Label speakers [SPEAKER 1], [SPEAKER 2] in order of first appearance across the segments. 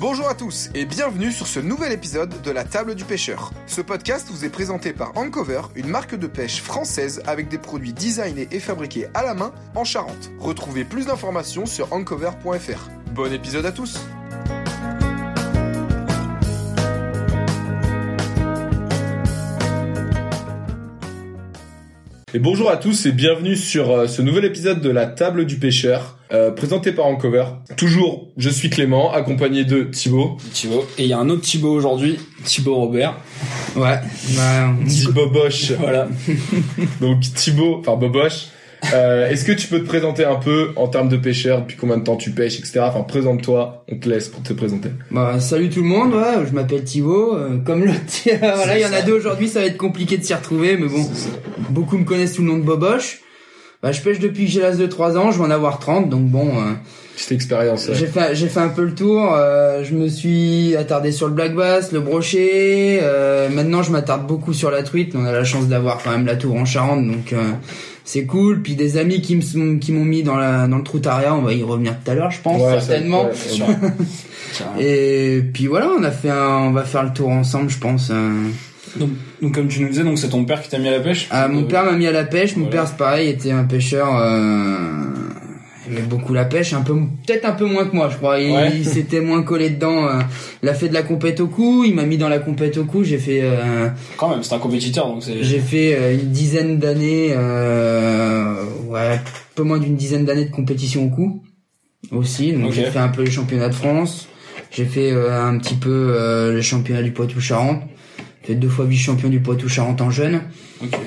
[SPEAKER 1] Bonjour à tous et bienvenue sur ce nouvel épisode de la table du pêcheur. Ce podcast vous est présenté par Ancover, une marque de pêche française avec des produits designés et fabriqués à la main en Charente. Retrouvez plus d'informations sur ancover.fr. Bon épisode à tous
[SPEAKER 2] Et bonjour à tous et bienvenue sur euh, ce nouvel épisode de la table du pêcheur, euh, présenté par Ancover. Toujours, je suis Clément, accompagné de Thibaut.
[SPEAKER 3] Thibaut. Et il y a un autre Thibaut aujourd'hui, Thibaut Robert.
[SPEAKER 4] Ouais, bah,
[SPEAKER 2] Dit Boboche.
[SPEAKER 3] Voilà.
[SPEAKER 2] Donc Thibaut, enfin Boboche. euh, Est-ce que tu peux te présenter un peu en termes de pêcheur, depuis combien de temps tu pêches, etc. Enfin, présente-toi, on te laisse pour te présenter.
[SPEAKER 4] bah, salut tout le monde, ouais, je m'appelle Thibaut, euh, comme l'autre, voilà, il y en a deux aujourd'hui, ça va être compliqué de s'y retrouver, mais bon, beaucoup me connaissent sous le nom de Boboche. Bah, je pêche depuis que j'ai l'âge de 3 ans, je vais en avoir 30, donc bon, euh,
[SPEAKER 2] Petite expérience. euh. ouais.
[SPEAKER 4] j'ai fait, j'ai fait un peu le tour, euh, je me suis attardé sur le black bass, le brochet, euh, maintenant je m'attarde beaucoup sur la truite, on a la chance d'avoir quand même la tour en Charente, donc euh, c'est cool, puis des amis qui me sont- qui m'ont mis dans, la, dans le troutaria, on va y revenir tout à l'heure, je pense,
[SPEAKER 2] Ouais, ça-
[SPEAKER 4] certainement.
[SPEAKER 2] ouais, sûrement.
[SPEAKER 4] Et puis voilà, on a fait un, on va faire le tour ensemble, je pense. euh.
[SPEAKER 3] donc, donc, comme tu nous disais, donc c'est ton père qui t'a mis à la pêche
[SPEAKER 4] Ah, mon
[SPEAKER 3] Euh,
[SPEAKER 4] père m'a mis à la pêche. Mon
[SPEAKER 3] voilà.
[SPEAKER 4] père, c'est pareil, était un pêcheur. Euh... aimait beaucoup la pêche, un peu, peut-être un peu moins que moi, je crois. Il,
[SPEAKER 3] Ouais.
[SPEAKER 4] il s'était moins collé dedans. euh. Il a fait de la compète au cou. Il m'a mis dans la compète au cou. J'ai fait, euh,
[SPEAKER 3] Quand même, c'est un compétiteur, donc c'est.
[SPEAKER 4] j'ai fait euh, une dizaine d'années, euh... ouais, un peu moins d'une dizaine d'années de compétition au cou aussi. Donc
[SPEAKER 3] Ok.
[SPEAKER 4] j'ai fait un peu les championnats de France. J'ai fait euh, un petit peu euh, les championnats du Poitou-Charentes. J'ai fait deux fois vice-champion du Poitou-Charentes en jeune.
[SPEAKER 3] Ok.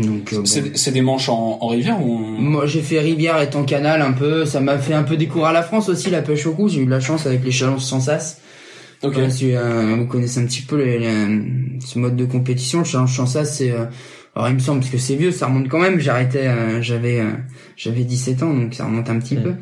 [SPEAKER 4] Donc euh, Ah, bon. Mm.
[SPEAKER 3] C'est c'est des manches en, en rivière ou en-
[SPEAKER 4] Moi, j'ai fait Rivière et Canal un peu. Ça m'a fait un peu découvrir la France aussi, la pêche au cou. J'ai eu de la chance avec les chalons sans sas.
[SPEAKER 3] Ok.
[SPEAKER 4] Voilà, c'est, euh, vous connaissez un petit peu les- les- ce mode de compétition. Le challenge sans sas, c'est... euh, alors, il me semble, parce que c'est vieux, ça remonte quand même. J'arrêtais, euh, j'avais euh, j'avais 17 ans, donc ça remonte un petit peu.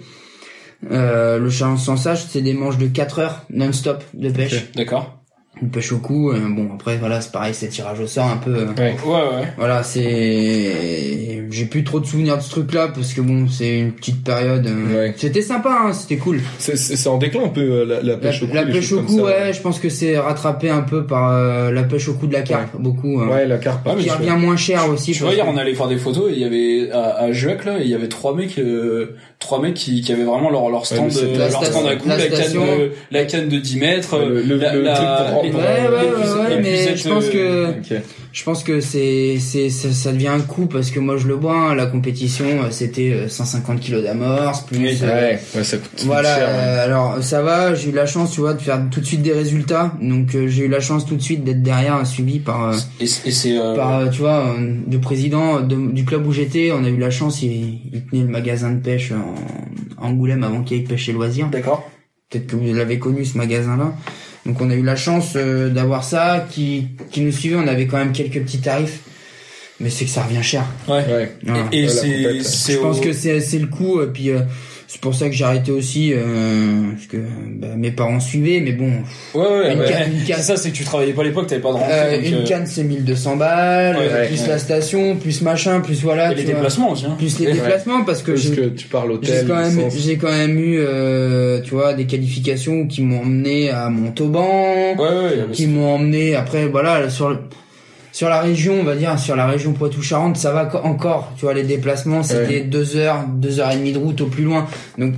[SPEAKER 4] Euh, le challenge sans sas, c'est des manches de 4 heures non-stop de pêche.
[SPEAKER 3] D'accord.
[SPEAKER 4] Une pêche au cou. euh, bon, après, voilà, c'est pareil, c'est tirage au sort un peu... euh,
[SPEAKER 2] Ouais.
[SPEAKER 3] Ouais, ouais.
[SPEAKER 4] voilà, c'est. J'ai plus trop de souvenirs de ce truc-là parce que bon, c'est une petite période. euh,
[SPEAKER 2] Ouais.
[SPEAKER 4] C'était sympa, hein, c'était cool.
[SPEAKER 2] C'est- C'est c'est en déclin un peu euh, la, la
[SPEAKER 4] La,
[SPEAKER 2] pêche au cou.
[SPEAKER 4] la
[SPEAKER 2] les
[SPEAKER 4] pêche
[SPEAKER 2] choses
[SPEAKER 4] au
[SPEAKER 2] comme
[SPEAKER 4] cou,
[SPEAKER 2] ça.
[SPEAKER 4] ouais, je pense que c'est rattrapé un peu par euh, la pêche au cou de la carpe, beaucoup. hein.
[SPEAKER 2] Ouais, la carpe.
[SPEAKER 3] Ah, mais
[SPEAKER 4] qui
[SPEAKER 3] tu-
[SPEAKER 4] revient moins cher aussi.
[SPEAKER 3] Tu vois,
[SPEAKER 4] parce
[SPEAKER 3] hier
[SPEAKER 4] que-
[SPEAKER 3] on allait faire des photos et il y avait à, à Juac là, et il y avait trois mecs, euh, trois mecs qui, qui avaient vraiment leur leur
[SPEAKER 2] Ouais, mais
[SPEAKER 3] stand,
[SPEAKER 2] c'est-
[SPEAKER 3] euh,
[SPEAKER 4] La
[SPEAKER 3] leur
[SPEAKER 4] station-
[SPEAKER 3] stand à coups,
[SPEAKER 4] la
[SPEAKER 3] la, canne,
[SPEAKER 4] station.
[SPEAKER 3] de, la canne de 10 mètres,
[SPEAKER 2] Le- le-
[SPEAKER 3] la,
[SPEAKER 2] le
[SPEAKER 3] la-
[SPEAKER 2] truc pour rentrer.
[SPEAKER 4] Ouais,
[SPEAKER 3] les-
[SPEAKER 4] ouais,
[SPEAKER 3] les
[SPEAKER 4] ouais,
[SPEAKER 3] puces-
[SPEAKER 4] ouais,
[SPEAKER 3] les
[SPEAKER 4] mais je
[SPEAKER 3] pucettes,
[SPEAKER 4] pense que
[SPEAKER 3] euh,
[SPEAKER 2] Ok.
[SPEAKER 4] je pense que c'est c'est ça, ça devient un coup parce que moi je le vois. hein, la compétition, euh, c'était euh, 150 kilos d'amorce plus.
[SPEAKER 3] Oui,
[SPEAKER 4] euh,
[SPEAKER 2] Ouais, ouais, ça coûte
[SPEAKER 4] Voilà,
[SPEAKER 2] cher. ouais.
[SPEAKER 4] euh, alors ça va, j'ai eu la chance, tu vois, de faire tout de suite des résultats. Donc euh, j'ai eu la chance tout de suite d'être derrière, euh, suivi par, euh,
[SPEAKER 3] Et, c'est- et c'est euh,
[SPEAKER 4] par euh, tu vois, euh, du président de- du club où j'étais. On a eu la chance, il, il tenait le magasin de pêche en, en Angoulême avant qu'il y ait Pêche et Loisirs.
[SPEAKER 3] D'accord.
[SPEAKER 4] Peut-être que vous l'avez connu ce magasin-là. Donc on a eu la chance euh, d'avoir ça, qui, qui nous suivait. On avait quand même quelques petits tarifs, mais c'est que ça revient cher.
[SPEAKER 3] Ouais.
[SPEAKER 2] Ouais.
[SPEAKER 4] Voilà.
[SPEAKER 3] Et,
[SPEAKER 2] Ouais,
[SPEAKER 3] et
[SPEAKER 2] la
[SPEAKER 3] c'est
[SPEAKER 2] compète.
[SPEAKER 3] c'est
[SPEAKER 4] Je pense
[SPEAKER 3] au-
[SPEAKER 4] que c'est c'est le coup et puis euh, c'est pour ça que j'ai arrêté aussi euh, parce que bah, mes parents suivaient mais bon
[SPEAKER 3] Ouais, ouais,
[SPEAKER 4] Une
[SPEAKER 3] ouais.
[SPEAKER 4] canne, une canne.
[SPEAKER 3] C'est ça, c'est que tu travaillais pas à l'époque, t'avais pas de rentrée.
[SPEAKER 4] euh,
[SPEAKER 3] donc,
[SPEAKER 4] une
[SPEAKER 3] euh,
[SPEAKER 4] canne c'est 1200 balles
[SPEAKER 3] Ouais,
[SPEAKER 4] euh,
[SPEAKER 2] ouais,
[SPEAKER 4] plus
[SPEAKER 3] ouais.
[SPEAKER 4] la station plus machin plus voilà
[SPEAKER 3] et les
[SPEAKER 4] tu vois.
[SPEAKER 3] déplacements aussi. Hein.
[SPEAKER 4] plus les
[SPEAKER 2] Ouais.
[SPEAKER 4] déplacements parce que
[SPEAKER 2] Parce
[SPEAKER 4] j'ai
[SPEAKER 2] que tu parles
[SPEAKER 4] j'ai
[SPEAKER 2] hôtel.
[SPEAKER 4] quand même
[SPEAKER 2] licence.
[SPEAKER 4] j'ai quand même eu euh, tu vois des qualifications qui m'ont emmené à Montauban
[SPEAKER 3] Ouais, ouais, ouais.
[SPEAKER 4] qui m'ont emmené après voilà sur le- sur la région on va dire sur la région Poitou-Charentes ça va co- encore tu vois les déplacements c'était
[SPEAKER 2] Ouais.
[SPEAKER 4] deux heures deux heures et demie de route au plus loin donc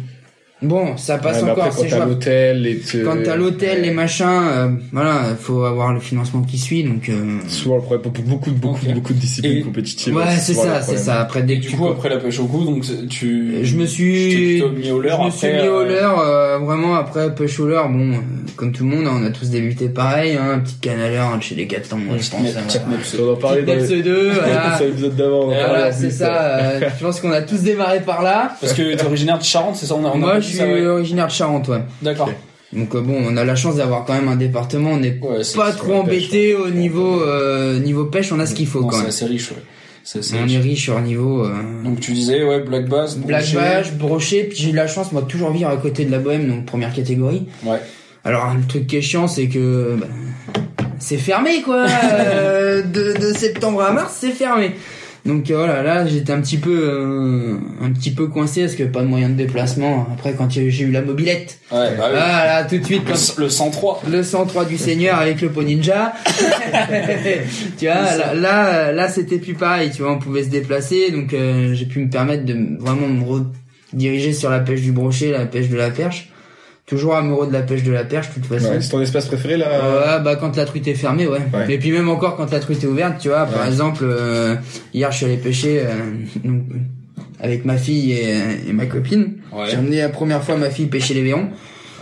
[SPEAKER 4] bon ça passe
[SPEAKER 2] Ouais, mais
[SPEAKER 4] encore
[SPEAKER 2] après,
[SPEAKER 4] c'est
[SPEAKER 2] quand t'as
[SPEAKER 4] jouable
[SPEAKER 2] l'hôtel et te-
[SPEAKER 4] quand t'as l'hôtel les
[SPEAKER 2] Ouais.
[SPEAKER 4] machins euh, voilà faut avoir le financement qui suit donc euh,
[SPEAKER 2] Souvent le problème pour beaucoup beaucoup
[SPEAKER 3] Ok.
[SPEAKER 2] beaucoup de disciplines
[SPEAKER 3] Et-
[SPEAKER 2] compétitives.
[SPEAKER 4] ouais c'est
[SPEAKER 2] souvent le
[SPEAKER 4] ça c'est
[SPEAKER 2] problème.
[SPEAKER 4] ça après dès
[SPEAKER 3] Et
[SPEAKER 4] que
[SPEAKER 3] du
[SPEAKER 4] tu
[SPEAKER 3] coup, après la pêche au cou, donc c'est- tu.
[SPEAKER 4] Je me suis-
[SPEAKER 3] tu t'es plutôt mis au leurre.
[SPEAKER 4] je me
[SPEAKER 3] après,
[SPEAKER 4] suis mis au
[SPEAKER 3] euh,
[SPEAKER 4] leurre, euh, vraiment après pêche au leurre. Bon, euh, comme tout le monde, hein, on a tous débuté pareil, hein, petite canne à l'heure hein, chez les Decathlon, je pense.
[SPEAKER 3] Petite
[SPEAKER 4] hein,
[SPEAKER 3] petite
[SPEAKER 4] voilà.
[SPEAKER 3] nappe, c'est-
[SPEAKER 2] On en parlait
[SPEAKER 4] Petite
[SPEAKER 2] dans
[SPEAKER 4] Neps
[SPEAKER 2] le-
[SPEAKER 4] 2, voilà.
[SPEAKER 2] dans l'épisode d'avant. on en
[SPEAKER 3] Et
[SPEAKER 2] parlait
[SPEAKER 4] Voilà,
[SPEAKER 2] en
[SPEAKER 4] c'est
[SPEAKER 2] plus,
[SPEAKER 4] ça. euh, je pense qu'on a tous démarré par là.
[SPEAKER 3] Parce que t'es originaire de Charente, c'est ça On a, on a
[SPEAKER 4] Moi,
[SPEAKER 3] pas
[SPEAKER 4] je
[SPEAKER 3] dit
[SPEAKER 4] suis euh,
[SPEAKER 3] ça, ouais.
[SPEAKER 4] originaire de Charente, ouais.
[SPEAKER 3] D'accord.
[SPEAKER 2] Ok.
[SPEAKER 4] Donc euh, bon, on a la chance d'avoir quand même un département. On n'est
[SPEAKER 3] Ouais, c'est-
[SPEAKER 4] pas
[SPEAKER 3] c'est-
[SPEAKER 4] trop
[SPEAKER 2] la pêche,
[SPEAKER 3] hein.
[SPEAKER 4] embêté au niveau euh, niveau pêche. On a ce qu'il faut
[SPEAKER 3] non,
[SPEAKER 4] quand
[SPEAKER 3] C'est
[SPEAKER 4] même.
[SPEAKER 3] assez riche, ouais. C'est assez
[SPEAKER 4] On
[SPEAKER 3] riche.
[SPEAKER 4] est riche au niveau. euh,
[SPEAKER 3] Donc tu disais, ouais, Black Bass.
[SPEAKER 4] Black
[SPEAKER 3] Brochet.
[SPEAKER 4] Bass, brochet, puis j'ai eu la chance, moi, de toujours vivre à côté de la Bohème, donc première catégorie.
[SPEAKER 3] Ouais.
[SPEAKER 4] Alors, le truc qui est chiant, c'est que bah, c'est fermé, quoi. Euh, de, de septembre à mars, c'est fermé. Donc euh, voilà, là j'étais un petit peu euh, un petit peu coincé parce que pas de moyen de déplacement. Après quand j'ai j'ai eu la mobilette,
[SPEAKER 3] Ouais, bah oui.
[SPEAKER 4] ah là tout de suite quand-
[SPEAKER 3] Le, le 103.
[SPEAKER 4] le 103 du Seigneur avec le Poninja. tu vois, là, là, là, c'était plus pareil. Tu vois, on pouvait se déplacer, donc euh, j'ai pu me permettre de m- vraiment me rediriger sur la pêche du brochet, la pêche de la perche. Toujours amoureux de la pêche de la perche, de toute façon.
[SPEAKER 2] Ouais, c'est ton espace préféré là
[SPEAKER 4] Euh, ouais, bah quand la truite est fermée, ouais.
[SPEAKER 2] Ouais.
[SPEAKER 4] Et puis même encore quand la truite est ouverte, tu vois. Par
[SPEAKER 2] Ouais.
[SPEAKER 4] exemple, euh, hier je suis allé pêcher euh, donc, avec ma fille et, et ma copine. J'ai
[SPEAKER 3] Ouais.
[SPEAKER 4] emmené la première fois ma fille pêcher les verrons.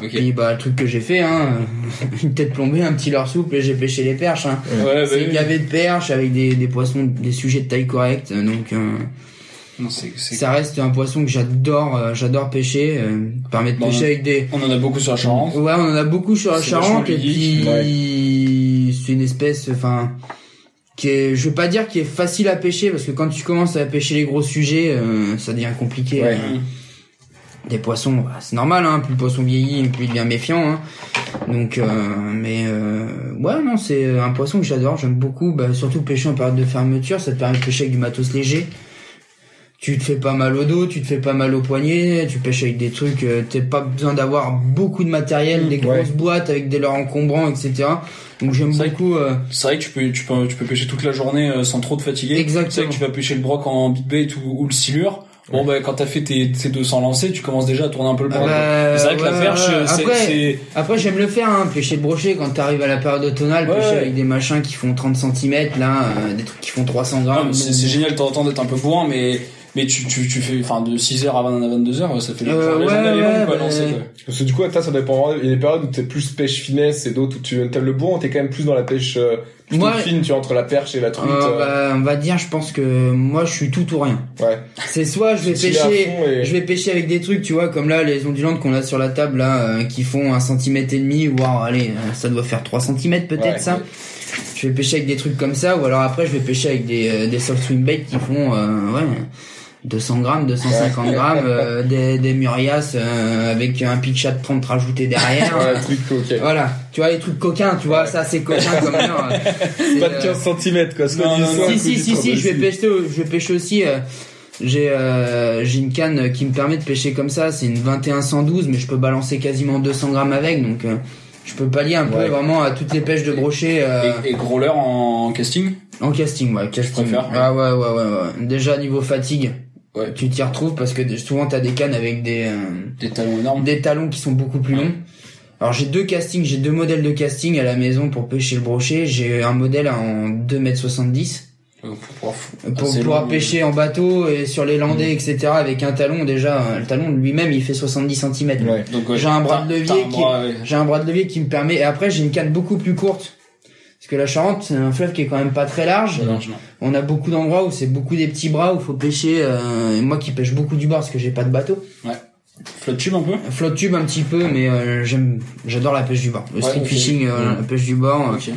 [SPEAKER 3] Ok.
[SPEAKER 4] Puis bah le truc que j'ai fait, hein, une tête plombée, un petit leurre souple et j'ai pêché les perches. Hein.
[SPEAKER 3] Ouais, bah
[SPEAKER 4] C'est
[SPEAKER 3] oui.
[SPEAKER 4] gavé de perches avec des, des poissons, des sujets de taille correcte. euh, Donc euh,
[SPEAKER 3] Non, c'est- c'est-
[SPEAKER 4] ça reste un poisson que j'adore, euh, j'adore pêcher. Euh, permet de
[SPEAKER 3] Bon. hein.
[SPEAKER 4] pêcher avec des,
[SPEAKER 3] On en a beaucoup sur la Charente.
[SPEAKER 4] Ouais, on en a beaucoup sur la
[SPEAKER 3] C'est
[SPEAKER 4] Charente et
[SPEAKER 3] vachement
[SPEAKER 4] puis
[SPEAKER 3] ludique.
[SPEAKER 4] c'est une espèce, enfin, qui est, je veux pas dire qui est facile à pêcher parce que quand tu commences à pêcher les gros sujets, euh, ça devient compliqué.
[SPEAKER 2] Ouais.
[SPEAKER 4] hein. Des poissons, bah, c'est normal, hein, plus le poisson vieillit, plus il devient méfiant. hein. Donc, euh, mais euh, ouais, non, c'est un poisson que j'adore, j'aime beaucoup, bah, surtout pêcher en période de fermeture, ça te permet de pêcher avec du matos léger tu te fais pas mal au dos, tu te fais pas mal au poignet, tu pêches avec des trucs, euh, t'as pas besoin d'avoir beaucoup de matériel, des grosses boîtes avec des leurres encombrants, etc. Donc j'aime
[SPEAKER 3] C'est vrai
[SPEAKER 4] beaucoup. euh,
[SPEAKER 3] C'est vrai que tu peux, tu peux, tu peux pêcher toute la journée euh, sans trop te fatiguer.
[SPEAKER 4] Exactement.
[SPEAKER 3] C'est vrai que tu vas pêcher le broc en big bait ou, ou le silure. Bon, bah, quand t'as fait tes, tes 200 lancers, tu commences déjà à tourner un peu le
[SPEAKER 4] Ah
[SPEAKER 3] broc.
[SPEAKER 4] bah,
[SPEAKER 3] c'est vrai que la
[SPEAKER 4] ouais,
[SPEAKER 3] perche,
[SPEAKER 4] ouais.
[SPEAKER 3] euh, c'est,
[SPEAKER 4] Après-
[SPEAKER 3] c'est-
[SPEAKER 4] Après j'aime le faire, hein, pêcher le brochet quand t'arrives à la période automnale,
[SPEAKER 3] Ouais,
[SPEAKER 4] pêcher
[SPEAKER 3] ouais.
[SPEAKER 4] avec des machins qui font 30 cm là, euh, des trucs qui font 300
[SPEAKER 3] Ah,
[SPEAKER 4] grammes.
[SPEAKER 3] mais c'est, c'est génial de temps en temps d'être un peu bourrin, mais, mais tu, tu, tu fais, enfin, de 6h à 22h, ça fait
[SPEAKER 4] Euh,
[SPEAKER 3] genre,
[SPEAKER 4] ouais,
[SPEAKER 3] la journée elle est
[SPEAKER 4] ouais,
[SPEAKER 3] longue, quoi,
[SPEAKER 4] mais-
[SPEAKER 3] lancer, quoi.
[SPEAKER 2] Parce que du coup, toi, ça dépend. Il y a des périodes où t'es plus pêche finesse et d'autres où tu t'aimes le bourrin, t'es quand même plus dans la pêche euh, plutôt
[SPEAKER 4] Moi-
[SPEAKER 2] fine, tu vois, entre la perche et la
[SPEAKER 4] Euh,
[SPEAKER 2] truite. euh,
[SPEAKER 4] bah, on va dire, je pense que moi je suis tout ou rien.
[SPEAKER 2] ouais.
[SPEAKER 4] C'est soit bah, je vais
[SPEAKER 2] Tu t'y vas à
[SPEAKER 4] pêcher,
[SPEAKER 2] fond et-
[SPEAKER 4] Je vais pêcher avec des trucs, tu vois, comme là, les ondulantes qu'on a sur la table, là, euh, qui font un centimètre et demi, voire, allez, euh, ça doit faire 3 centimètres peut-être,
[SPEAKER 2] Ouais.
[SPEAKER 4] ça. Je vais pêcher avec des trucs comme ça, ou alors après, je vais pêcher avec des, euh, des soft swim bait qui font, euh, ouais, 200 grammes, 250 grammes, euh, des, des murias euh, avec un pitch de 30 rajouté derrière.
[SPEAKER 2] Ouais, truc, ok.
[SPEAKER 4] Voilà, tu vois, les trucs coquins, tu vois, ça, c'est coquin comme merde. C'est,
[SPEAKER 2] Pas de
[SPEAKER 4] euh,
[SPEAKER 2] 15 cm, quoi. soit
[SPEAKER 3] non,
[SPEAKER 2] dit
[SPEAKER 3] non,
[SPEAKER 2] ça,
[SPEAKER 3] non.
[SPEAKER 2] un
[SPEAKER 4] si
[SPEAKER 2] coup
[SPEAKER 4] si
[SPEAKER 2] du
[SPEAKER 4] si si, je vais
[SPEAKER 2] trapèze.
[SPEAKER 4] pêcher au- je vais pêcher aussi euh, j'ai euh, j'ai une canne qui me permet de pêcher comme ça c'est une 21 112 mais je peux balancer quasiment 200 grammes avec donc euh, je peux pallier un peu
[SPEAKER 2] Ouais.
[SPEAKER 4] vraiment à toutes les pêches de brochet euh,
[SPEAKER 3] Et, et growler en casting?
[SPEAKER 4] en casting ouais casting
[SPEAKER 3] préfères, ouais.
[SPEAKER 4] ah ouais ouais ouais ouais déjà niveau fatigue
[SPEAKER 3] Ouais.
[SPEAKER 4] tu t'y retrouves parce que souvent t'as des cannes avec des euh,
[SPEAKER 3] Des talons énormes.
[SPEAKER 4] des talons qui sont beaucoup plus longs. Alors j'ai deux castings, j'ai deux modèles de casting à la maison pour pêcher le brochet. J'ai un modèle en 2m70
[SPEAKER 3] Euh, Pour pouvoir, fou-
[SPEAKER 4] pour
[SPEAKER 3] assez
[SPEAKER 4] pouvoir
[SPEAKER 3] long. euh, Mm.
[SPEAKER 4] pêcher en bateau et sur les landais, etc. Avec un talon déjà, euh, le talon lui-même il fait 70 cm.
[SPEAKER 2] Ouais.
[SPEAKER 3] Donc, ouais,
[SPEAKER 4] J'ai un bras de
[SPEAKER 3] t'as-
[SPEAKER 4] levier
[SPEAKER 3] t'as un
[SPEAKER 4] qui-
[SPEAKER 3] bras, ouais.
[SPEAKER 4] J'ai un bras de levier qui me permet, et après j'ai une canne beaucoup plus courte. Parce que la Charente, c'est un fleuve qui est quand même pas très large.
[SPEAKER 3] Non, non.
[SPEAKER 4] On a beaucoup d'endroits où c'est beaucoup des petits bras où faut pêcher. euh, et moi qui pêche beaucoup du bord parce que j'ai pas de bateau.
[SPEAKER 3] Flotte tube un peu?
[SPEAKER 4] Flotte tube un petit peu, mais euh, j'aime, j'adore la pêche du bord. Le
[SPEAKER 3] Ouais,
[SPEAKER 4] street
[SPEAKER 3] ok.
[SPEAKER 4] fishing, euh,
[SPEAKER 3] Ouais.
[SPEAKER 4] la pêche du bord. euh,
[SPEAKER 3] Ok.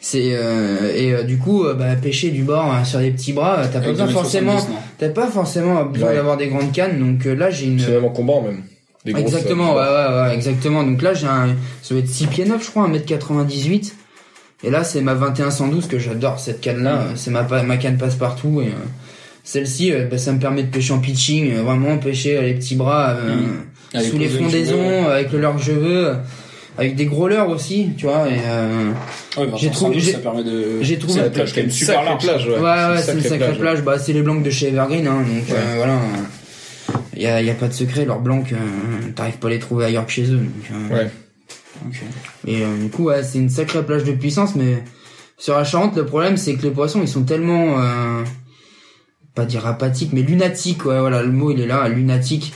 [SPEAKER 4] c'est euh, et euh, du coup, euh, bah, pêcher du bord euh, sur des petits bras, euh, t'as pas
[SPEAKER 3] Avec
[SPEAKER 4] besoin
[SPEAKER 3] 2m70,
[SPEAKER 4] forcément.
[SPEAKER 3] non.
[SPEAKER 4] T'as pas forcément besoin
[SPEAKER 2] Ouais.
[SPEAKER 4] d'avoir des grandes cannes, donc euh, là j'ai une.
[SPEAKER 2] C'est même en combat, même. Des grosses,
[SPEAKER 4] Exactement, ouais,
[SPEAKER 2] euh,
[SPEAKER 4] ouais, ouais, exactement. Donc là j'ai un. Ça doit être 6 pieds 9, je crois, 1m98. Et là c'est ma 2112 que j'adore, cette canne-là. Euh, C'est ma, pa- ma canne passe-partout. Et euh, celle-ci, euh, bah, ça me permet de pêcher en pitching, euh, vraiment pêcher euh, les petits bras euh,
[SPEAKER 3] Mhm. Avec
[SPEAKER 4] sous les
[SPEAKER 3] posé, tu
[SPEAKER 4] frondaisons,
[SPEAKER 3] vois.
[SPEAKER 4] avec le leurre que je veux, euh, avec des gros leurres aussi, tu vois. Et, euh,
[SPEAKER 3] Ouais, bah,
[SPEAKER 4] J'ai
[SPEAKER 3] dans
[SPEAKER 4] trouvé-
[SPEAKER 3] 112,
[SPEAKER 4] j'ai-
[SPEAKER 3] ça permet de.
[SPEAKER 4] j'ai trouvé-
[SPEAKER 3] C'est
[SPEAKER 2] La
[SPEAKER 3] la
[SPEAKER 2] plage,
[SPEAKER 3] plage
[SPEAKER 2] c'est
[SPEAKER 3] quand
[SPEAKER 2] une
[SPEAKER 3] même super
[SPEAKER 2] super
[SPEAKER 3] large.
[SPEAKER 2] plage, ouais.
[SPEAKER 4] Ouais, ouais, c'est une sacrée plage. Bah, c'est les blancs de chez Evergreen, hein, donc euh, voilà. Il y a, y a pas de secret, leurs blancs, euh, t'arrives pas à les trouver ailleurs que chez eux. donc, euh,
[SPEAKER 2] Ouais.
[SPEAKER 3] Ok.
[SPEAKER 4] Et euh, du coup, ouais, c'est une sacrée plage de puissance, mais sur la Charente, le problème, c'est que les poissons, ils sont tellement, euh, pas dire apathiques, mais lunatiques, ouais, voilà, le mot, il est là, lunatique.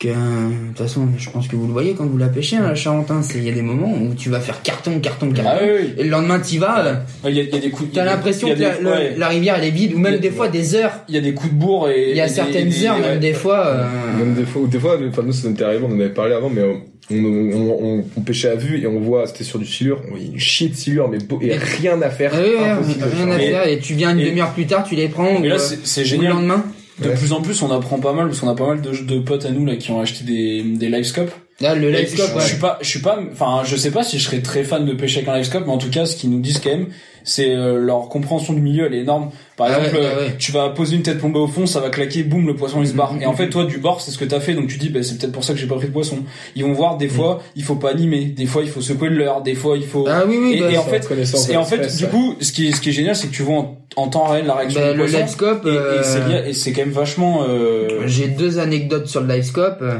[SPEAKER 4] Que, euh, de toute façon, je pense que vous le voyez quand vous la pêchez, hein, la Charente, hein, c'est- il y a des moments où tu vas faire carton, carton, carton.
[SPEAKER 3] Ah oui, oui.
[SPEAKER 4] Et le lendemain, t'y vas, euh,
[SPEAKER 3] Ouais, Il y, a- il y a des coups.
[SPEAKER 4] t'as
[SPEAKER 3] il y a-
[SPEAKER 4] l'impression
[SPEAKER 3] il y
[SPEAKER 4] que
[SPEAKER 3] a des-
[SPEAKER 4] la, le-
[SPEAKER 3] ouais,
[SPEAKER 4] la rivière, elle est vide, ou même
[SPEAKER 3] Il y a-
[SPEAKER 4] des fois des heures.
[SPEAKER 3] Il y a des coups de bourre et.
[SPEAKER 4] Il y a
[SPEAKER 3] et des-
[SPEAKER 4] certaines
[SPEAKER 3] et des-
[SPEAKER 4] heures, même
[SPEAKER 3] ouais.
[SPEAKER 4] des fois. euh,
[SPEAKER 2] Même des fois, ou des fois, enfin, nous, ça nous était arrivé, on en avait parlé avant, mais euh, on, on, on, on pêchait à vue et on voit, c'était sur du silure, on voyait une chier de silure, mais beau, et
[SPEAKER 4] Mais-
[SPEAKER 2] rien à faire.
[SPEAKER 4] Ah oui, ouais,
[SPEAKER 2] impossible de
[SPEAKER 4] rien à
[SPEAKER 2] faire.
[SPEAKER 3] Et-
[SPEAKER 4] faire. Et tu viens une
[SPEAKER 3] et-
[SPEAKER 4] demi-heure plus tard, tu les prends. ou,
[SPEAKER 3] Mais là,
[SPEAKER 4] euh,
[SPEAKER 3] c'est c'est
[SPEAKER 4] ou
[SPEAKER 3] génial.
[SPEAKER 4] le lendemain.
[SPEAKER 3] De
[SPEAKER 2] Ouais.
[SPEAKER 3] plus en plus, on apprend pas mal parce qu'on a pas mal de, de potes à nous là qui ont acheté des, des livescopes.
[SPEAKER 4] Là, le live
[SPEAKER 3] Et je,
[SPEAKER 4] scope,
[SPEAKER 3] je
[SPEAKER 4] ouais.
[SPEAKER 3] suis pas, je suis pas, enfin, je sais pas si je serais très fan de pêcher avec un livescope, mais en tout cas, ce qu'ils nous disent quand même, c'est euh, leur compréhension du milieu elle est énorme. Par
[SPEAKER 4] Ah
[SPEAKER 3] exemple,
[SPEAKER 4] ouais,
[SPEAKER 3] euh,
[SPEAKER 4] ah ouais.
[SPEAKER 3] tu vas poser une tête plombée au fond, ça va claquer, boum, le poisson il se barre.
[SPEAKER 4] Mhm,
[SPEAKER 3] Et en fait, toi du bord, c'est ce que t'as fait, donc tu dis bah, c'est peut-être pour ça que j'ai pas pris de poisson. Ils vont voir
[SPEAKER 4] Mm.
[SPEAKER 3] des fois, il faut pas animer, des fois il faut secouer le leurre, des fois il faut.
[SPEAKER 4] Ah oui, oui,
[SPEAKER 3] et,
[SPEAKER 4] bah,
[SPEAKER 3] et en
[SPEAKER 4] ça-
[SPEAKER 3] fait,
[SPEAKER 2] connaissance
[SPEAKER 3] et en fait, du
[SPEAKER 2] ouais.
[SPEAKER 3] coup, ce qui est, ce qui est génial, c'est que tu vois en, en temps réel la réaction
[SPEAKER 4] bah,
[SPEAKER 3] du
[SPEAKER 4] le
[SPEAKER 3] poisson.
[SPEAKER 4] livescope,
[SPEAKER 3] Et, et
[SPEAKER 4] euh,
[SPEAKER 3] c'est lié- et c'est quand même vachement. euh,
[SPEAKER 4] j'ai deux anecdotes sur le livescope. Euh,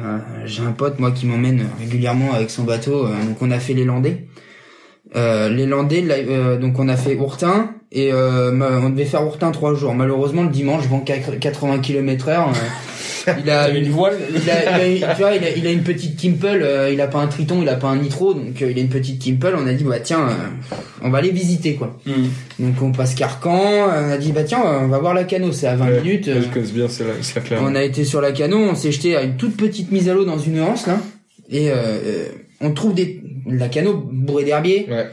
[SPEAKER 4] j'ai un pote, moi, qui m'emmène régulièrement avec son bateau. Euh, donc, on a fait les Landais. Euh, les Landais, là, euh, donc on a fait Ourtin et euh, ma- on devait faire Ourtin trois jours. Malheureusement, le dimanche, vent 80 km heure. euh, il a
[SPEAKER 3] T'avais une voile.
[SPEAKER 4] il a, il a- tu vois, il a, il a une petite Kimple, euh, il a pas un Triton, il a pas un Nitro, donc euh, il a une petite Kimple. On a dit bah tiens, euh, on va aller visiter quoi.
[SPEAKER 3] Mhm.
[SPEAKER 4] Donc on passe Carcan, euh, on a dit bah tiens, euh, on va voir la canot, c'est à 20
[SPEAKER 2] Ouais,
[SPEAKER 4] minutes.
[SPEAKER 2] ouais,
[SPEAKER 4] euh,
[SPEAKER 2] je connais bien, c'est la, c'est la claire.
[SPEAKER 4] on a été sur la canot, on s'est jeté à une toute petite mise à l'eau dans une anse là, et euh, euh, on trouve des la canot bourrée d'herbiers.
[SPEAKER 2] Ouais.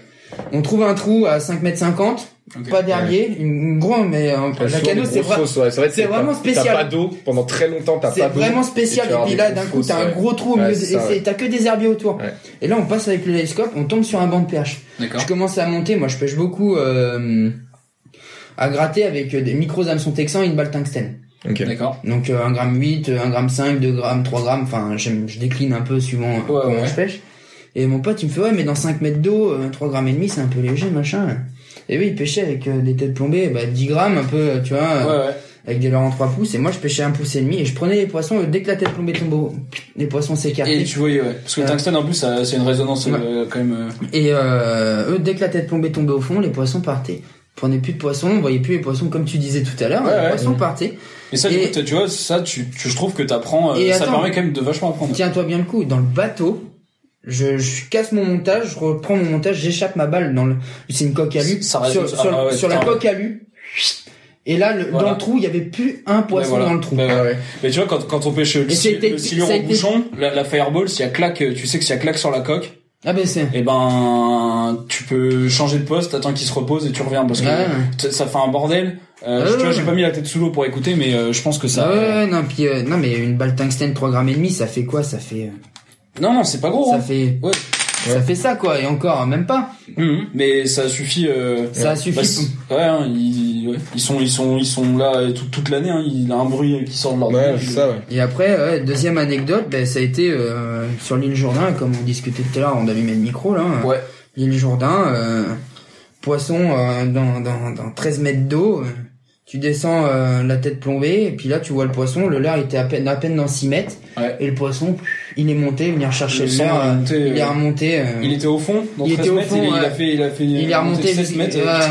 [SPEAKER 4] On trouve un trou à 5 mètres 50,
[SPEAKER 3] Ok.
[SPEAKER 4] pas d'herbier, une, une grande mais euh,
[SPEAKER 2] T'as
[SPEAKER 4] la
[SPEAKER 2] chaud,
[SPEAKER 4] canot
[SPEAKER 2] des
[SPEAKER 4] c'est
[SPEAKER 2] grosses
[SPEAKER 4] vrai.
[SPEAKER 2] fosses, ouais. C'est vrai que
[SPEAKER 4] c'est
[SPEAKER 2] t'as-
[SPEAKER 4] vraiment spécial.
[SPEAKER 2] T'as pas d'eau pendant très longtemps, t'as
[SPEAKER 4] C'est
[SPEAKER 2] pas d'eau.
[SPEAKER 4] vraiment spécial.
[SPEAKER 2] et tu vas
[SPEAKER 4] Et puis
[SPEAKER 2] avoir
[SPEAKER 4] là,
[SPEAKER 2] des
[SPEAKER 4] d'un
[SPEAKER 2] grosses
[SPEAKER 4] coup, t'as
[SPEAKER 2] fosses,
[SPEAKER 4] un
[SPEAKER 2] ouais.
[SPEAKER 4] gros trou au
[SPEAKER 2] Ouais,
[SPEAKER 4] milieu
[SPEAKER 2] c'est
[SPEAKER 4] et
[SPEAKER 2] ça,
[SPEAKER 4] c'est-
[SPEAKER 2] ouais.
[SPEAKER 4] t'as que des herbiers autour.
[SPEAKER 2] Ouais.
[SPEAKER 4] Et là, on passe avec le télescope, on tombe sur un banc de perche.
[SPEAKER 3] D'accord.
[SPEAKER 4] Je commence à monter. Moi, je pêche beaucoup euh, à gratter avec euh, des micros hameçons texans et une balle tungstène.
[SPEAKER 2] Ok.
[SPEAKER 3] D'accord.
[SPEAKER 4] Donc euh, 1 gramme 8, 1 gramme 5, 2 grammes, 3 grammes. Enfin, j'aime- je décline un peu suivant euh,
[SPEAKER 3] Ouais,
[SPEAKER 4] comment
[SPEAKER 3] ouais.
[SPEAKER 4] je pêche. Et mon pote, il me fait ouais, mais dans 5 mètres d'eau, euh, 3 grammes et demi, c'est un peu léger, machin. Et oui, il pêchait avec euh, des têtes plombées, bah 10 grammes, un peu, euh, tu vois.
[SPEAKER 3] Ouais,
[SPEAKER 4] euh,
[SPEAKER 3] ouais.
[SPEAKER 4] avec des leurres en 3 pouces et moi je pêchais un pouce et demi et je prenais les poissons et dès que la tête tombait tombait au- les poissons s'écartaient
[SPEAKER 3] Et
[SPEAKER 4] et,
[SPEAKER 3] tu voyais, ouais. Parce que le
[SPEAKER 4] Ouais.
[SPEAKER 3] tungstène, en plus, ça- c'est une résonance
[SPEAKER 4] Ouais.
[SPEAKER 3] euh, quand même. euh,
[SPEAKER 4] euh, eux dès que la tête tombait tombait au fond les poissons partaient On prenait plus de poissons on voyait plus les poissons comme tu disais tout à l'heure
[SPEAKER 3] Ouais,
[SPEAKER 4] les
[SPEAKER 3] ouais.
[SPEAKER 4] poissons
[SPEAKER 2] Mmh.
[SPEAKER 4] partaient
[SPEAKER 3] Et ça, du
[SPEAKER 4] Et-
[SPEAKER 3] coup, t'as- tu vois, ça, tu, tu- je trouve que t'apprends, euh,
[SPEAKER 4] Et
[SPEAKER 3] ça
[SPEAKER 4] attends.
[SPEAKER 3] permet quand même de vachement apprendre.
[SPEAKER 4] tiens-toi bien le coup dans le bateau je, je casse mon montage je reprends mon montage j'échappe ma balle dans le c'est une coque à lu
[SPEAKER 3] Ça reste-
[SPEAKER 4] sur,
[SPEAKER 3] ah,
[SPEAKER 4] sur-
[SPEAKER 3] ah ouais,
[SPEAKER 4] sur la
[SPEAKER 3] putain, ouais.
[SPEAKER 4] coque à lu et là le-
[SPEAKER 3] Voilà.
[SPEAKER 4] dans le trou il y avait plus un poisson
[SPEAKER 3] Ouais, voilà.
[SPEAKER 4] dans le trou
[SPEAKER 3] Ouais, ouais.
[SPEAKER 2] Ah ouais.
[SPEAKER 3] Mais tu vois, quand, quand on pêche le,
[SPEAKER 4] Et
[SPEAKER 3] si-
[SPEAKER 4] c'était-
[SPEAKER 3] le silure
[SPEAKER 4] ça a
[SPEAKER 3] au
[SPEAKER 4] été-
[SPEAKER 3] bouchon, la, la fireball, s'il y a claque, euh, tu sais que s'il y a claque sur la coque,
[SPEAKER 4] ah ben c'est
[SPEAKER 3] et ben, tu peux changer de poste, attends qu'il se repose et tu reviens parce que
[SPEAKER 4] Ah Ouais.
[SPEAKER 3] t- ça fait un bordel. Euh,
[SPEAKER 4] Ah
[SPEAKER 3] je-
[SPEAKER 4] ouais,
[SPEAKER 3] tu vois,
[SPEAKER 4] ouais.
[SPEAKER 3] j'ai pas mis la tête sous l'eau pour écouter, mais euh, je pense que ça.
[SPEAKER 4] Ah ouais,
[SPEAKER 3] euh,
[SPEAKER 4] ouais, non, puis, euh, non, mais une balle tungstène 3 grammes et demi, ça fait quoi? Ça fait, euh,
[SPEAKER 3] Non, non, c'est pas gros.
[SPEAKER 4] ça
[SPEAKER 3] hein.
[SPEAKER 4] fait
[SPEAKER 3] Ouais.
[SPEAKER 4] ça fait ça quoi et encore hein, même pas
[SPEAKER 3] Mhm. Mais ça suffit. euh,
[SPEAKER 4] ça
[SPEAKER 2] Ouais.
[SPEAKER 4] suffit
[SPEAKER 3] Bah, c'est- ouais, hein, ils, ouais. ils sont, ils sont, ils sont là euh, tout- toute l'année. Hein. Il a un bruit qui sort de leur
[SPEAKER 2] Ouais,
[SPEAKER 3] bouche.
[SPEAKER 2] c'est ça, ouais.
[SPEAKER 4] et après ouais, deuxième anecdote ben, ça a été euh, sur l'île Jourdain comme on discutait tout à l'heure on allumait le micro là hein.
[SPEAKER 3] Ouais.
[SPEAKER 4] l'île Jourdain euh, poisson euh, dans, dans, dans 13 mètres d'eau euh, tu descends euh, la tête plombée et puis là tu vois le poisson le leurre il était à peine à peine dans 6 mètres
[SPEAKER 3] Ouais.
[SPEAKER 4] et le poisson il est monté venir chercher
[SPEAKER 3] Le
[SPEAKER 4] le,
[SPEAKER 3] son
[SPEAKER 4] leurre
[SPEAKER 3] est
[SPEAKER 4] euh,
[SPEAKER 3] monté,
[SPEAKER 4] il est
[SPEAKER 3] euh,
[SPEAKER 4] remonté euh,
[SPEAKER 3] Il était au fond, dans
[SPEAKER 4] Il
[SPEAKER 3] 13
[SPEAKER 4] était au
[SPEAKER 3] mètres,
[SPEAKER 4] fond,
[SPEAKER 3] il, il
[SPEAKER 4] ouais.
[SPEAKER 3] a fait, il a fait,
[SPEAKER 4] il est remonté
[SPEAKER 3] 16 mètres. euh,
[SPEAKER 4] ouais.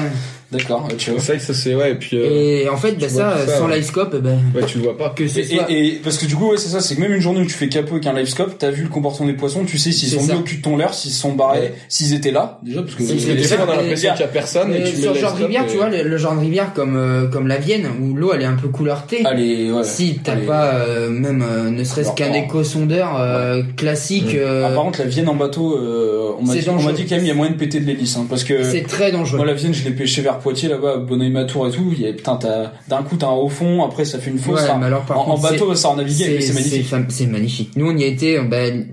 [SPEAKER 3] D'accord, tu vois.
[SPEAKER 2] C'est vrai que ça, c'est, ouais, et puis, euh,
[SPEAKER 4] et en fait
[SPEAKER 2] vois
[SPEAKER 4] ben, ça,
[SPEAKER 2] tout ça,
[SPEAKER 4] sans
[SPEAKER 2] ouais.
[SPEAKER 4] l'ivescope ben,
[SPEAKER 2] ouais, tu le vois pas.
[SPEAKER 4] que ce
[SPEAKER 3] Et,
[SPEAKER 4] soit
[SPEAKER 3] et- et- parce que du coup, ouais, c'est ça, c'est que même une journée où tu fais capot avec un livescope, t'as vu le comportement des poissons, tu sais s'ils
[SPEAKER 4] C'est
[SPEAKER 3] sont
[SPEAKER 4] ça.
[SPEAKER 3] mis au cul de ton leurre, s'ils se sont barrés,
[SPEAKER 2] Ouais.
[SPEAKER 3] s'ils étaient là, déjà, parce que
[SPEAKER 4] S'ils
[SPEAKER 2] Des
[SPEAKER 4] étaient
[SPEAKER 2] fois,
[SPEAKER 4] là,
[SPEAKER 2] on a l'impression
[SPEAKER 3] mais-
[SPEAKER 2] qu'il y a personne et
[SPEAKER 4] Mais
[SPEAKER 2] Ah, tu mets
[SPEAKER 4] euh, sur le
[SPEAKER 2] le
[SPEAKER 4] genre de
[SPEAKER 2] stop
[SPEAKER 4] rivière,
[SPEAKER 2] et-
[SPEAKER 4] tu vois, le, le genre de rivière comme euh, comme la Vienne où l'eau elle est un peu couleur thé.
[SPEAKER 3] Allez, ouais.
[SPEAKER 4] Si t'as
[SPEAKER 3] Allez.
[SPEAKER 4] pas euh, même euh, ne serait-ce
[SPEAKER 3] Alors,
[SPEAKER 4] qu'un
[SPEAKER 3] alors.
[SPEAKER 4] éco-sondeur euh, classique,
[SPEAKER 2] Mmh.
[SPEAKER 4] euh,
[SPEAKER 3] Ah, par contre, la Vienne en bateau, euh, on m'a
[SPEAKER 4] c'est
[SPEAKER 3] dit, on m'a
[SPEAKER 4] dangereux.
[SPEAKER 3] dit quand même, il y a moyen de péter de l'hélice, hein, parce que.
[SPEAKER 4] c'est très dangereux.
[SPEAKER 3] Moi, la Vienne, je l'ai pêché vers Poitiers, là-bas, Bonneuil-Matour et tout. Il y a, putain, t'as, d'un coup, t'as un haut fond, après, ça fait une fosse.
[SPEAKER 4] Ouais,
[SPEAKER 3] Enfin,
[SPEAKER 4] mais alors, par
[SPEAKER 3] en, en
[SPEAKER 4] contre,
[SPEAKER 3] bateau, ça en
[SPEAKER 4] c'est
[SPEAKER 3] naviguer, mais c'est
[SPEAKER 4] c'est
[SPEAKER 3] magnifique.
[SPEAKER 4] fam- c'est magnifique. Nous on y a été. euh, ben,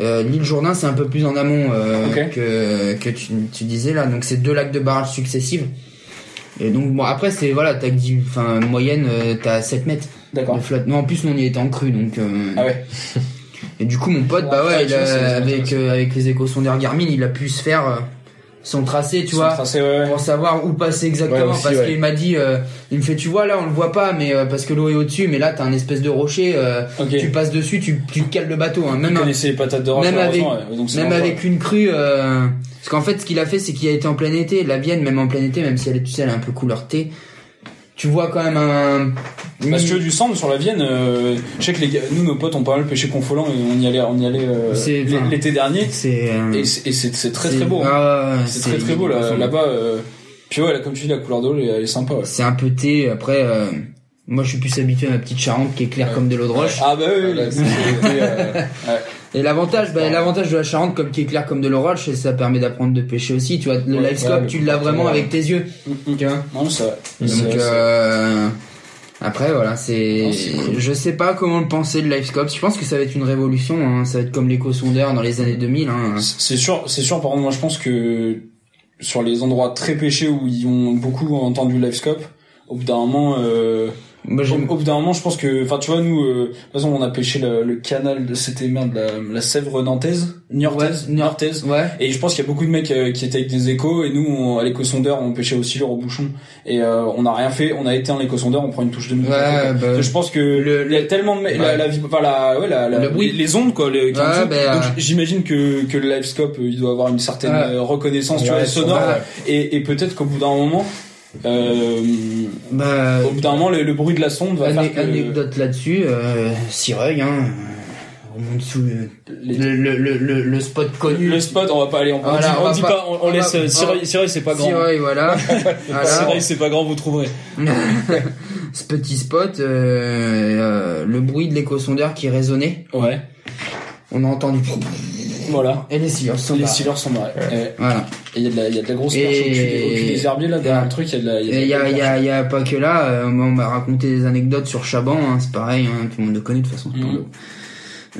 [SPEAKER 4] euh, L'île Jourdain c'est un peu plus en amont euh,
[SPEAKER 3] Ok.
[SPEAKER 4] que que tu, tu disais là. Donc c'est deux lacs de barrage successives. Et donc bon après c'est voilà t'as que dix- enfin moyenne euh, t'as 7 mètres
[SPEAKER 3] D'accord.
[SPEAKER 4] de flotte. Non en plus nous on y était en crue donc. euh,
[SPEAKER 3] Ah ouais.
[SPEAKER 4] Et du coup, mon pote,
[SPEAKER 3] Ouais,
[SPEAKER 4] bah ouais,
[SPEAKER 3] ouais,
[SPEAKER 4] il
[SPEAKER 3] tu vois,
[SPEAKER 4] a-
[SPEAKER 3] c'est- c'est
[SPEAKER 4] avec,
[SPEAKER 3] intéressant.
[SPEAKER 4] euh, avec les échosondeurs Garmin, il a pu se faire euh, son tracé, tu
[SPEAKER 3] Son
[SPEAKER 4] vois,
[SPEAKER 3] tracé, ouais, ouais.
[SPEAKER 4] pour savoir où passer exactement.
[SPEAKER 2] Ouais, aussi,
[SPEAKER 4] parce
[SPEAKER 2] ouais.
[SPEAKER 4] qu'il m'a dit, euh, il me fait, tu vois, là, on le voit pas, mais euh, parce que l'eau est au-dessus, mais là, t'as un espèce de rocher, euh,
[SPEAKER 3] Ok.
[SPEAKER 4] tu passes dessus, tu, tu cales le bateau, hein, même,
[SPEAKER 3] Vous
[SPEAKER 4] un-
[SPEAKER 3] connaissez les patates de roche,
[SPEAKER 4] même
[SPEAKER 3] malheureusement,
[SPEAKER 4] avec-
[SPEAKER 3] ouais, donc c'est
[SPEAKER 4] même
[SPEAKER 3] dangereux.
[SPEAKER 4] avec une crue. euh, parce qu'en fait, ce qu'il a fait, c'est qu'il a été en plein été. La Vienne, même en plein été, même si elle est, tu sais, elle est un peu couleur thé, tu vois quand même un.
[SPEAKER 3] Parce que du sandre sur la Vienne, euh, je sais que les gars, nous nos potes ont pas mal pêché Confolant et on y allait, on y allait euh,
[SPEAKER 4] C'est-
[SPEAKER 3] l'é-
[SPEAKER 4] enfin,
[SPEAKER 3] l'été dernier
[SPEAKER 4] c'est. euh,
[SPEAKER 3] et c'est et c'est- c'est très
[SPEAKER 4] c'est-
[SPEAKER 3] très beau. hein.
[SPEAKER 4] ah, ouais,
[SPEAKER 3] c'est très très beau là- là-bas. euh, Puis ouais, là, comme tu dis, la couleur d'eau elle, est- elle est sympa. Ouais.
[SPEAKER 4] C'est un peu thé. Après, euh, moi, je suis plus habitué à ma petite Charente qui est claire
[SPEAKER 2] Ouais.
[SPEAKER 4] comme de l'eau de roche.
[SPEAKER 3] Ah bah oui,
[SPEAKER 2] Voilà,
[SPEAKER 3] oui.
[SPEAKER 2] c'est- c'était, euh,
[SPEAKER 4] Et l'avantage, bah, l'avantage de la Charente, comme qui est claire comme de l'eau de roche, c'est que ça permet d'apprendre de pêcher aussi. Tu vois, le
[SPEAKER 2] Ouais,
[SPEAKER 4] livescope,
[SPEAKER 2] ouais,
[SPEAKER 4] tu
[SPEAKER 2] le
[SPEAKER 4] l'as vraiment
[SPEAKER 2] comportement,
[SPEAKER 4] avec tes yeux.
[SPEAKER 3] Mm, mm.
[SPEAKER 4] Tu vois.
[SPEAKER 3] Non, ça.
[SPEAKER 2] Ouais,
[SPEAKER 4] Donc,
[SPEAKER 3] c'est-
[SPEAKER 4] euh, après, voilà, c'est.
[SPEAKER 3] Non, c'est cool.
[SPEAKER 4] Je sais pas comment le penser le livescope. Je pense que ça va être une révolution. hein. Ça va être comme l'éco-sondeur dans les années 2000. Hein.
[SPEAKER 3] C'est sûr, c'est sûr. Par contre, moi, je pense que sur les endroits très pêchés où ils ont beaucoup entendu live scope, au bout d'un moment, euh,
[SPEAKER 4] Moi, j'aime
[SPEAKER 3] au, au bout d'un moment, je pense que, enfin, tu vois, nous, euh, de toute façon, on a pêché le, le canal de c'était merde, la, la Sèvre nantaise, niortaise,
[SPEAKER 4] Ouais,
[SPEAKER 3] niortaise.
[SPEAKER 4] Ouais.
[SPEAKER 3] Et je pense qu'il y a beaucoup de mecs euh, qui étaient avec des échos et nous, on, à l'éco-sondeur, on pêchait aussi l'eau au bouchon et euh, on n'a rien fait. On a été en éco-sondeur, on prend une touche de musique.
[SPEAKER 4] Ouais, bah,
[SPEAKER 3] je pense que le, il y a tellement de me- la, la, vib- enfin, la, ouais, la, la-
[SPEAKER 4] Le bruit.
[SPEAKER 3] les, les ondes quoi les, qui
[SPEAKER 4] Ouais,
[SPEAKER 3] en dessous.
[SPEAKER 4] ben,
[SPEAKER 3] Donc,
[SPEAKER 4] euh,
[SPEAKER 3] j'imagine que que le livescope euh, il doit avoir une certaine
[SPEAKER 4] Ouais.
[SPEAKER 3] euh, reconnaissance tu vois,
[SPEAKER 2] Ouais,
[SPEAKER 3] sonore
[SPEAKER 4] bah,
[SPEAKER 3] et, et peut-être qu'au bout d'un moment euh,
[SPEAKER 4] bah,
[SPEAKER 3] au bout d'un moment le, le bruit de la sonde va
[SPEAKER 4] Ané-
[SPEAKER 3] faire que
[SPEAKER 4] Anecdote là-dessus, euh, Sireuil, hein, euh, on monte sous le,
[SPEAKER 3] les-
[SPEAKER 4] le, le, le, le- le spot connu.
[SPEAKER 3] le spot on va pas aller on, on
[SPEAKER 4] Voilà,
[SPEAKER 3] dit-
[SPEAKER 4] on
[SPEAKER 3] on
[SPEAKER 4] va
[SPEAKER 3] dit
[SPEAKER 4] pas-
[SPEAKER 3] pas on, on
[SPEAKER 4] on
[SPEAKER 3] laisse
[SPEAKER 4] va-
[SPEAKER 3] euh, Sireuil Sireuil, c'est pas grand
[SPEAKER 4] Sireuil, voilà. voilà.
[SPEAKER 3] Sireuil c'est pas grand vous trouverez
[SPEAKER 4] Ce petit spot, euh, euh, le bruit de l'éco-sondeur qui résonnait,
[SPEAKER 3] ouais
[SPEAKER 4] on a entendu.
[SPEAKER 3] voilà
[SPEAKER 4] Et les sillons sont
[SPEAKER 3] les
[SPEAKER 4] là.
[SPEAKER 3] sealers sont barrés Ouais.
[SPEAKER 4] Voilà.
[SPEAKER 3] et il y a de la il y a de la grosse
[SPEAKER 4] Et-
[SPEAKER 3] perche au cul des- au cul des herbiers là derrière le truc il y a de la il y a de
[SPEAKER 4] Et il y
[SPEAKER 3] la-
[SPEAKER 4] a, y, a, y a pas que là, euh, moi, on m'a raconté des anecdotes sur Chaban, hein, c'est pareil, hein, tout le monde le connaît de toute façon. c'est pas
[SPEAKER 3] Mhm.
[SPEAKER 4] le-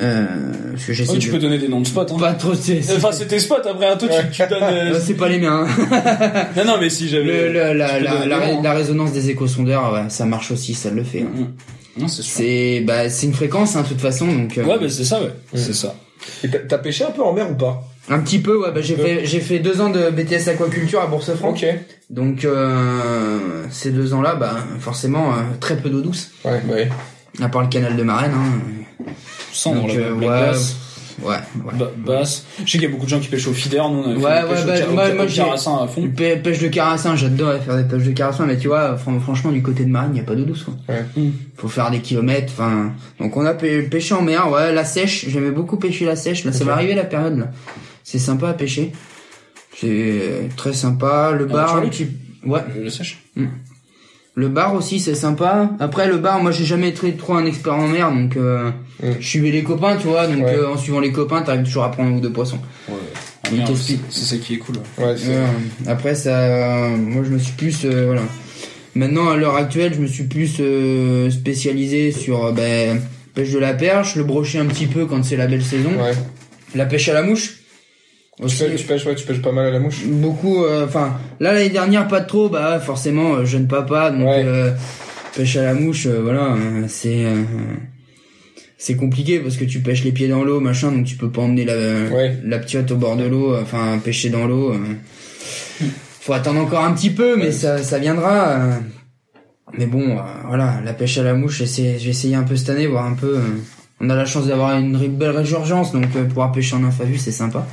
[SPEAKER 4] Euh, parce que j'essaie
[SPEAKER 3] Oh, tu
[SPEAKER 4] de...
[SPEAKER 3] peux donner des noms de spots hein.
[SPEAKER 4] Pas trop, c'est... c'est-
[SPEAKER 3] Enfin, c'était spot après un toi tu, tu donnes. euh,
[SPEAKER 4] euh, c'est pas les miens. hein.
[SPEAKER 3] Non, non, mais si
[SPEAKER 4] Le-
[SPEAKER 3] j'avais.
[SPEAKER 4] le- la,
[SPEAKER 3] tu peux
[SPEAKER 4] la,
[SPEAKER 3] donner
[SPEAKER 4] la,
[SPEAKER 3] des
[SPEAKER 4] ré-
[SPEAKER 3] noms, hein.
[SPEAKER 4] la résonance des échosondeurs, ouais, ça marche aussi, ça le fait. hein.
[SPEAKER 3] Mm, mm. Non, c'est sûr.
[SPEAKER 4] C'est bah, c'est une fréquence, hein, de toute façon, donc... euh,
[SPEAKER 3] Ouais, bah c'est ça, ouais. C'est ça.
[SPEAKER 2] Et t'as- t'as pêché un peu en mer ou pas
[SPEAKER 4] Un petit peu, ouais, bah, j'ai
[SPEAKER 2] peu.
[SPEAKER 4] fait, j'ai fait deux ans de BTS aquaculture à Bourse-Franc.
[SPEAKER 2] Ok.
[SPEAKER 4] Donc euh, ces deux ans-là, bah, forcément, euh, très peu d'eau douce,
[SPEAKER 2] Ouais, ouais.
[SPEAKER 4] à part le canal de Marraine. Hein.
[SPEAKER 3] Cendre,
[SPEAKER 4] Donc,
[SPEAKER 3] la,
[SPEAKER 4] euh,
[SPEAKER 3] la
[SPEAKER 4] ouais,
[SPEAKER 3] glace,
[SPEAKER 4] Ouais, ouais.
[SPEAKER 3] ba- basse. Je sais qu'il y a beaucoup de gens qui pêchent au feeder. Nous, on
[SPEAKER 4] Ouais,
[SPEAKER 3] a
[SPEAKER 4] ouais,
[SPEAKER 3] fait
[SPEAKER 4] bah,
[SPEAKER 3] des pêches au
[SPEAKER 4] moi-
[SPEAKER 3] car- au
[SPEAKER 4] moi,
[SPEAKER 3] car-
[SPEAKER 4] j'ai-
[SPEAKER 3] carassin à fond.
[SPEAKER 4] Pê- Pêche de carassin, j'adorais faire des pêches de carassin, mais tu vois, fran- franchement, du côté de Marine, il n'y a pas d'eau douce, quoi.
[SPEAKER 2] Ouais.
[SPEAKER 3] Mm.
[SPEAKER 4] Faut faire des kilomètres, enfin. Donc, on a pê- pêché en mer, ouais, la sèche, j'aimais beaucoup pêcher la sèche, là, ça
[SPEAKER 2] Ok.
[SPEAKER 4] va arriver la période, là. C'est sympa à pêcher. C'est euh, très sympa, le bar.
[SPEAKER 3] Charlie,
[SPEAKER 4] Ouais.
[SPEAKER 3] Je le sèche.
[SPEAKER 4] Le bar aussi, c'est sympa. Après, le bar, moi, j'ai jamais été trop un expert en mer, donc euh,
[SPEAKER 2] Mm.
[SPEAKER 4] je suivais les copains, tu vois. Donc,
[SPEAKER 2] Ouais.
[SPEAKER 4] euh, en suivant les copains, t'arrives toujours à prendre un ou deux poissons.
[SPEAKER 3] Ah,
[SPEAKER 4] Il
[SPEAKER 3] merde,
[SPEAKER 4] était
[SPEAKER 3] C'est
[SPEAKER 4] speed.
[SPEAKER 3] c'est ça qui est cool. ouais.
[SPEAKER 2] Ouais, c'est-
[SPEAKER 4] Euh, après, ça, euh, moi, je me suis plus, euh, voilà. Maintenant, à l'heure actuelle, je me suis plus euh, spécialisé sur euh, ben, pêche de la perche, le brochet un petit peu quand c'est la belle saison,
[SPEAKER 2] ouais.
[SPEAKER 4] la pêche à la mouche.
[SPEAKER 2] Tu
[SPEAKER 4] Aussi,
[SPEAKER 2] pêches, tu pêches, ouais, tu pêches pas mal à la mouche.
[SPEAKER 4] beaucoup euh, enfin là l'année dernière pas trop bah forcément euh, jeune papa donc
[SPEAKER 2] Ouais.
[SPEAKER 4] euh, pêche à la mouche euh, voilà euh, c'est euh, c'est compliqué parce que tu pêches les pieds dans l'eau machin donc tu peux pas emmener la
[SPEAKER 2] Ouais.
[SPEAKER 4] la ptiote au bord de l'eau euh, enfin pêcher dans l'eau euh. faut attendre encore un petit peu mais
[SPEAKER 2] Ouais.
[SPEAKER 4] ça ça viendra euh. mais bon euh, voilà la pêche à la mouche j'essaie- j'ai essayé un peu cette année voir un peu euh. on a la chance d'avoir une ré- belle résurgence donc euh, pouvoir pêcher en infavus c'est sympa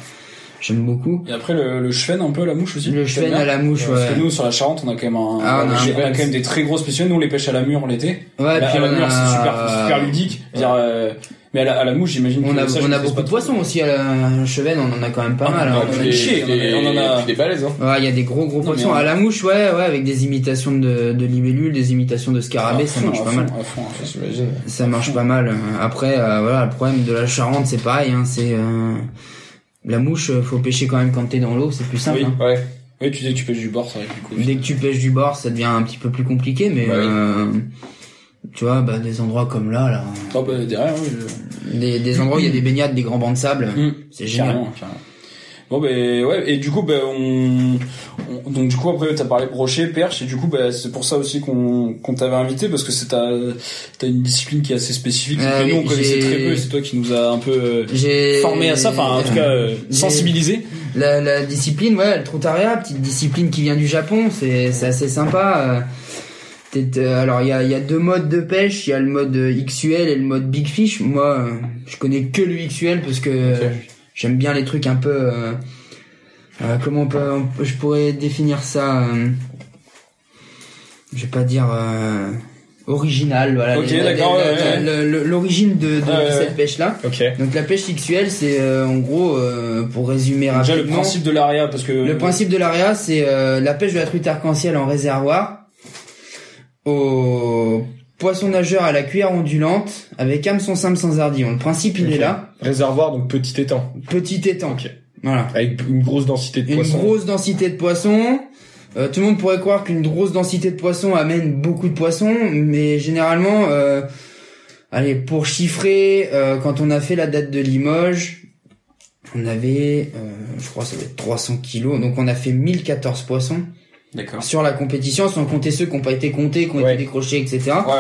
[SPEAKER 4] j'aime beaucoup
[SPEAKER 3] Et après, le, le cheven un peu, la mouche aussi.
[SPEAKER 4] le cheven à la mouche,
[SPEAKER 3] Parce que
[SPEAKER 4] ouais.
[SPEAKER 3] nous, sur la Charente, on a quand même un,
[SPEAKER 4] Ah, on a un
[SPEAKER 3] j'ai- on a
[SPEAKER 2] cheven.
[SPEAKER 3] quand même des très grosses spécialités. Nous, on les pêche à la mure l'été.
[SPEAKER 4] Ouais,
[SPEAKER 3] La-
[SPEAKER 4] puis
[SPEAKER 3] à la
[SPEAKER 4] on
[SPEAKER 3] mure,
[SPEAKER 4] a-
[SPEAKER 3] c'est super, super ludique. Je veux dire, euh, mais à la, à la mouche, j'imagine
[SPEAKER 4] On
[SPEAKER 3] que
[SPEAKER 4] a,
[SPEAKER 3] ça, je
[SPEAKER 4] on a
[SPEAKER 3] maîtrise
[SPEAKER 4] beaucoup
[SPEAKER 3] pas
[SPEAKER 4] de
[SPEAKER 3] trop.
[SPEAKER 4] poissons aussi à la chevenne, on en a quand même pas
[SPEAKER 3] Ah,
[SPEAKER 4] mal.
[SPEAKER 3] bah,
[SPEAKER 4] hein.
[SPEAKER 3] on a chier, on en a- on en a-
[SPEAKER 2] des balaises, hein.
[SPEAKER 4] Ouais, il y a des gros
[SPEAKER 3] Non, mais
[SPEAKER 4] gros poissons.
[SPEAKER 3] on-
[SPEAKER 4] À la mouche, ouais, ouais, avec des imitations de, de libellules, des imitations de scarabées,
[SPEAKER 3] À
[SPEAKER 4] ça
[SPEAKER 3] fond,
[SPEAKER 4] marche
[SPEAKER 3] Ah, à
[SPEAKER 4] pas
[SPEAKER 3] fond,
[SPEAKER 4] mal.
[SPEAKER 3] à fond, à fond.
[SPEAKER 2] J'imagine.
[SPEAKER 4] Ça marche pas mal. Après, euh, voilà, le problème de la Charente, c'est pareil, hein, c'est euh, la mouche, euh, faut pêcher quand même quand t'es dans l'eau, c'est plus simple.
[SPEAKER 3] Oui.
[SPEAKER 4] hein.
[SPEAKER 2] Ouais.
[SPEAKER 3] Oui, tu dis que tu pêches du bord, ça va être plus cool.
[SPEAKER 4] Dès que tu pêches du bord, ça devient un petit peu plus compliqué, mais
[SPEAKER 2] Bah oui.
[SPEAKER 4] euh, tu vois, bah, des endroits comme là, là,
[SPEAKER 3] Ah bah, derrière, oui. je-
[SPEAKER 4] des, des endroits où il y a des baignades, des grands bancs de sable,
[SPEAKER 3] Mm.
[SPEAKER 4] c'est génial.
[SPEAKER 3] Carrément, carrément. Bon ben ouais et du coup ben on, on- donc du coup après t'as parlé brochet perche et du coup ben c'est pour ça aussi qu'on qu'on t'avait invité parce que c'est ta t'as une discipline qui est assez spécifique
[SPEAKER 4] Euh,
[SPEAKER 3] que nous on
[SPEAKER 4] oui,
[SPEAKER 3] connaissait
[SPEAKER 4] j'ai-
[SPEAKER 3] très peu et c'est toi qui nous a un peu euh,
[SPEAKER 4] J'ai
[SPEAKER 3] formé à ça enfin en tout cas euh,
[SPEAKER 4] j'ai-
[SPEAKER 3] sensibilisé
[SPEAKER 4] La, la discipline, ouais, le Trotaria, petite discipline qui vient du Japon, c'est c'est assez sympa. euh. Peut-être, euh, alors il y a, il y a deux modes de pêche, il y a le mode euh, XUL et le mode Big Fish. Moi, euh, je connais que le XUL parce que euh, j'aime bien les trucs un peu. euh, euh, comment on peut, on peut- je pourrais définir ça euh, Je vais pas dire euh, original, voilà.
[SPEAKER 3] Ok,
[SPEAKER 4] les- la-
[SPEAKER 3] d'accord,
[SPEAKER 4] la-
[SPEAKER 3] ouais,
[SPEAKER 4] la-
[SPEAKER 3] ouais.
[SPEAKER 4] le- le- L'origine de, de- de
[SPEAKER 3] Ouais, ouais, ouais.
[SPEAKER 4] cette pêche-là.
[SPEAKER 2] Ok.
[SPEAKER 4] Donc la pêche sexuelle, c'est euh, en gros, euh, pour résumer
[SPEAKER 3] déjà
[SPEAKER 4] rapidement,
[SPEAKER 3] le principe de l'ARIA parce que
[SPEAKER 4] le principe de l'AREA, c'est euh, la pêche de la truite arc-en-ciel en réservoir au poisson nageur à la cuillère ondulante avec hameçon simple sans ardillon. Le principe, il
[SPEAKER 2] Ok.
[SPEAKER 4] est là.
[SPEAKER 2] Réservoir, donc petit étang.
[SPEAKER 4] Petit étang.
[SPEAKER 2] Ok.
[SPEAKER 4] Voilà.
[SPEAKER 2] Avec une grosse densité de
[SPEAKER 4] Une
[SPEAKER 2] poissons.
[SPEAKER 4] grosse densité de poissons. Euh, tout le monde pourrait croire qu'une grosse densité de poissons amène beaucoup de poissons, mais généralement, euh, allez, pour chiffrer, euh, quand on a fait la date de Limoges, on avait, euh, je crois, que ça doit être 300 kilos. Donc on a fait 1014 poissons
[SPEAKER 3] D'accord.
[SPEAKER 4] sur la compétition, sans compter ceux qui n'ont pas été comptés, qui ont
[SPEAKER 2] Ouais.
[SPEAKER 4] été décrochés, etc.
[SPEAKER 3] Ouais, ouais.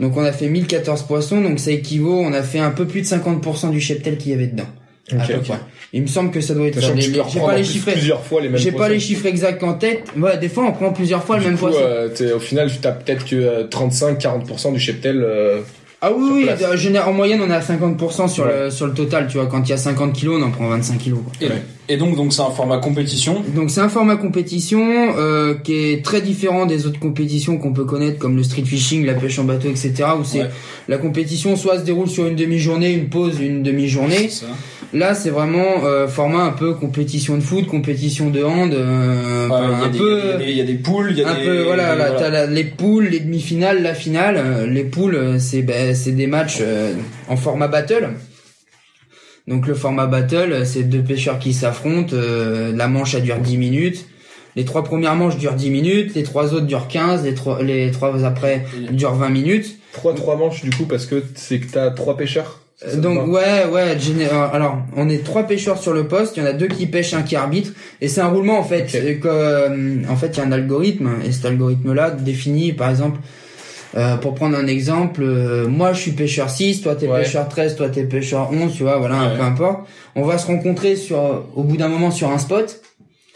[SPEAKER 4] Donc on a fait 1014 poissons, donc ça équivaut, on a fait un peu plus de 50% du cheptel qu'il y avait dedans. à peu près. Il me semble que ça doit être ça.
[SPEAKER 2] Sachant que
[SPEAKER 4] Les-
[SPEAKER 2] tu peux
[SPEAKER 4] Ah, J'ai
[SPEAKER 2] reprendre
[SPEAKER 4] pas
[SPEAKER 2] en
[SPEAKER 4] les
[SPEAKER 2] plus
[SPEAKER 4] chiffres.
[SPEAKER 2] plusieurs fois les mêmes
[SPEAKER 4] J'ai pas
[SPEAKER 2] poissons.
[SPEAKER 4] les chiffres exacts en tête. Ouais, des fois on prend plusieurs fois le
[SPEAKER 2] Du
[SPEAKER 4] même
[SPEAKER 2] coup,
[SPEAKER 4] poisson.
[SPEAKER 2] euh, t'es- au final, tu as peut-être que euh, 35-40% du cheptel. euh,
[SPEAKER 4] Ah oui,
[SPEAKER 2] sur
[SPEAKER 4] oui,
[SPEAKER 2] place.
[SPEAKER 4] euh, géné- en moyenne on est à 50% sur, le, sur le total, tu vois, quand il y a 50 kilos on en prend 25 kilos. quoi.
[SPEAKER 3] Et,
[SPEAKER 2] Ouais.
[SPEAKER 3] et donc, donc c'est un format compétition.
[SPEAKER 4] Donc c'est un format compétition euh, qui est très différent des autres compétitions qu'on peut connaître comme le street fishing, la pêche en bateau, etc. Où c'est
[SPEAKER 3] Ouais.
[SPEAKER 4] la compétition soit se déroule sur une demi-journée, une pause, une demi-journée.
[SPEAKER 3] ça.
[SPEAKER 4] Là c'est vraiment euh, format un peu compétition de foot, compétition de hand, euh,
[SPEAKER 3] Ouais,
[SPEAKER 4] enfin,
[SPEAKER 3] il y a
[SPEAKER 4] un
[SPEAKER 3] des-
[SPEAKER 4] peu.
[SPEAKER 3] il y a des- il y a des poules, il y a
[SPEAKER 4] un
[SPEAKER 3] des. euh,
[SPEAKER 4] peu voilà,
[SPEAKER 3] des-
[SPEAKER 4] là, t'as la- les poules les demi-finales la finale Euh, les poules euh, c'est ben, c'est des matchs euh, en format battle donc le format battle euh, c'est deux pêcheurs qui s'affrontent euh, la manche elle dure 10 minutes les trois premières manches durent 10 minutes les trois autres durent 15 les trois les trois après durent 20 minutes
[SPEAKER 2] Pourquoi 3 manches du coup Parce que c'est que t'as 3 pêcheurs
[SPEAKER 4] Euh, donc ouais ouais géné- euh, alors on est trois pêcheurs sur le poste il y en a deux qui pêchent un qui arbitre et c'est un roulement en fait
[SPEAKER 2] Ok.
[SPEAKER 4] Et que, euh, en fait il y a un algorithme et cet algorithme là définit par exemple euh, pour prendre un exemple euh, moi je suis pêcheur 6 toi t'es
[SPEAKER 2] Ouais.
[SPEAKER 4] pêcheur 13 toi t'es pêcheur 11 tu vois voilà
[SPEAKER 3] Ouais.
[SPEAKER 4] peu importe on va se rencontrer sur au bout d'un moment sur un spot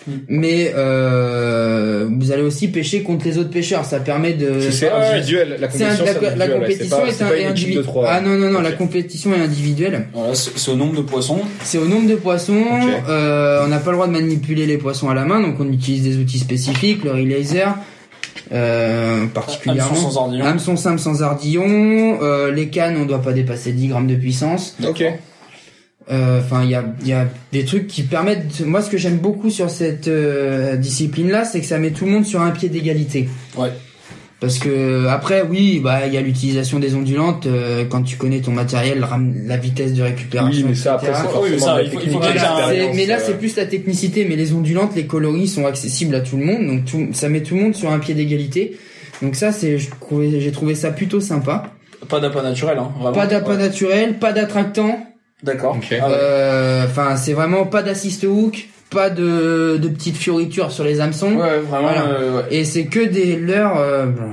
[SPEAKER 3] Hmm.
[SPEAKER 4] mais euh, vous allez aussi pêcher contre les autres pêcheurs ça permet de
[SPEAKER 2] C'est- C'est
[SPEAKER 3] ouais, ouais.
[SPEAKER 2] individuel, la
[SPEAKER 4] c'est un-
[SPEAKER 2] compétition.
[SPEAKER 4] la,
[SPEAKER 2] c'est
[SPEAKER 4] la
[SPEAKER 2] individuel, ouais, c'est
[SPEAKER 4] compétition
[SPEAKER 2] pas-
[SPEAKER 4] est,
[SPEAKER 2] c'est pas une équipe
[SPEAKER 4] individuelle.
[SPEAKER 2] de 3.
[SPEAKER 4] Ah non non non, la
[SPEAKER 2] Ok.
[SPEAKER 4] compétition est individuelle.
[SPEAKER 3] Voilà, c'est c'est au nombre de poissons.
[SPEAKER 4] C'est au nombre de poissons.
[SPEAKER 2] Ok.
[SPEAKER 4] euh, on n'a pas le droit de manipuler les poissons à la main, donc on utilise des outils spécifiques, le relaser euh,
[SPEAKER 3] Hameçon
[SPEAKER 4] particulièrement. Hein
[SPEAKER 3] sans ordillon.
[SPEAKER 4] Hameçon simple sans ardillon. euh, les cannes, on doit pas dépasser 10 grammes de puissance.
[SPEAKER 2] Ok.
[SPEAKER 4] Euh, Enfin, il y a, il y a des trucs qui permettent. Moi, ce que j'aime beaucoup sur cette euh, discipline-là, c'est que ça met tout le monde sur un pied d'égalité.
[SPEAKER 3] Ouais.
[SPEAKER 4] Parce que après, oui, bah il y a l'utilisation des ondulantes euh, quand tu connais ton matériel, la ram- la vitesse de récupération.
[SPEAKER 2] Oui, mais ça après,
[SPEAKER 4] etc..
[SPEAKER 2] c'est
[SPEAKER 3] oui,
[SPEAKER 2] forcément
[SPEAKER 3] mais ça,
[SPEAKER 2] de la
[SPEAKER 3] il faut- il faut
[SPEAKER 2] technique et
[SPEAKER 3] qu'il y ait
[SPEAKER 2] de
[SPEAKER 3] un-
[SPEAKER 4] Voilà,
[SPEAKER 2] l'expérience,
[SPEAKER 4] c'est- mais là c'est
[SPEAKER 2] euh,
[SPEAKER 4] plus la technicité, mais les ondulantes, les coloris sont accessibles à tout le monde, donc tout, ça met tout le monde sur un pied d'égalité. Donc ça, c'est, je trouvais- j'ai trouvé ça plutôt sympa.
[SPEAKER 3] Pas d'appât naturel, hein, vraiment.
[SPEAKER 4] Pas d'appât
[SPEAKER 3] Ouais.
[SPEAKER 4] naturel, pas d'attractant.
[SPEAKER 3] D'accord.
[SPEAKER 2] Ok.
[SPEAKER 3] Ah ouais.
[SPEAKER 4] euh, Enfin, c'est vraiment pas d'assist hook, pas de, de petites fioritures sur les hameçons.
[SPEAKER 3] Ouais, vraiment.
[SPEAKER 4] Voilà.
[SPEAKER 3] euh, ouais.
[SPEAKER 4] Et c'est que des leurres. euh, bon,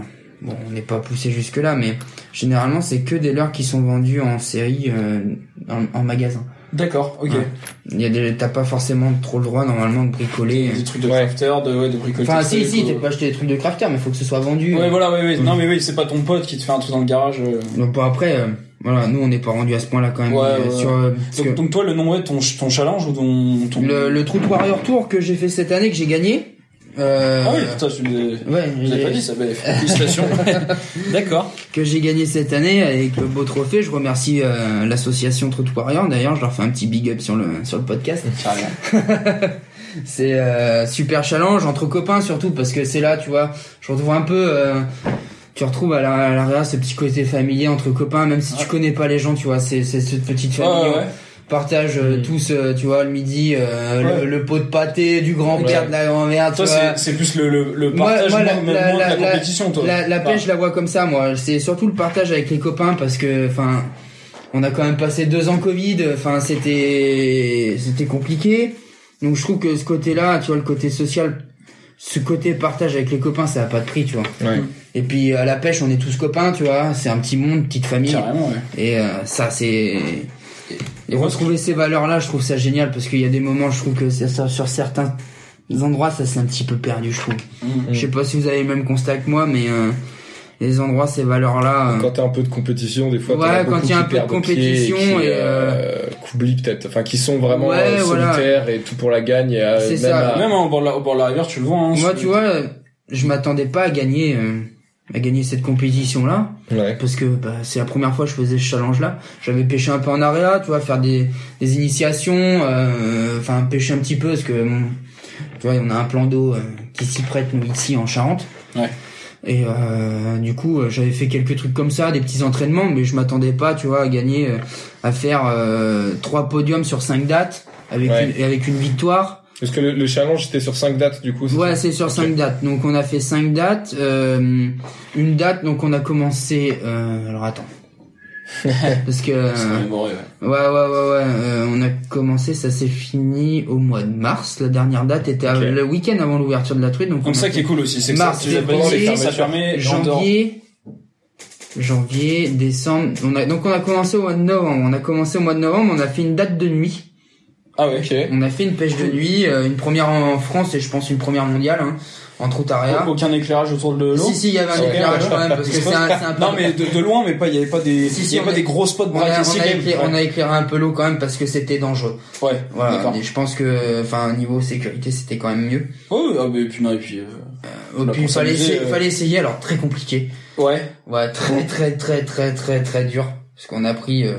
[SPEAKER 4] bon, on n'est pas poussé jusque là, mais généralement c'est que des leurres qui sont vendues en série euh, en, en magasin.
[SPEAKER 3] D'accord, ok.
[SPEAKER 4] Ouais. Il y a des, t'as pas forcément trop le droit normalement de bricoler.
[SPEAKER 3] Des trucs de
[SPEAKER 2] Ouais.
[SPEAKER 3] crafter, de, ouais, de bricolage.
[SPEAKER 4] Enfin, si, si, t'as pas hein. Mm. acheté des trucs de crafter, mais faut que ce soit vendu.
[SPEAKER 3] euh. Ouais, voilà, ouais, ouais.
[SPEAKER 4] Oui.
[SPEAKER 3] Non, mais oui, c'est pas ton pote qui te fait un truc dans le garage. euh.
[SPEAKER 4] Donc, bon, après, euh, voilà, nous, on n'est pas rendu à ce point-là quand même.
[SPEAKER 3] Ouais,
[SPEAKER 4] euh,
[SPEAKER 3] ouais,
[SPEAKER 4] sur, euh, parce
[SPEAKER 3] Donc,
[SPEAKER 4] que
[SPEAKER 3] donc toi, le nom est ton, ch- ton challenge ou ton. ton...
[SPEAKER 4] le, le Trout Warrior Tour que j'ai fait cette année, que j'ai gagné. Euh,
[SPEAKER 3] Ah oui, putain, tu me
[SPEAKER 4] ouais,
[SPEAKER 3] je l'ai
[SPEAKER 4] j'ai-
[SPEAKER 3] pas dit ça, mais félicitations. D'accord.
[SPEAKER 4] que j'ai gagné cette année avec le beau trophée. Je remercie euh, l'association Trout Warrior. D'ailleurs, je leur fais un petit big up sur le sur le podcast.
[SPEAKER 3] Carrément.
[SPEAKER 4] C'est euh, super challenge entre copains surtout parce que c'est là, tu vois, je retrouve un peu. euh, tu retrouves à la, à la réa ce petit côté familier entre copains, même si tu connais pas les gens, tu vois, c'est c'est cette petite
[SPEAKER 3] Ouais,
[SPEAKER 4] famille.
[SPEAKER 3] ouais,
[SPEAKER 4] on
[SPEAKER 3] ouais.
[SPEAKER 4] partage euh,
[SPEAKER 2] Mm.
[SPEAKER 4] tous, euh, tu vois, le midi, euh,
[SPEAKER 3] Ouais.
[SPEAKER 4] le, le pot de pâté du grand-père,
[SPEAKER 2] Ouais.
[SPEAKER 4] de la grand-mère, tu
[SPEAKER 3] Toi,
[SPEAKER 4] vois.
[SPEAKER 3] c'est c'est plus le, le, le
[SPEAKER 4] Moi-
[SPEAKER 3] partage
[SPEAKER 4] moi, la-
[SPEAKER 3] moins-
[SPEAKER 4] la-
[SPEAKER 3] moins
[SPEAKER 4] la-
[SPEAKER 3] de la,
[SPEAKER 4] la-
[SPEAKER 3] compétition, toi.
[SPEAKER 4] La, la pêche, je la vois comme ça, moi. C'est surtout le partage avec les copains parce que, enfin, on a quand même passé deux ans Covid. Enfin, c'était, c'était compliqué. Donc, je trouve que ce côté-là, tu vois, le côté social, ce côté partage avec les copains, ça a pas de prix, tu vois.
[SPEAKER 2] Ouais.
[SPEAKER 4] Et puis, à la pêche, on est tous copains, tu vois. C'est un petit monde, petite famille.
[SPEAKER 3] Carrément, ouais.
[SPEAKER 4] Et euh, ça, c'est. Et
[SPEAKER 3] moi,
[SPEAKER 4] retrouver ces valeurs-là, je trouve ça génial parce qu'il y a des moments, je trouve que c'est ça, sur certains endroits, ça c'est un petit peu perdu, je trouve.
[SPEAKER 3] Mhm.
[SPEAKER 4] Je sais pas si vous avez le même constat que moi, mais euh, les endroits, ces valeurs-là. euh,
[SPEAKER 2] Quand t'as un peu de compétition, des fois,
[SPEAKER 4] Ouais,
[SPEAKER 2] t'en as
[SPEAKER 4] quand
[SPEAKER 2] beaucoup
[SPEAKER 4] il y a un
[SPEAKER 2] qui
[SPEAKER 4] peu de
[SPEAKER 2] perdent au pied
[SPEAKER 4] compétition
[SPEAKER 2] et, qui,
[SPEAKER 4] et,
[SPEAKER 2] euh, qu'oublient peut-être, enfin, qui sont vraiment
[SPEAKER 4] Ouais,
[SPEAKER 2] euh,
[SPEAKER 4] voilà.
[SPEAKER 2] solitaires et tout pour la gagne. Et, euh,
[SPEAKER 4] C'est
[SPEAKER 2] même
[SPEAKER 4] ça.
[SPEAKER 2] à-
[SPEAKER 3] Même hein, au bord de la, au bord de la rivière, tu le vois. Hein,
[SPEAKER 4] Moi,
[SPEAKER 3] sur-
[SPEAKER 4] tu vois, euh, je m'attendais pas à gagner, euh, à gagner cette compétition-là
[SPEAKER 2] Ouais.
[SPEAKER 4] parce que bah, c'est la première fois que je faisais ce challenge-là. J'avais pêché un peu en aréa, tu vois, faire des, des initiations, euh, enfin pêcher un petit peu parce que bon, tu vois, on a un plan d'eau euh, qui s'y prête nous ici en Charente.
[SPEAKER 3] Ouais.
[SPEAKER 4] Et euh, du coup, euh, j'avais fait quelques trucs comme ça, des petits entraînements, mais je m'attendais pas, tu vois, à gagner, euh, à faire euh, trois podiums sur cinq dates avec
[SPEAKER 2] Ouais.
[SPEAKER 4] une, et avec une victoire.
[SPEAKER 2] Parce que le, le challenge, c'était sur 5 dates, du coup. c'est
[SPEAKER 4] Ouais,
[SPEAKER 2] ça
[SPEAKER 4] c'est sur
[SPEAKER 2] Ok.
[SPEAKER 4] cinq dates. Donc on a fait cinq dates, euh, une date. Donc on a commencé. euh, alors attends. parce que euh,
[SPEAKER 3] C'est commémoré, ouais.
[SPEAKER 4] ouais ouais ouais ouais euh, on a commencé ça s'est fini au mois de mars la dernière date était à-
[SPEAKER 2] Ok.
[SPEAKER 4] le week-end avant l'ouverture de la truite donc on
[SPEAKER 3] Comme ça
[SPEAKER 4] a
[SPEAKER 3] qui est cool aussi, c'est que ça,
[SPEAKER 4] Mars,
[SPEAKER 3] tu l'as pas dit,
[SPEAKER 4] février,
[SPEAKER 3] ça- ça permet en dehors.
[SPEAKER 4] janvier janvier décembre on a donc on a commencé au mois de novembre on a commencé au mois de novembre on a fait une date de nuit
[SPEAKER 3] Ah ouais, ok.
[SPEAKER 4] on a fait une pêche de nuit euh, une première en France et je pense une première mondiale hein, en Troutaria
[SPEAKER 3] Aucun éclairage autour de l'eau.
[SPEAKER 4] si si il y avait un
[SPEAKER 3] Ok,
[SPEAKER 4] éclairage
[SPEAKER 3] ouais.
[SPEAKER 4] quand même parce que c'est un, c'est un peu
[SPEAKER 3] Non mais de, de loin, mais pas, il y avait pas des,
[SPEAKER 4] Si, si,
[SPEAKER 3] il y avait
[SPEAKER 4] on
[SPEAKER 3] pas
[SPEAKER 4] a-
[SPEAKER 3] des gros spots
[SPEAKER 4] on a,
[SPEAKER 3] braqués.
[SPEAKER 4] on, a éclairé, on a éclairé un peu l'eau quand même parce que c'était dangereux.
[SPEAKER 3] Ouais,
[SPEAKER 4] Voilà.
[SPEAKER 3] d'accord.
[SPEAKER 4] Et je pense que, enfin, niveau sécurité, c'était quand même mieux.
[SPEAKER 3] Oh, ah, mais puis non, et puis. euh, Bah,
[SPEAKER 4] Et puis,
[SPEAKER 3] pour
[SPEAKER 4] il fallait,
[SPEAKER 3] s'amuser,
[SPEAKER 4] essayer,
[SPEAKER 3] euh,
[SPEAKER 4] fallait essayer. Alors très compliqué.
[SPEAKER 3] Ouais.
[SPEAKER 4] Ouais, très très très très très très dur. Parce qu'on a pris. euh,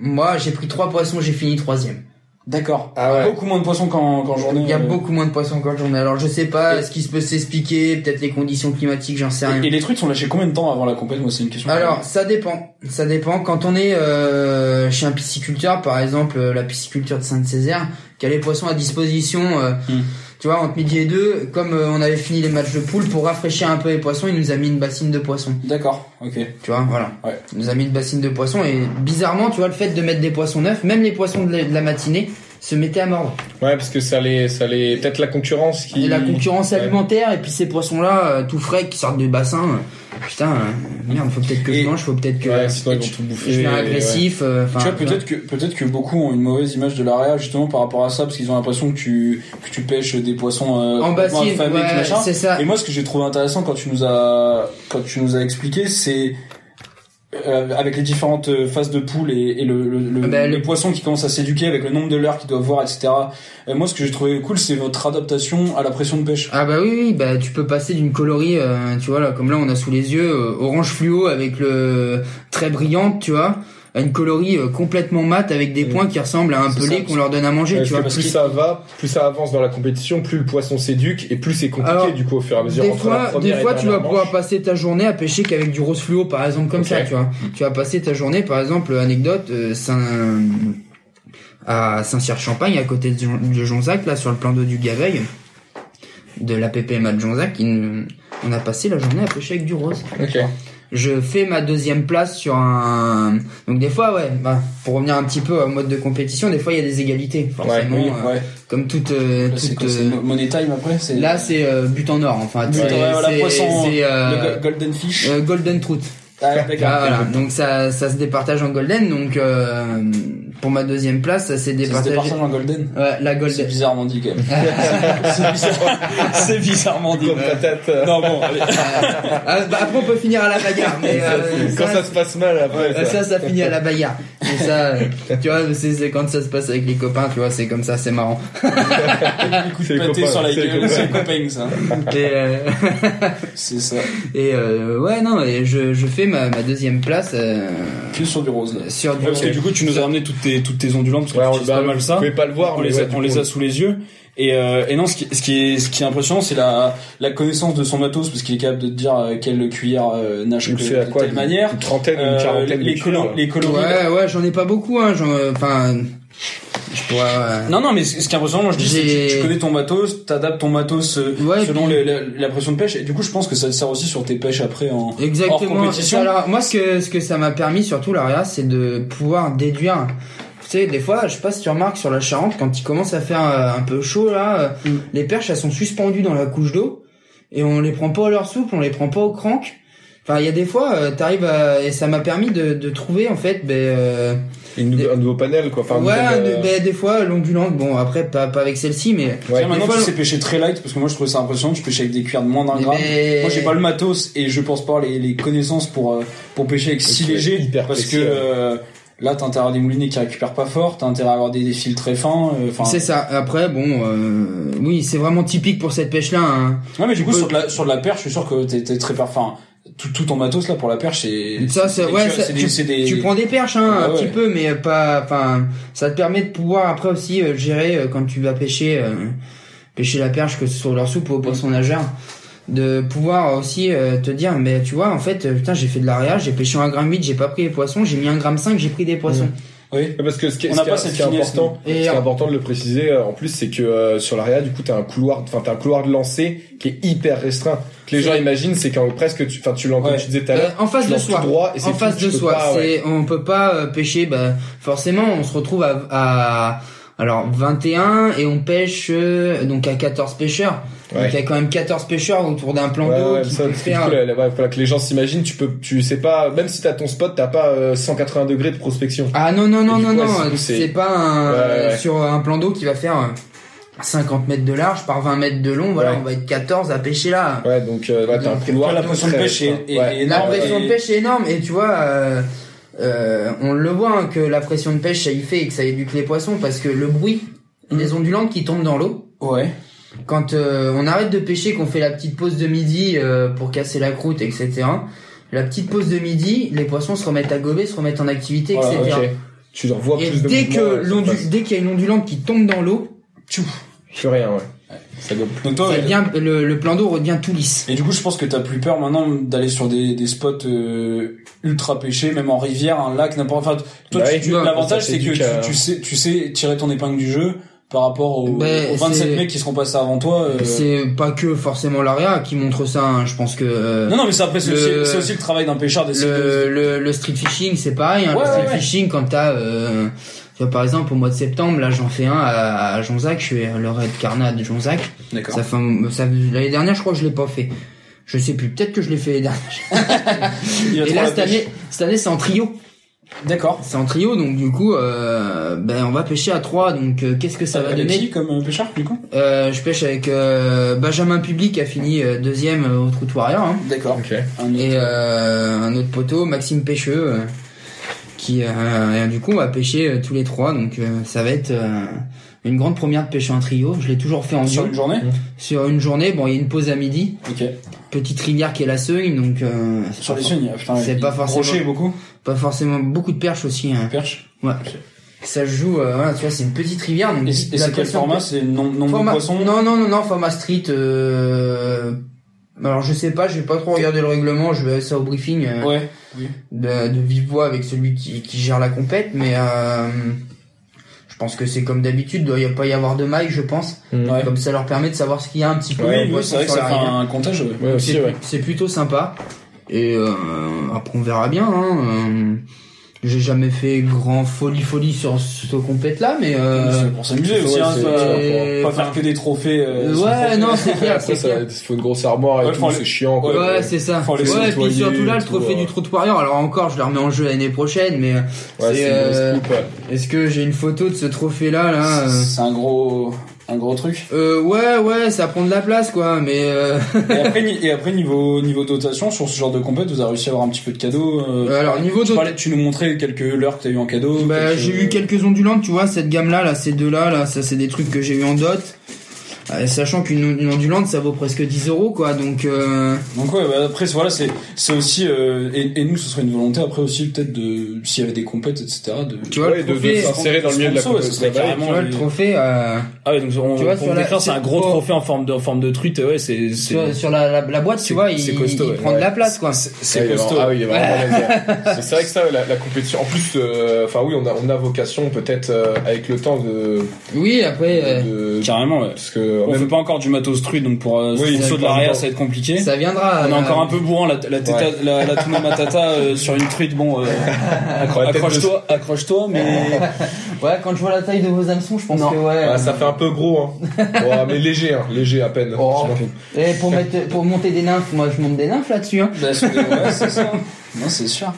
[SPEAKER 4] Moi, j'ai pris trois poissons, j'ai fini troisième.
[SPEAKER 3] D'accord.
[SPEAKER 2] Ah ouais.
[SPEAKER 3] Beaucoup moins de poissons qu'en qu'en journée.
[SPEAKER 4] Il y a
[SPEAKER 3] euh,
[SPEAKER 4] beaucoup moins de poissons qu'en journée. Alors je sais pas
[SPEAKER 3] Et-
[SPEAKER 4] ce qui se peut s'expliquer, peut-être les conditions climatiques, j'en sais rien.
[SPEAKER 3] Et, et les truites sont lâchées combien de temps avant la compète Moi, c'est une question.
[SPEAKER 4] Alors, ça dépend. Ça dépend. Quand on est euh, chez un pisciculteur, par exemple, euh, la pisciculture de Sainte-Césaire, qui a les poissons à disposition, euh,
[SPEAKER 3] Hmm.
[SPEAKER 4] tu vois, entre midi et deux, comme euh, on avait fini les matchs de poule, pour rafraîchir un peu les poissons, il nous a mis une bassine de poissons.
[SPEAKER 3] D'accord. Ok.
[SPEAKER 4] Tu vois, voilà.
[SPEAKER 3] Ouais.
[SPEAKER 4] Il nous a mis une bassine de poissons et bizarrement, tu vois, le fait de mettre des poissons neufs, même les poissons de la, de la matinée, se mettaient à mordre.
[SPEAKER 2] Ouais, parce que ça les, ça les, peut-être la concurrence qui.
[SPEAKER 4] Et la concurrence
[SPEAKER 2] Ouais.
[SPEAKER 4] alimentaire, et puis ces poissons-là, euh, tout frais, qui sortent du bassin, euh, putain, euh, merde, faut peut-être que
[SPEAKER 3] Et-
[SPEAKER 4] je mange, faut peut-être que...
[SPEAKER 2] Ouais, sinon ils
[SPEAKER 4] que
[SPEAKER 2] vont
[SPEAKER 4] je-
[SPEAKER 2] tout bouffer.
[SPEAKER 4] je deviens
[SPEAKER 2] et
[SPEAKER 4] agressif, euh, enfin,
[SPEAKER 3] tu vois,
[SPEAKER 4] tu vois.
[SPEAKER 3] peut-être que peut-être que beaucoup ont une mauvaise image de l'area justement par rapport à ça, parce qu'ils ont l'impression que tu que tu pêches des poissons euh,
[SPEAKER 4] en
[SPEAKER 3] complètement
[SPEAKER 4] bassine,
[SPEAKER 3] affamés,
[SPEAKER 4] ouais,
[SPEAKER 3] tout machin.
[SPEAKER 4] c'est ça.
[SPEAKER 3] Et moi, ce que j'ai trouvé intéressant quand tu nous as quand tu nous as expliqué, c'est euh, avec les différentes euh, phases de poule et, et le, le, le-
[SPEAKER 4] Ben,
[SPEAKER 3] les
[SPEAKER 4] le-
[SPEAKER 3] poissons qui commencent à s'éduquer avec le nombre de leurres qu'ils doivent voir, etc. Euh, moi, ce que j'ai trouvé cool, c'est votre adaptation à la pression de pêche.
[SPEAKER 4] Ah bah oui, oui, bah tu peux passer d'une colorie, euh, tu vois là, comme là on a sous les yeux euh, orange fluo avec le très brillante, tu vois, à une colorie euh, complètement mate avec des
[SPEAKER 2] Mm.
[SPEAKER 4] points qui ressemblent à un
[SPEAKER 2] C'est
[SPEAKER 4] pelé
[SPEAKER 2] ça.
[SPEAKER 4] qu'on leur donne à manger,
[SPEAKER 2] Ouais,
[SPEAKER 4] tu
[SPEAKER 2] parce
[SPEAKER 4] vois.
[SPEAKER 2] que plus ça va, plus ça avance dans la compétition, plus le poisson s'éduque et plus c'est compliqué
[SPEAKER 4] Alors,
[SPEAKER 2] du coup au fur et à mesure.
[SPEAKER 4] Des
[SPEAKER 2] entre la
[SPEAKER 4] fois, des
[SPEAKER 2] première et
[SPEAKER 4] fois tu vas
[SPEAKER 2] dernière
[SPEAKER 4] pouvoir
[SPEAKER 2] manche.
[SPEAKER 4] passer ta journée à pêcher qu'avec du rose fluo par exemple comme
[SPEAKER 2] Ok.
[SPEAKER 4] ça, tu vois. Tu vas passer ta journée par exemple anecdote euh, Saint à Saint-Cyr-Champagne à côté de Jon- de Jonzac là sur le plan d'eau du Gaveil de la PPMA de Jonzac, il- on a passé la journée à pêcher avec du rose.
[SPEAKER 2] Ok.
[SPEAKER 4] je fais ma deuxième place sur un. Donc des fois, ouais, bah, pour revenir un petit peu au mode de compétition, des fois il y a des égalités, forcément.
[SPEAKER 3] oui,
[SPEAKER 4] euh,
[SPEAKER 3] ouais.
[SPEAKER 4] Comme toute. euh,
[SPEAKER 3] Là, c'est
[SPEAKER 4] toute
[SPEAKER 3] quoi, c'est
[SPEAKER 4] euh,
[SPEAKER 3] money time après. C'est
[SPEAKER 4] là, c'est euh, but en or, enfin.
[SPEAKER 3] But en-
[SPEAKER 4] c'est-
[SPEAKER 3] ouais, voilà,
[SPEAKER 4] c'est-
[SPEAKER 3] poisson,
[SPEAKER 4] c'est,
[SPEAKER 3] le
[SPEAKER 4] euh,
[SPEAKER 3] go- golden fish.
[SPEAKER 4] euh, golden trout.
[SPEAKER 3] Ah, d'accord.
[SPEAKER 4] Ah, voilà. Donc ça, ça se départage en golden. Donc euh, pour ma deuxième place, ça
[SPEAKER 3] Ça
[SPEAKER 4] s'est
[SPEAKER 3] se
[SPEAKER 4] départagé.
[SPEAKER 3] départage en golden.
[SPEAKER 4] Ouais, la
[SPEAKER 3] C'est
[SPEAKER 4] golden.
[SPEAKER 3] bizarrement dit quand même. c'est, bizarre- c'est bizarrement dit.
[SPEAKER 2] Comme patate. euh,
[SPEAKER 3] Non bon, allez.
[SPEAKER 4] Ah, bah, après, on peut finir à la bagarre. Mais, euh,
[SPEAKER 2] Quand ça se passe mal après.
[SPEAKER 4] Euh,
[SPEAKER 2] ça.
[SPEAKER 4] ça, ça finit à la bagarre. Et ça, euh, tu vois, c'est c'est quand ça se passe avec les copains, tu vois, c'est comme ça, c'est marrant.
[SPEAKER 3] coup
[SPEAKER 2] C'est
[SPEAKER 3] de
[SPEAKER 2] les
[SPEAKER 3] pâté
[SPEAKER 2] copains,
[SPEAKER 3] sur la
[SPEAKER 2] c'est les
[SPEAKER 3] gueule,
[SPEAKER 2] copains.
[SPEAKER 3] c'est le copain ça.
[SPEAKER 4] Et, euh,
[SPEAKER 3] C'est ça.
[SPEAKER 4] et euh, ouais, non, et je, je fais ma, ma deuxième place euh,
[SPEAKER 3] Que sur du rose là. Ouais,
[SPEAKER 4] sur du.
[SPEAKER 3] parce que du coup tu nous as ramené toutes tes toutes tes ondulantes parce que
[SPEAKER 2] Ouais,
[SPEAKER 3] tu
[SPEAKER 2] on,
[SPEAKER 3] utilises
[SPEAKER 2] bah,
[SPEAKER 3] pas mal ça.
[SPEAKER 2] Vous pouvez pas le voir,
[SPEAKER 3] on
[SPEAKER 2] mais
[SPEAKER 3] les,
[SPEAKER 2] ouais,
[SPEAKER 3] a,
[SPEAKER 2] du
[SPEAKER 3] on
[SPEAKER 2] coup,
[SPEAKER 3] les a sous les yeux et, euh, et non ce qui, ce qui est ce qui est impressionnant c'est la la connaissance de son matos parce qu'il est capable de te dire euh, quelle cuillère euh, nage
[SPEAKER 2] je
[SPEAKER 3] que,
[SPEAKER 2] me souviens à
[SPEAKER 3] de
[SPEAKER 2] quoi
[SPEAKER 3] telle manière
[SPEAKER 2] Une trentaine, une
[SPEAKER 3] Euh,
[SPEAKER 2] quarantaine
[SPEAKER 3] les
[SPEAKER 2] de couleurs,
[SPEAKER 3] colons
[SPEAKER 2] là.
[SPEAKER 3] les colons
[SPEAKER 4] Ouais, ouais, j'en ai pas beaucoup, hein, j'en- euh, enfin, je pourrais. euh, ouais.
[SPEAKER 3] non non mais ce ce qui est impressionnant moi je dis c'est
[SPEAKER 4] J'ai-
[SPEAKER 3] que tu- tu connais ton matos t'adaptes ton matos euh,
[SPEAKER 4] Ouais,
[SPEAKER 3] selon
[SPEAKER 4] puis-
[SPEAKER 3] les- la, la pression de pêche et du coup je pense que ça te sert aussi sur tes pêches après en
[SPEAKER 4] Exactement.
[SPEAKER 3] hors compétition.
[SPEAKER 4] Alors, moi, ce que, ce que ça m'a permis, surtout, l'aria, c'est de pouvoir déduire. Tu sais, des fois, je sais pas si tu remarques sur la Charente, quand il commence à faire euh, un peu chaud, là, euh,
[SPEAKER 3] Mm.
[SPEAKER 4] les perches, elles sont suspendues dans la couche d'eau. Et on les prend pas à leur souple, on les prend pas au crank. Enfin, il y a des fois, euh, t'arrives à... Et ça m'a permis de, de trouver, en fait, ben... euh,
[SPEAKER 2] Une nou- Un nouveau panel, quoi. Enfin, une
[SPEAKER 4] ouais,
[SPEAKER 2] nouvelle, euh,
[SPEAKER 4] de- ben, des fois, l'ondulante, bon, après, pas, pas avec celle-ci, mais...
[SPEAKER 2] Ouais.
[SPEAKER 3] Tiens, maintenant
[SPEAKER 4] Des fois,
[SPEAKER 3] tu
[SPEAKER 4] le-
[SPEAKER 3] sais pêcher très light parce que moi je trouvais ça impressionnant tu pêchais avec des cuillères de moins d'un gramme
[SPEAKER 4] mais-
[SPEAKER 3] Moi j'ai pas le matos et je pense pas les, les connaissances pour euh, pour pêcher avec si
[SPEAKER 2] Ok,
[SPEAKER 3] léger
[SPEAKER 2] hyper
[SPEAKER 3] parce
[SPEAKER 2] précis,
[SPEAKER 3] que
[SPEAKER 2] ouais.
[SPEAKER 3] euh, là t'as intérêt à avoir des moulinets qui récupèrent pas fort, t'as intérêt à avoir des, des fils très fins. euh, Enfin,
[SPEAKER 4] C'est ça. Après, bon, euh, oui, c'est vraiment typique pour cette pêche-là. hein.
[SPEAKER 3] ouais, mais du
[SPEAKER 4] tu
[SPEAKER 3] coup
[SPEAKER 4] peux-
[SPEAKER 3] sur de la sur de la perche, je suis sûr que t'es t'es très enfin tout, tout ton matos là pour la perche c'est
[SPEAKER 4] Ça, c'est-
[SPEAKER 3] des
[SPEAKER 4] ouais,
[SPEAKER 3] tuyaux,
[SPEAKER 4] ça-
[SPEAKER 3] c'est des- c'est des-
[SPEAKER 4] Tu prends des perches hein,
[SPEAKER 3] Ouais,
[SPEAKER 4] un petit
[SPEAKER 3] ouais.
[SPEAKER 4] peu, mais pas. Enfin, ça te permet de pouvoir après aussi euh, gérer euh, quand tu vas pêcher, euh, pêcher la perche que ce soit leur soupe ou au poisson nageur, de pouvoir aussi euh, te dire, mais tu vois, en fait, euh, putain, j'ai fait de l'aria, j'ai pêché un gramme 8, j'ai pas pris les poissons, j'ai mis un gramme 5, j'ai pris des poissons.
[SPEAKER 3] Oui.
[SPEAKER 2] Parce que ce qui est,
[SPEAKER 3] On
[SPEAKER 2] ce
[SPEAKER 3] n'a
[SPEAKER 2] qui est-
[SPEAKER 3] pas
[SPEAKER 2] ce
[SPEAKER 3] cette
[SPEAKER 2] qui est
[SPEAKER 3] finesse,
[SPEAKER 2] important,
[SPEAKER 4] non.
[SPEAKER 2] ce qui
[SPEAKER 4] Et-
[SPEAKER 2] est important de le préciser euh, en plus, c'est que euh, sur l'ARIA, du coup, t'as un couloir, enfin, t'as un couloir de lancer qui est hyper restreint. Que les gens imaginent, c'est quand presque, tu- enfin, tu l'en
[SPEAKER 3] Ouais.
[SPEAKER 2] tu disais tout à
[SPEAKER 4] Euh,
[SPEAKER 2] l'heure,
[SPEAKER 4] en face
[SPEAKER 2] tu
[SPEAKER 4] de
[SPEAKER 2] lances tout
[SPEAKER 4] soi.
[SPEAKER 2] droit et c'est
[SPEAKER 4] en
[SPEAKER 2] tout,
[SPEAKER 4] face
[SPEAKER 2] tu
[SPEAKER 4] de
[SPEAKER 2] peux
[SPEAKER 4] soi,
[SPEAKER 2] pas, ouais.
[SPEAKER 4] c'est on peut pas euh, pêcher. Bah forcément, on se retrouve à, à alors 21 et on pêche euh, donc à 14 pêcheurs.
[SPEAKER 2] Ouais.
[SPEAKER 4] Donc il y a quand même 14 pêcheurs autour d'un plan
[SPEAKER 2] Ouais,
[SPEAKER 4] d'eau
[SPEAKER 2] ouais,
[SPEAKER 4] qui
[SPEAKER 2] ça,
[SPEAKER 4] peut
[SPEAKER 2] parce que du
[SPEAKER 4] faire.
[SPEAKER 2] coup, la- la- ouais, voilà, que les gens s'imaginent, tu peux, tu sais pas, même si t'as ton spot, t'as pas euh, 180 degrés de prospection.
[SPEAKER 4] Ah non non non
[SPEAKER 2] du
[SPEAKER 4] non
[SPEAKER 2] coup,
[SPEAKER 4] non,
[SPEAKER 2] ouais, c'est-
[SPEAKER 4] c'est pas un,
[SPEAKER 2] Ouais, ouais.
[SPEAKER 4] sur un plan d'eau qui va faire euh, 50 mètres de large par 20 mètres de long. Voilà,
[SPEAKER 2] Ouais.
[SPEAKER 4] on va être 14 à pêcher là.
[SPEAKER 2] Ouais, donc, euh, ouais, t'as un
[SPEAKER 4] Ah. Donc,
[SPEAKER 2] couloir.
[SPEAKER 3] la
[SPEAKER 2] très
[SPEAKER 3] pression de pêche est-
[SPEAKER 2] restreint.
[SPEAKER 3] est-
[SPEAKER 2] Ouais.
[SPEAKER 3] est
[SPEAKER 4] La
[SPEAKER 3] énorme.
[SPEAKER 4] pression
[SPEAKER 3] et-
[SPEAKER 4] de pêche est énorme et tu vois, euh, euh, on le voit hein, que la pression de pêche ça y fait et que ça éduque les poissons parce que le bruit
[SPEAKER 2] Mm.
[SPEAKER 3] Mhm.
[SPEAKER 4] des ondulantes qui tombent dans l'eau.
[SPEAKER 3] Ouais.
[SPEAKER 4] Quand euh, on arrête de pêcher, qu'on fait la petite pause de midi euh, pour casser la croûte, etc. La petite pause de midi, les poissons se remettent à gober, se remettent en activité,
[SPEAKER 3] Voilà,
[SPEAKER 4] etc.
[SPEAKER 2] Ok. Tu leur vois
[SPEAKER 4] Et
[SPEAKER 2] plus de
[SPEAKER 4] dès
[SPEAKER 2] mouvements,
[SPEAKER 4] que
[SPEAKER 2] ouais,
[SPEAKER 4] l'ondu-
[SPEAKER 2] ça passe.
[SPEAKER 4] dès qu'il y a une ondulante qui tombe dans l'eau,
[SPEAKER 2] Plus rien, ouais. Ça gobe plus.
[SPEAKER 3] Donc toi, euh,
[SPEAKER 4] ça
[SPEAKER 3] ouais,
[SPEAKER 4] devient- le, le plan d'eau redevient tout lisse.
[SPEAKER 3] Et du coup, je pense que t'as plus peur maintenant d'aller sur des, des spots euh, ultra pêchés, même en rivière, un lac, n'importe. Enfin, toi,
[SPEAKER 2] Bah
[SPEAKER 3] tu-
[SPEAKER 2] oui,
[SPEAKER 3] tu-
[SPEAKER 4] ouais,
[SPEAKER 3] l'avantage
[SPEAKER 2] ça
[SPEAKER 3] c'est que
[SPEAKER 2] t'éduque
[SPEAKER 3] tu,
[SPEAKER 2] à-
[SPEAKER 4] hein.
[SPEAKER 3] tu sais, tu sais tirer ton épingle du jeu par rapport aux,
[SPEAKER 4] Ben,
[SPEAKER 3] aux 27
[SPEAKER 4] c'est-
[SPEAKER 3] mecs qui seront passés avant toi. euh.
[SPEAKER 4] C'est pas que forcément l'ARIA qui montre ça. hein. Je pense que euh,
[SPEAKER 3] Non, non, mais c'est après, c'est
[SPEAKER 4] Le-
[SPEAKER 3] aussi, c'est aussi le travail d'un pêcheur d'essayer de...
[SPEAKER 4] le, le, le street fishing c'est pareil hein,
[SPEAKER 3] Ouais,
[SPEAKER 4] le street
[SPEAKER 3] ouais, ouais.
[SPEAKER 4] fishing quand t'as euh, tu vois, par exemple au mois de septembre là j'en fais un à, à Jonzac je suis à le Red Carnat de Jonzac
[SPEAKER 3] D'accord.
[SPEAKER 4] ça fait un- ça- l'année dernière je crois que je l'ai pas fait je sais plus peut-être que je l'ai fait l'année dernière
[SPEAKER 3] Il y a
[SPEAKER 4] et
[SPEAKER 3] trop
[SPEAKER 4] là
[SPEAKER 3] la
[SPEAKER 4] cette
[SPEAKER 3] pêche.
[SPEAKER 4] année cette année c'est en trio
[SPEAKER 3] D'accord.
[SPEAKER 4] c'est en trio donc du coup euh, ben on va pêcher à trois donc euh, qu'est-ce que ça
[SPEAKER 3] Ça
[SPEAKER 4] va
[SPEAKER 3] va de
[SPEAKER 4] donner
[SPEAKER 3] qui comme euh, pêcheur, du coup
[SPEAKER 4] Euh, je pêche avec euh, Benjamin Public qui a fini euh, deuxième euh, au Trou de Warrior hein.
[SPEAKER 3] D'accord.
[SPEAKER 2] Ok.
[SPEAKER 3] Un-
[SPEAKER 4] et euh, un autre poteau, Maxime Pêcheux, euh, qui euh, et du coup on va pêcher euh, tous les trois, donc euh, ça va être euh, une grande première de pêcher en trio. Je l'ai toujours fait en
[SPEAKER 3] Sur
[SPEAKER 4] duo
[SPEAKER 3] une journée
[SPEAKER 4] sur une journée. Bon, il y a une pause à midi,
[SPEAKER 3] Ok.
[SPEAKER 4] petite rivière qui est la Seugne, donc euh, c'est
[SPEAKER 3] Sur
[SPEAKER 4] pas
[SPEAKER 3] les
[SPEAKER 4] for-
[SPEAKER 3] signes, putain.
[SPEAKER 4] C'est
[SPEAKER 3] il-
[SPEAKER 4] pas forcément-
[SPEAKER 3] Brochet beaucoup.
[SPEAKER 4] pas forcément beaucoup de perches aussi. hein.
[SPEAKER 3] Perche.
[SPEAKER 4] Ouais. Ça se joue, euh, voilà, tu vois, c'est une petite rivière. Donc
[SPEAKER 3] Et, et
[SPEAKER 4] la
[SPEAKER 3] c'est quel
[SPEAKER 4] pression-
[SPEAKER 3] format C'est nom- nombre de
[SPEAKER 4] Format-
[SPEAKER 3] poissons
[SPEAKER 4] Non, non, non, non, format street. euh, Alors je sais pas, j'ai pas trop regardé le règlement. Je vais ça au briefing. euh,
[SPEAKER 3] Ouais.
[SPEAKER 4] de, de vive voix avec celui qui, qui gère la compète, mais euh, je pense que c'est comme d'habitude, il doit pas y avoir de maille, je pense.
[SPEAKER 2] Mm.
[SPEAKER 3] Ouais.
[SPEAKER 4] Comme ça leur permet de savoir ce qu'il y a un petit peu.
[SPEAKER 3] Oui,
[SPEAKER 4] en
[SPEAKER 3] oui, c'est
[SPEAKER 4] boisson
[SPEAKER 3] vrai que
[SPEAKER 4] sur
[SPEAKER 3] ça
[SPEAKER 4] la
[SPEAKER 3] fait
[SPEAKER 4] rivière.
[SPEAKER 3] un comptage. ouais.
[SPEAKER 2] Ouais, aussi,
[SPEAKER 4] C'est-
[SPEAKER 2] ouais.
[SPEAKER 4] C'est plutôt sympa. Et euh, après on verra bien. Hein, euh, j'ai jamais fait grand folie folie sur ce compète là, mais euh,
[SPEAKER 3] C'est pour s'amuser
[SPEAKER 2] Ouais,
[SPEAKER 3] aussi, hein,
[SPEAKER 2] c'est-
[SPEAKER 3] pas-
[SPEAKER 4] c'est-
[SPEAKER 3] pas, faire que des trophées. euh, sans
[SPEAKER 4] ouais
[SPEAKER 3] trophée.
[SPEAKER 4] non c'est clair,
[SPEAKER 2] Après,
[SPEAKER 4] c'est
[SPEAKER 2] ça,
[SPEAKER 4] clair.
[SPEAKER 2] il faut une grosse armoire et
[SPEAKER 3] Ouais,
[SPEAKER 2] tout,
[SPEAKER 3] faut
[SPEAKER 2] c'est
[SPEAKER 3] aller-
[SPEAKER 2] chiant, quoi.
[SPEAKER 4] Ouais,
[SPEAKER 2] Ouais.
[SPEAKER 4] c'est ça.
[SPEAKER 3] faut les
[SPEAKER 4] ouais, et puis
[SPEAKER 2] nettoyer,
[SPEAKER 4] surtout là, le
[SPEAKER 2] tout,
[SPEAKER 4] trophée
[SPEAKER 2] ouais.
[SPEAKER 4] du trou de Warrior. Alors encore, je le remets en jeu l'année prochaine, mais
[SPEAKER 2] Ouais, c'est une grosse
[SPEAKER 4] euh,
[SPEAKER 2] coupe, ouais.
[SPEAKER 4] Est-ce que j'ai une photo de ce trophée là là euh,
[SPEAKER 3] C'est un gros, un gros truc.
[SPEAKER 4] euh, ouais ouais ça prend de la place quoi mais euh...
[SPEAKER 3] Et après, ni- et après niveau, niveau dotation, sur ce genre de compète, vous avez réussi à avoir un petit peu de cadeaux. euh,
[SPEAKER 4] alors niveau
[SPEAKER 3] tu,
[SPEAKER 4] d'autres
[SPEAKER 3] parlais, tu nous montrais quelques leurres que t'as eu en cadeau.
[SPEAKER 4] bah,
[SPEAKER 3] quelques-
[SPEAKER 4] j'ai eu quelques ondulantes tu vois cette gamme là là ces deux là là ça c'est des trucs que j'ai eu en dot Euh, sachant qu'une une ondulante ça vaut presque 10 euros quoi donc euh...
[SPEAKER 3] Donc ouais, bah, après c'est- voilà, c'est c'est aussi euh, et, et nous ce serait une volonté après aussi peut-être de s'il y avait des compètes etc de
[SPEAKER 4] tu vois
[SPEAKER 2] Ouais,
[SPEAKER 4] le
[SPEAKER 2] de- de
[SPEAKER 4] trophée
[SPEAKER 2] sortir. Insérer dans le milieu de la bah,
[SPEAKER 3] Sponsor, ouais, ce
[SPEAKER 2] compète,
[SPEAKER 3] serait
[SPEAKER 2] là-bas,
[SPEAKER 4] tu
[SPEAKER 3] carrément
[SPEAKER 4] vois le
[SPEAKER 3] les-
[SPEAKER 4] trophée euh,
[SPEAKER 5] Ah ouais, donc on,
[SPEAKER 4] Tu vois,
[SPEAKER 5] pour
[SPEAKER 4] sur
[SPEAKER 5] me
[SPEAKER 4] la-
[SPEAKER 5] décrire, c'est un gros
[SPEAKER 4] c'est-
[SPEAKER 5] trophée en forme de, en forme de truite. Ouais, c'est, c'est...
[SPEAKER 4] sur, sur la, la, la boîte tu
[SPEAKER 5] c'est-
[SPEAKER 4] vois il,
[SPEAKER 5] c'est costaud,
[SPEAKER 4] il
[SPEAKER 5] ouais.
[SPEAKER 4] prend de la place quoi
[SPEAKER 2] Ah,
[SPEAKER 3] c'est
[SPEAKER 2] il est vraiment-
[SPEAKER 3] costaud.
[SPEAKER 2] Ah oui, il est vraiment balèze, ouais. C'est- C'est vrai que ça, la, la compétition. En plus, euh, enfin oui, on a, on a vocation peut-être euh, avec le temps de.
[SPEAKER 4] oui après euh,
[SPEAKER 2] de-
[SPEAKER 3] Carrément ouais.
[SPEAKER 2] parce que euh,
[SPEAKER 3] On
[SPEAKER 2] même-
[SPEAKER 3] fait pas encore du matos truite donc pour euh,
[SPEAKER 2] Oui,
[SPEAKER 3] ce saut de l'arrière
[SPEAKER 2] d'accord.
[SPEAKER 3] ça va être compliqué.
[SPEAKER 4] ça viendra
[SPEAKER 3] On est
[SPEAKER 4] euh,
[SPEAKER 3] encore un peu bourrant la la, teta,
[SPEAKER 2] Ouais.
[SPEAKER 3] la, la tuna matata euh, sur une truite bon euh, accro-
[SPEAKER 2] Ouais, peut-être
[SPEAKER 3] accroche-toi accroche-toi mais
[SPEAKER 4] ouais quand je vois la taille de vos hameçons je pense
[SPEAKER 3] Non.
[SPEAKER 4] que ouais
[SPEAKER 2] Ah, ça fait un peu gros, hein. Ouais, mais léger, hein, léger à peine.
[SPEAKER 4] Oh. Et pour mettre, pour monter des nymphes, moi je monte des nymphes là-dessus. Hein.
[SPEAKER 3] Bah, c'est- ouais, c'est ça. Non, c'est sûr.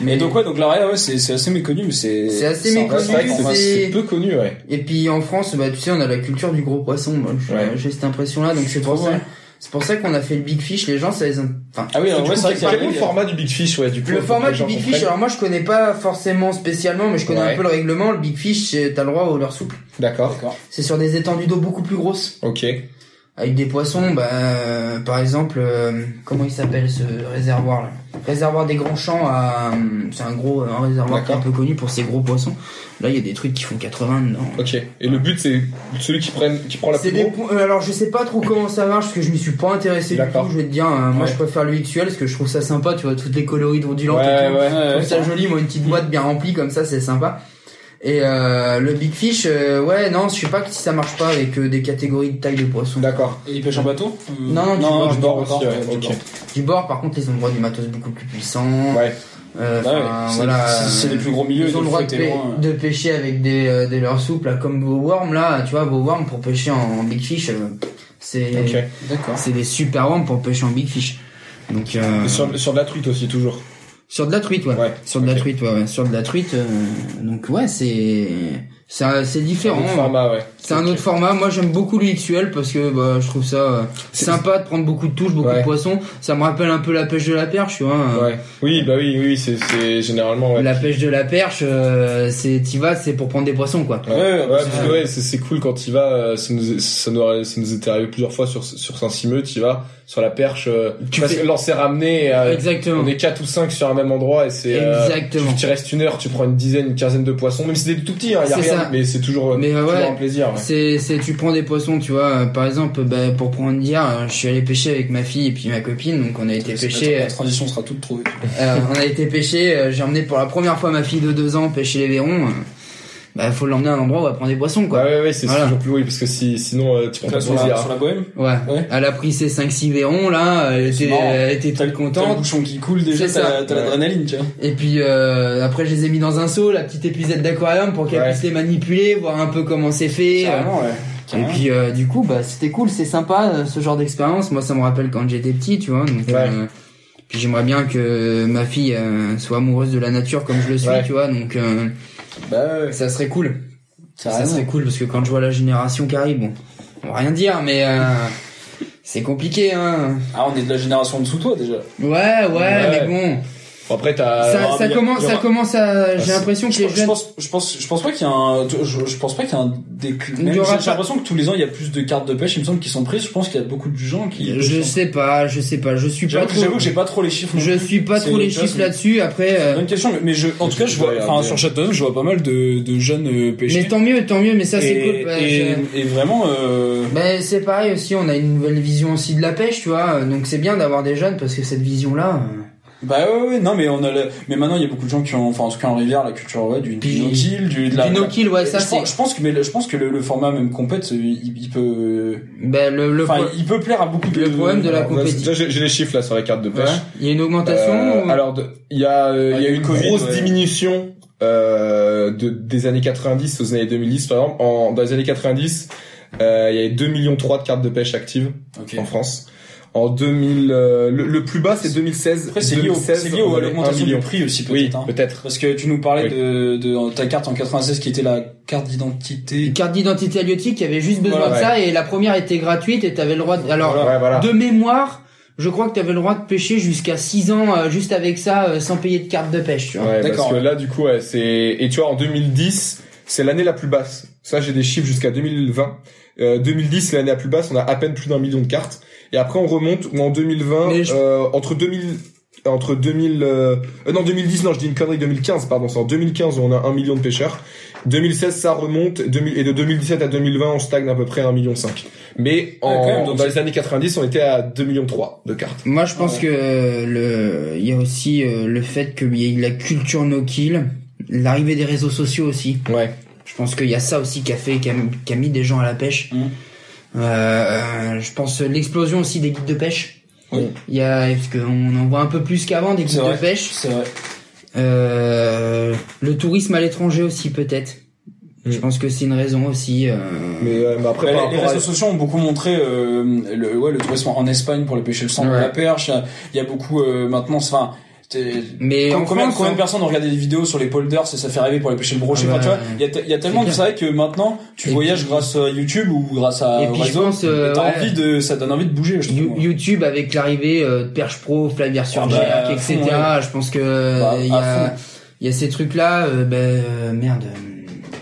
[SPEAKER 3] Mais donc ouais, donc l'ARIA, ouais, c'est c'est assez méconnu, mais c'est
[SPEAKER 4] C'est assez
[SPEAKER 3] un-
[SPEAKER 2] Ouais, c'est vrai que
[SPEAKER 4] méconnu,
[SPEAKER 2] c'est-
[SPEAKER 4] c'est-
[SPEAKER 2] c'est peu connu, ouais.
[SPEAKER 4] Et puis en France, bah tu sais, on a la culture du gros poisson. Moi, j'ai
[SPEAKER 2] Ouais.
[SPEAKER 4] j'ai cette impression-là, donc c'est pour
[SPEAKER 3] Trop
[SPEAKER 4] ça.
[SPEAKER 3] vrai.
[SPEAKER 4] C'est pour ça qu'on a fait le big fish. Les gens, ça les, in- enfin.
[SPEAKER 3] Ah oui, alors, ouais, c'est vrai qu'il y a
[SPEAKER 2] Quel est le format du Big Fish, ouais, du coup
[SPEAKER 4] Le
[SPEAKER 2] pour
[SPEAKER 4] format
[SPEAKER 2] que les
[SPEAKER 4] du
[SPEAKER 2] gens
[SPEAKER 4] big fish,
[SPEAKER 2] comprennent.
[SPEAKER 4] alors moi je connais pas forcément spécialement, mais je connais
[SPEAKER 2] Ouais.
[SPEAKER 4] un peu le règlement. Le big fish, c'est- t'as le droit au leur souple.
[SPEAKER 2] D'accord,
[SPEAKER 3] D'accord.
[SPEAKER 4] C'est sur des étendues d'eau beaucoup plus grosses,
[SPEAKER 2] ok.
[SPEAKER 4] avec des poissons. Bah, euh, par exemple, euh, comment il s'appelle ce réservoir là Réservoir des grands champs. à, euh, C'est un gros, un réservoir qui est un
[SPEAKER 2] D'accord.
[SPEAKER 4] peu connu pour ses gros poissons. Là, il y a des trucs qui font 80 dedans.
[SPEAKER 2] Ok. Et le but, c'est celui qui, prenne, qui prend la
[SPEAKER 4] C'est
[SPEAKER 2] plus
[SPEAKER 4] des
[SPEAKER 2] gros.
[SPEAKER 4] points- euh, Alors je sais pas trop comment ça marche parce que je m'y suis pas intéressé du
[SPEAKER 2] D'accord.
[SPEAKER 4] tout. Je vais te dire, euh, moi
[SPEAKER 2] Ouais.
[SPEAKER 4] je préfère le XUL parce que je trouve ça sympa. Tu vois toutes les colorides ondulantes.
[SPEAKER 2] Ouais,
[SPEAKER 4] et tout.
[SPEAKER 2] ouais, Mm.
[SPEAKER 4] Je
[SPEAKER 2] ouais.
[SPEAKER 4] trouve ça joli, moi une petite boîte bien remplie comme ça, c'est sympa. Et euh, le big fish, euh, ouais, non, je sais pas si ça marche pas avec euh, des catégories de taille de poisson.
[SPEAKER 2] D'accord.
[SPEAKER 3] Et ils pêchent en bateau
[SPEAKER 4] Non, du bord,
[SPEAKER 3] du
[SPEAKER 4] du
[SPEAKER 3] bord,
[SPEAKER 4] bord,
[SPEAKER 3] encore,
[SPEAKER 2] aussi,
[SPEAKER 3] ouais,
[SPEAKER 2] ouais,
[SPEAKER 3] du
[SPEAKER 2] ok.
[SPEAKER 3] bord.
[SPEAKER 4] Du bord, par contre, ils ont droit du matos beaucoup plus puissant.
[SPEAKER 2] Ouais.
[SPEAKER 4] Euh,
[SPEAKER 3] Bah ouais,
[SPEAKER 4] enfin,
[SPEAKER 3] c'est-
[SPEAKER 4] voilà,
[SPEAKER 3] c'est- c'est les plus gros milieux,
[SPEAKER 4] Ils ont
[SPEAKER 3] donc hein. faut
[SPEAKER 4] le droit de,
[SPEAKER 3] être
[SPEAKER 4] pê-
[SPEAKER 3] loin.
[SPEAKER 4] de pêcher avec des, euh, des leurres souples, là, comme Worm là, tu vois, Worm pour pêcher en big fish, euh, c'est
[SPEAKER 2] Ok.
[SPEAKER 3] D'accord.
[SPEAKER 4] c'est des super worms pour pêcher en big fish. Donc euh,
[SPEAKER 2] Et Sur, sur de la truite aussi, toujours.
[SPEAKER 4] sur de la truite, ouais.
[SPEAKER 2] Ouais.
[SPEAKER 4] Sur de
[SPEAKER 2] Ok.
[SPEAKER 4] la truite, ouais, ouais. Sur de la truite, euh, donc ouais, c'est ça, c'est
[SPEAKER 2] C'est un
[SPEAKER 4] différent.
[SPEAKER 2] autre format, ouais.
[SPEAKER 4] C'est un
[SPEAKER 2] Ok.
[SPEAKER 4] autre format. Moi, j'aime beaucoup l'XUL parce que bah, je trouve ça euh,
[SPEAKER 2] C'est-
[SPEAKER 4] sympa de prendre beaucoup de touches, beaucoup
[SPEAKER 2] Ouais.
[SPEAKER 4] de poissons. Ça me rappelle un peu la pêche de la perche, tu vois. euh,
[SPEAKER 2] Ouais. Oui, bah oui, oui, c'est- c'est généralement, ouais.
[SPEAKER 4] La pêche de la perche, euh, c'est t'y vas, c'est pour prendre des poissons, quoi.
[SPEAKER 2] Ouais,
[SPEAKER 3] Ouais,
[SPEAKER 2] ouais,
[SPEAKER 3] parce
[SPEAKER 2] puis
[SPEAKER 4] que-
[SPEAKER 2] ouais, c'est c'est cool quand il va. euh, Ça nous, est- ça nous, a- ça nous était arrivé plusieurs fois sur, sur Saint-Simeux, tu vas sur la perche. euh,
[SPEAKER 4] Tu
[SPEAKER 2] parce
[SPEAKER 4] fais-
[SPEAKER 2] que lancer ramené, et, euh,
[SPEAKER 4] Exactement.
[SPEAKER 2] on est 4 ou 5 sur un même endroit et c'est. euh,
[SPEAKER 4] Exactement.
[SPEAKER 2] tu, tu restes une heure, tu prends une dizaine, une quinzaine de poissons, même si c'est des tout petits, hein, y a
[SPEAKER 4] C'est
[SPEAKER 2] rien,
[SPEAKER 4] ça.
[SPEAKER 2] mais c'est toujours,
[SPEAKER 4] Mais, euh,
[SPEAKER 2] toujours
[SPEAKER 4] ouais.
[SPEAKER 2] un plaisir. ouais.
[SPEAKER 4] C'est, c'est, tu prends des poissons, tu vois. euh, Par exemple, bah, pour prendre hier, euh, je suis allé pêcher avec ma fille et puis ma copine, donc on a été pêcher.
[SPEAKER 3] La transition sera toute trouvée.
[SPEAKER 4] euh, on a été pêcher. euh, J'ai emmené pour la première fois ma fille de deux ans pêcher les verrons. euh, Bah, faut l'emmener à un endroit où elle prend des poissons,
[SPEAKER 2] Ouais,
[SPEAKER 4] quoi.
[SPEAKER 2] ouais, ouais, c'est
[SPEAKER 4] Voilà.
[SPEAKER 2] toujours plus oui, parce que si, sinon euh, tu prends pas
[SPEAKER 3] Là,
[SPEAKER 2] de
[SPEAKER 3] sur la,
[SPEAKER 2] plaisir.
[SPEAKER 3] sur la bohème,
[SPEAKER 4] Ouais.
[SPEAKER 3] Ouais.
[SPEAKER 4] Elle a pris ses 5-6 verrons, là. Elle
[SPEAKER 3] C'est
[SPEAKER 4] était,
[SPEAKER 3] marrant.
[SPEAKER 4] elle
[SPEAKER 3] t'as
[SPEAKER 4] était toute
[SPEAKER 3] le t'as le
[SPEAKER 4] contente.
[SPEAKER 3] bouchon qui coule déjà,
[SPEAKER 4] C'est ça.
[SPEAKER 3] t'as t'as
[SPEAKER 2] Ouais.
[SPEAKER 3] l'adrénaline, tu vois.
[SPEAKER 4] Et puis euh, après, je les ai mis dans un seau, la petite épuisette d'aquarium, pour qu'elle
[SPEAKER 2] Ouais.
[SPEAKER 4] puisse les manipuler, voir un peu comment c'est fait. euh,
[SPEAKER 3] Carrément, ouais.
[SPEAKER 4] Et
[SPEAKER 3] Carrément.
[SPEAKER 4] puis euh, du coup bah c'était cool, c'est sympa euh, ce genre d'expérience. Moi ça me rappelle quand j'étais petit, tu vois. Donc,
[SPEAKER 2] Ouais.
[SPEAKER 4] euh, puis j'aimerais bien que ma fille euh, soit amoureuse de la nature comme je le suis,
[SPEAKER 2] Ouais.
[SPEAKER 4] tu vois. Donc euh,
[SPEAKER 2] hein.
[SPEAKER 3] Bah ouais,
[SPEAKER 4] ça serait cool. Ça
[SPEAKER 3] carrément.
[SPEAKER 4] serait cool parce que quand je vois la génération qui arrive, bon, on va rien dire, mais euh, c'est compliqué, hein.
[SPEAKER 3] Ah, on est de la génération en dessous de toi déjà.
[SPEAKER 4] Ouais, ouais, mais bon,
[SPEAKER 2] Bon, après, t'as.
[SPEAKER 4] ça,
[SPEAKER 3] bah,
[SPEAKER 4] ça
[SPEAKER 3] y a-
[SPEAKER 4] commence,
[SPEAKER 3] y aura- Ah,
[SPEAKER 4] ça commence à. J'ai
[SPEAKER 2] c'est-
[SPEAKER 4] l'impression que
[SPEAKER 3] Je,
[SPEAKER 4] les
[SPEAKER 3] je
[SPEAKER 4] jeunes.
[SPEAKER 3] pense, je pense, je pense pas qu'il y a un, je, je pense pas qu'il y a un déclin.
[SPEAKER 4] Il y
[SPEAKER 3] Même,
[SPEAKER 4] aura
[SPEAKER 3] J'ai
[SPEAKER 4] pas-
[SPEAKER 3] l'impression que tous les ans il y a plus de cartes de pêche, il me semble, qui sont prises. Je pense qu'il y a beaucoup de gens qui.
[SPEAKER 4] Je sais pas, je sais pas, je suis pas
[SPEAKER 3] J'avoue que-
[SPEAKER 4] trop.
[SPEAKER 3] j'avoue que j'ai pas trop les chiffres. non
[SPEAKER 4] Je
[SPEAKER 3] plus.
[SPEAKER 4] suis pas
[SPEAKER 3] C'est-
[SPEAKER 4] trop les
[SPEAKER 3] tu vois,
[SPEAKER 4] chiffres
[SPEAKER 3] c'est-
[SPEAKER 4] là-dessus. Après. euh,
[SPEAKER 3] Bonne question, mais, mais je, en tout cas, je vois, enfin, sur Châteauneuf, je vois pas mal de, de jeunes euh, pêcheurs.
[SPEAKER 4] Mais tant mieux, tant mieux, mais ça c'est
[SPEAKER 3] et,
[SPEAKER 4] cool. bah,
[SPEAKER 3] et,
[SPEAKER 4] je-
[SPEAKER 3] et vraiment, euh,
[SPEAKER 4] Ben c'est pareil aussi, on a une nouvelle vision aussi de la pêche, tu vois. euh, Donc c'est bien d'avoir des jeunes parce que cette vision-là. euh,
[SPEAKER 3] bah ouais, ouais, ouais, non, mais on a, le- mais maintenant il y a beaucoup de gens qui ont, enfin, en tout cas en rivière, la culture ouais, du,
[SPEAKER 4] Puis-
[SPEAKER 3] du no-kill, du de la.
[SPEAKER 4] du no-kill, ouais, ça
[SPEAKER 3] je,
[SPEAKER 4] c'est.
[SPEAKER 3] pense, je pense que, mais le- je pense que le, le format même compète, euh, il, il peut,
[SPEAKER 4] Ben le le,
[SPEAKER 3] enfin,
[SPEAKER 4] pro-
[SPEAKER 3] il peut plaire à beaucoup de.
[SPEAKER 4] le problème de la
[SPEAKER 2] Alors, vas-y,
[SPEAKER 4] compétition.
[SPEAKER 2] déjà, j'ai j'ai les chiffres là sur la carte de
[SPEAKER 4] Ouais.
[SPEAKER 2] pêche.
[SPEAKER 4] Il y a une augmentation.
[SPEAKER 2] Euh,
[SPEAKER 4] ou-
[SPEAKER 2] Alors, de- il y a, euh, il y a
[SPEAKER 3] Ouais,
[SPEAKER 2] eu une
[SPEAKER 3] Ah, Covid,
[SPEAKER 2] grosse
[SPEAKER 3] ouais.
[SPEAKER 2] diminution euh, de, des années 90 aux années 2010, par exemple. En, dans les années 90, euh, il y avait 2 millions 3 de cartes de pêche actives
[SPEAKER 3] Ok.
[SPEAKER 2] en France. En 2000, euh, le, le plus bas c'est 2016.
[SPEAKER 3] Après, c'est lié, au-
[SPEAKER 2] 2016,
[SPEAKER 3] c'est lié
[SPEAKER 2] on avait
[SPEAKER 3] à
[SPEAKER 2] un
[SPEAKER 3] l'augmentation du
[SPEAKER 2] million.
[SPEAKER 3] prix aussi, peut-être.
[SPEAKER 2] Oui,
[SPEAKER 3] hein.
[SPEAKER 2] peut-être.
[SPEAKER 3] Parce que tu nous parlais
[SPEAKER 2] Oui.
[SPEAKER 3] de, de ta carte en 96 qui était la carte
[SPEAKER 4] Une
[SPEAKER 3] d'identité.
[SPEAKER 4] carte d'identité halieutique, il y avait juste besoin
[SPEAKER 2] Voilà,
[SPEAKER 4] de ça et la première était gratuite et t'avais le droit. De... Alors
[SPEAKER 2] Ouais, voilà.
[SPEAKER 4] de mémoire, je crois que t'avais le droit de pêcher jusqu'à 6 ans euh, juste avec ça, euh, sans payer de carte de pêche. Tu vois.
[SPEAKER 2] Ouais,
[SPEAKER 3] D'accord.
[SPEAKER 2] parce que là, du coup, ouais, c'est et tu vois, en 2010, c'est l'année la plus basse. Ça, j'ai des chiffres jusqu'à 2020. Euh, 2010, c'est l'année la plus basse. On a à peine plus d'un million de cartes. Et après, on remonte. Ou en 2020,
[SPEAKER 4] Mais je-
[SPEAKER 2] euh, entre 2000 entre 2000 euh, euh, non 2010 non je dis une connerie 2015 pardon c'est en 2015 où on a un million de pêcheurs 2016 ça remonte 2000 et de 2017 à 2020 on stagne à peu près un million cinq mais en,
[SPEAKER 3] quand même, donc
[SPEAKER 2] dans
[SPEAKER 3] c'est-
[SPEAKER 2] les années 90 on était à 2 millions 3 de cartes
[SPEAKER 4] Moi, je pense
[SPEAKER 3] Ouais.
[SPEAKER 4] que euh, le, il y a aussi euh, le fait qu'il y ait la culture no-kill, l'arrivée des réseaux sociaux aussi.
[SPEAKER 2] ouais
[SPEAKER 4] Je pense qu'il y a ça aussi qui a fait, qui a, qui a mis des gens à la pêche.
[SPEAKER 3] Mhm.
[SPEAKER 4] Euh, je pense l'explosion aussi des guides de pêche.
[SPEAKER 3] Oui.
[SPEAKER 4] Il y a, parce qu'on en voit un peu plus qu'avant des
[SPEAKER 3] C'est
[SPEAKER 4] guides de
[SPEAKER 3] vrai.
[SPEAKER 4] pêche.
[SPEAKER 3] C'est vrai.
[SPEAKER 4] Euh, le tourisme à l'étranger aussi peut-être.
[SPEAKER 3] Mmh.
[SPEAKER 4] Je
[SPEAKER 2] Mhm.
[SPEAKER 4] pense que c'est une raison aussi. euh,
[SPEAKER 2] mais, euh, mais après
[SPEAKER 3] Bah,
[SPEAKER 2] par
[SPEAKER 3] les, les
[SPEAKER 2] rapport à-
[SPEAKER 3] réseaux sociaux ont beaucoup montré euh, le, ouais, le tourisme en Espagne pour les pêcher le sang de
[SPEAKER 4] Ouais.
[SPEAKER 3] la perche. Il y a- Il y a beaucoup euh, maintenant. c'est- Enfin, t'es-
[SPEAKER 4] Mais
[SPEAKER 3] Quand-
[SPEAKER 4] en
[SPEAKER 3] combien,
[SPEAKER 4] France,
[SPEAKER 3] combien de
[SPEAKER 4] hein,
[SPEAKER 3] personnes ont regardé des vidéos sur les polders et ça fait rêver pour les pêcher le brochet
[SPEAKER 4] Ah
[SPEAKER 3] Enfin, tu
[SPEAKER 4] bah,
[SPEAKER 3] vois, il y a, te- il y a tellement de
[SPEAKER 4] clair.
[SPEAKER 3] ça que maintenant tu
[SPEAKER 4] Et
[SPEAKER 3] voyages
[SPEAKER 4] puis-
[SPEAKER 3] grâce à YouTube ou grâce à
[SPEAKER 4] Et puis, je
[SPEAKER 3] réseau,
[SPEAKER 4] pense, euh,
[SPEAKER 3] et t'as
[SPEAKER 4] ouais.
[SPEAKER 3] envie de, ça donne envie de bouger. Je trouve,
[SPEAKER 4] You-
[SPEAKER 3] moi.
[SPEAKER 4] YouTube avec l'arrivée euh, de Perche Pro, Flavier sur
[SPEAKER 3] hein. Ah bah,
[SPEAKER 4] Jack,
[SPEAKER 3] à
[SPEAKER 4] etc.
[SPEAKER 3] fond, ouais.
[SPEAKER 4] Je pense que
[SPEAKER 3] Bah,
[SPEAKER 4] euh, il y,
[SPEAKER 3] à
[SPEAKER 4] a, il y a ces trucs là. ben euh, merde, euh,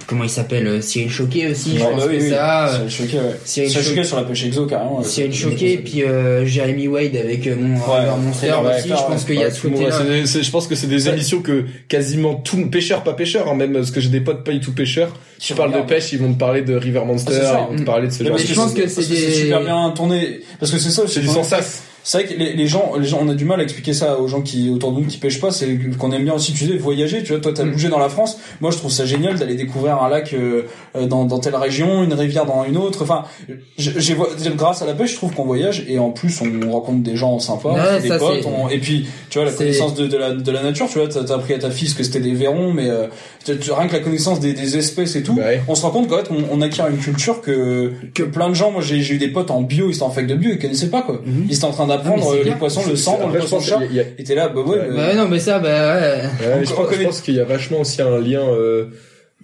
[SPEAKER 4] comment il s'appelle euh, Cyril Choquet aussi. je
[SPEAKER 3] Ouais,
[SPEAKER 4] pense
[SPEAKER 3] bah oui,
[SPEAKER 4] que
[SPEAKER 3] oui.
[SPEAKER 4] ça. euh,
[SPEAKER 3] Cyril Choquet, ouais. Cyril
[SPEAKER 4] Cyril Choquet-
[SPEAKER 3] Choquet sur la pêche exo, carrément.
[SPEAKER 4] Cyril Choquet, puis euh, Jeremy Wade avec euh, mon River Monster
[SPEAKER 3] Taylor
[SPEAKER 4] aussi.
[SPEAKER 3] Wade,
[SPEAKER 4] je pense
[SPEAKER 3] ouais,
[SPEAKER 4] qu'il y a
[SPEAKER 2] Ouais,
[SPEAKER 4] ce
[SPEAKER 2] tout le monde,
[SPEAKER 4] côté-là.
[SPEAKER 2] ouais, c'est des- c'est- je pense que c'est des
[SPEAKER 3] Ouais.
[SPEAKER 2] émissions que quasiment tout pêcheur pas pêcheur hein, même parce que j'ai des potes pas du tout pêcheurs
[SPEAKER 3] Tu
[SPEAKER 2] tu parles de pêche ils vont te parler de River Monster
[SPEAKER 3] Ah, c'est ça.
[SPEAKER 2] ils vont te parler de ce
[SPEAKER 4] Mais
[SPEAKER 2] genre de
[SPEAKER 4] je
[SPEAKER 2] choses.
[SPEAKER 4] pense que c'est
[SPEAKER 3] parce
[SPEAKER 4] des-
[SPEAKER 3] super bien tourné. Parce que c'est ça aussi.
[SPEAKER 2] c'est du
[SPEAKER 3] quand même.
[SPEAKER 2] sans sas
[SPEAKER 3] C'est vrai que les, les gens, les gens, on a du mal à expliquer ça aux gens qui autour de nous qui pêchent pas. C'est qu'on aime bien aussi, tu sais, voyager. Tu vois, toi, t'as
[SPEAKER 4] Mm.
[SPEAKER 3] bougé dans la France. Moi, je trouve ça génial d'aller découvrir un lac euh, euh, dans, dans telle région, une rivière dans une autre. Enfin, je- j'ai vo- grâce à la pêche, je trouve qu'on voyage et en plus, on rencontre des gens sympas,
[SPEAKER 4] Ouais,
[SPEAKER 3] on fait des
[SPEAKER 4] ça,
[SPEAKER 3] potes.
[SPEAKER 4] c'est-
[SPEAKER 3] on- Et puis, tu vois, la
[SPEAKER 4] c'est-
[SPEAKER 3] connaissance de, de la, de la nature. Tu vois, t'as t'as appris à ta fille ce que c'était des verrons, mais euh, tu- tu- rien que la connaissance des, des espèces et tout.
[SPEAKER 2] Bah ouais.
[SPEAKER 3] On se rend compte qu'en fait, on, on acquiert une culture que que plein de gens. Moi, j'ai j'ai eu des potes en bio, ils étaient en fac de bio, ils connaissaient pas quoi.
[SPEAKER 4] Mhm.
[SPEAKER 3] Ils étaient en train
[SPEAKER 4] Ah,
[SPEAKER 3] d'apprendre
[SPEAKER 4] mais c'est
[SPEAKER 3] euh, les
[SPEAKER 4] clair.
[SPEAKER 3] poissons, le sang,
[SPEAKER 2] Après,
[SPEAKER 3] le
[SPEAKER 2] je
[SPEAKER 3] poisson
[SPEAKER 2] pense
[SPEAKER 3] chat.
[SPEAKER 2] qu'il y a-
[SPEAKER 3] Et t'es là, bah ouais.
[SPEAKER 2] Ouais.
[SPEAKER 3] mais-
[SPEAKER 4] Bah non, mais ça, bah ouais.
[SPEAKER 2] Ouais, je,
[SPEAKER 3] On
[SPEAKER 2] pense, je
[SPEAKER 3] connaît-
[SPEAKER 2] pense qu'il y a vachement aussi un lien euh,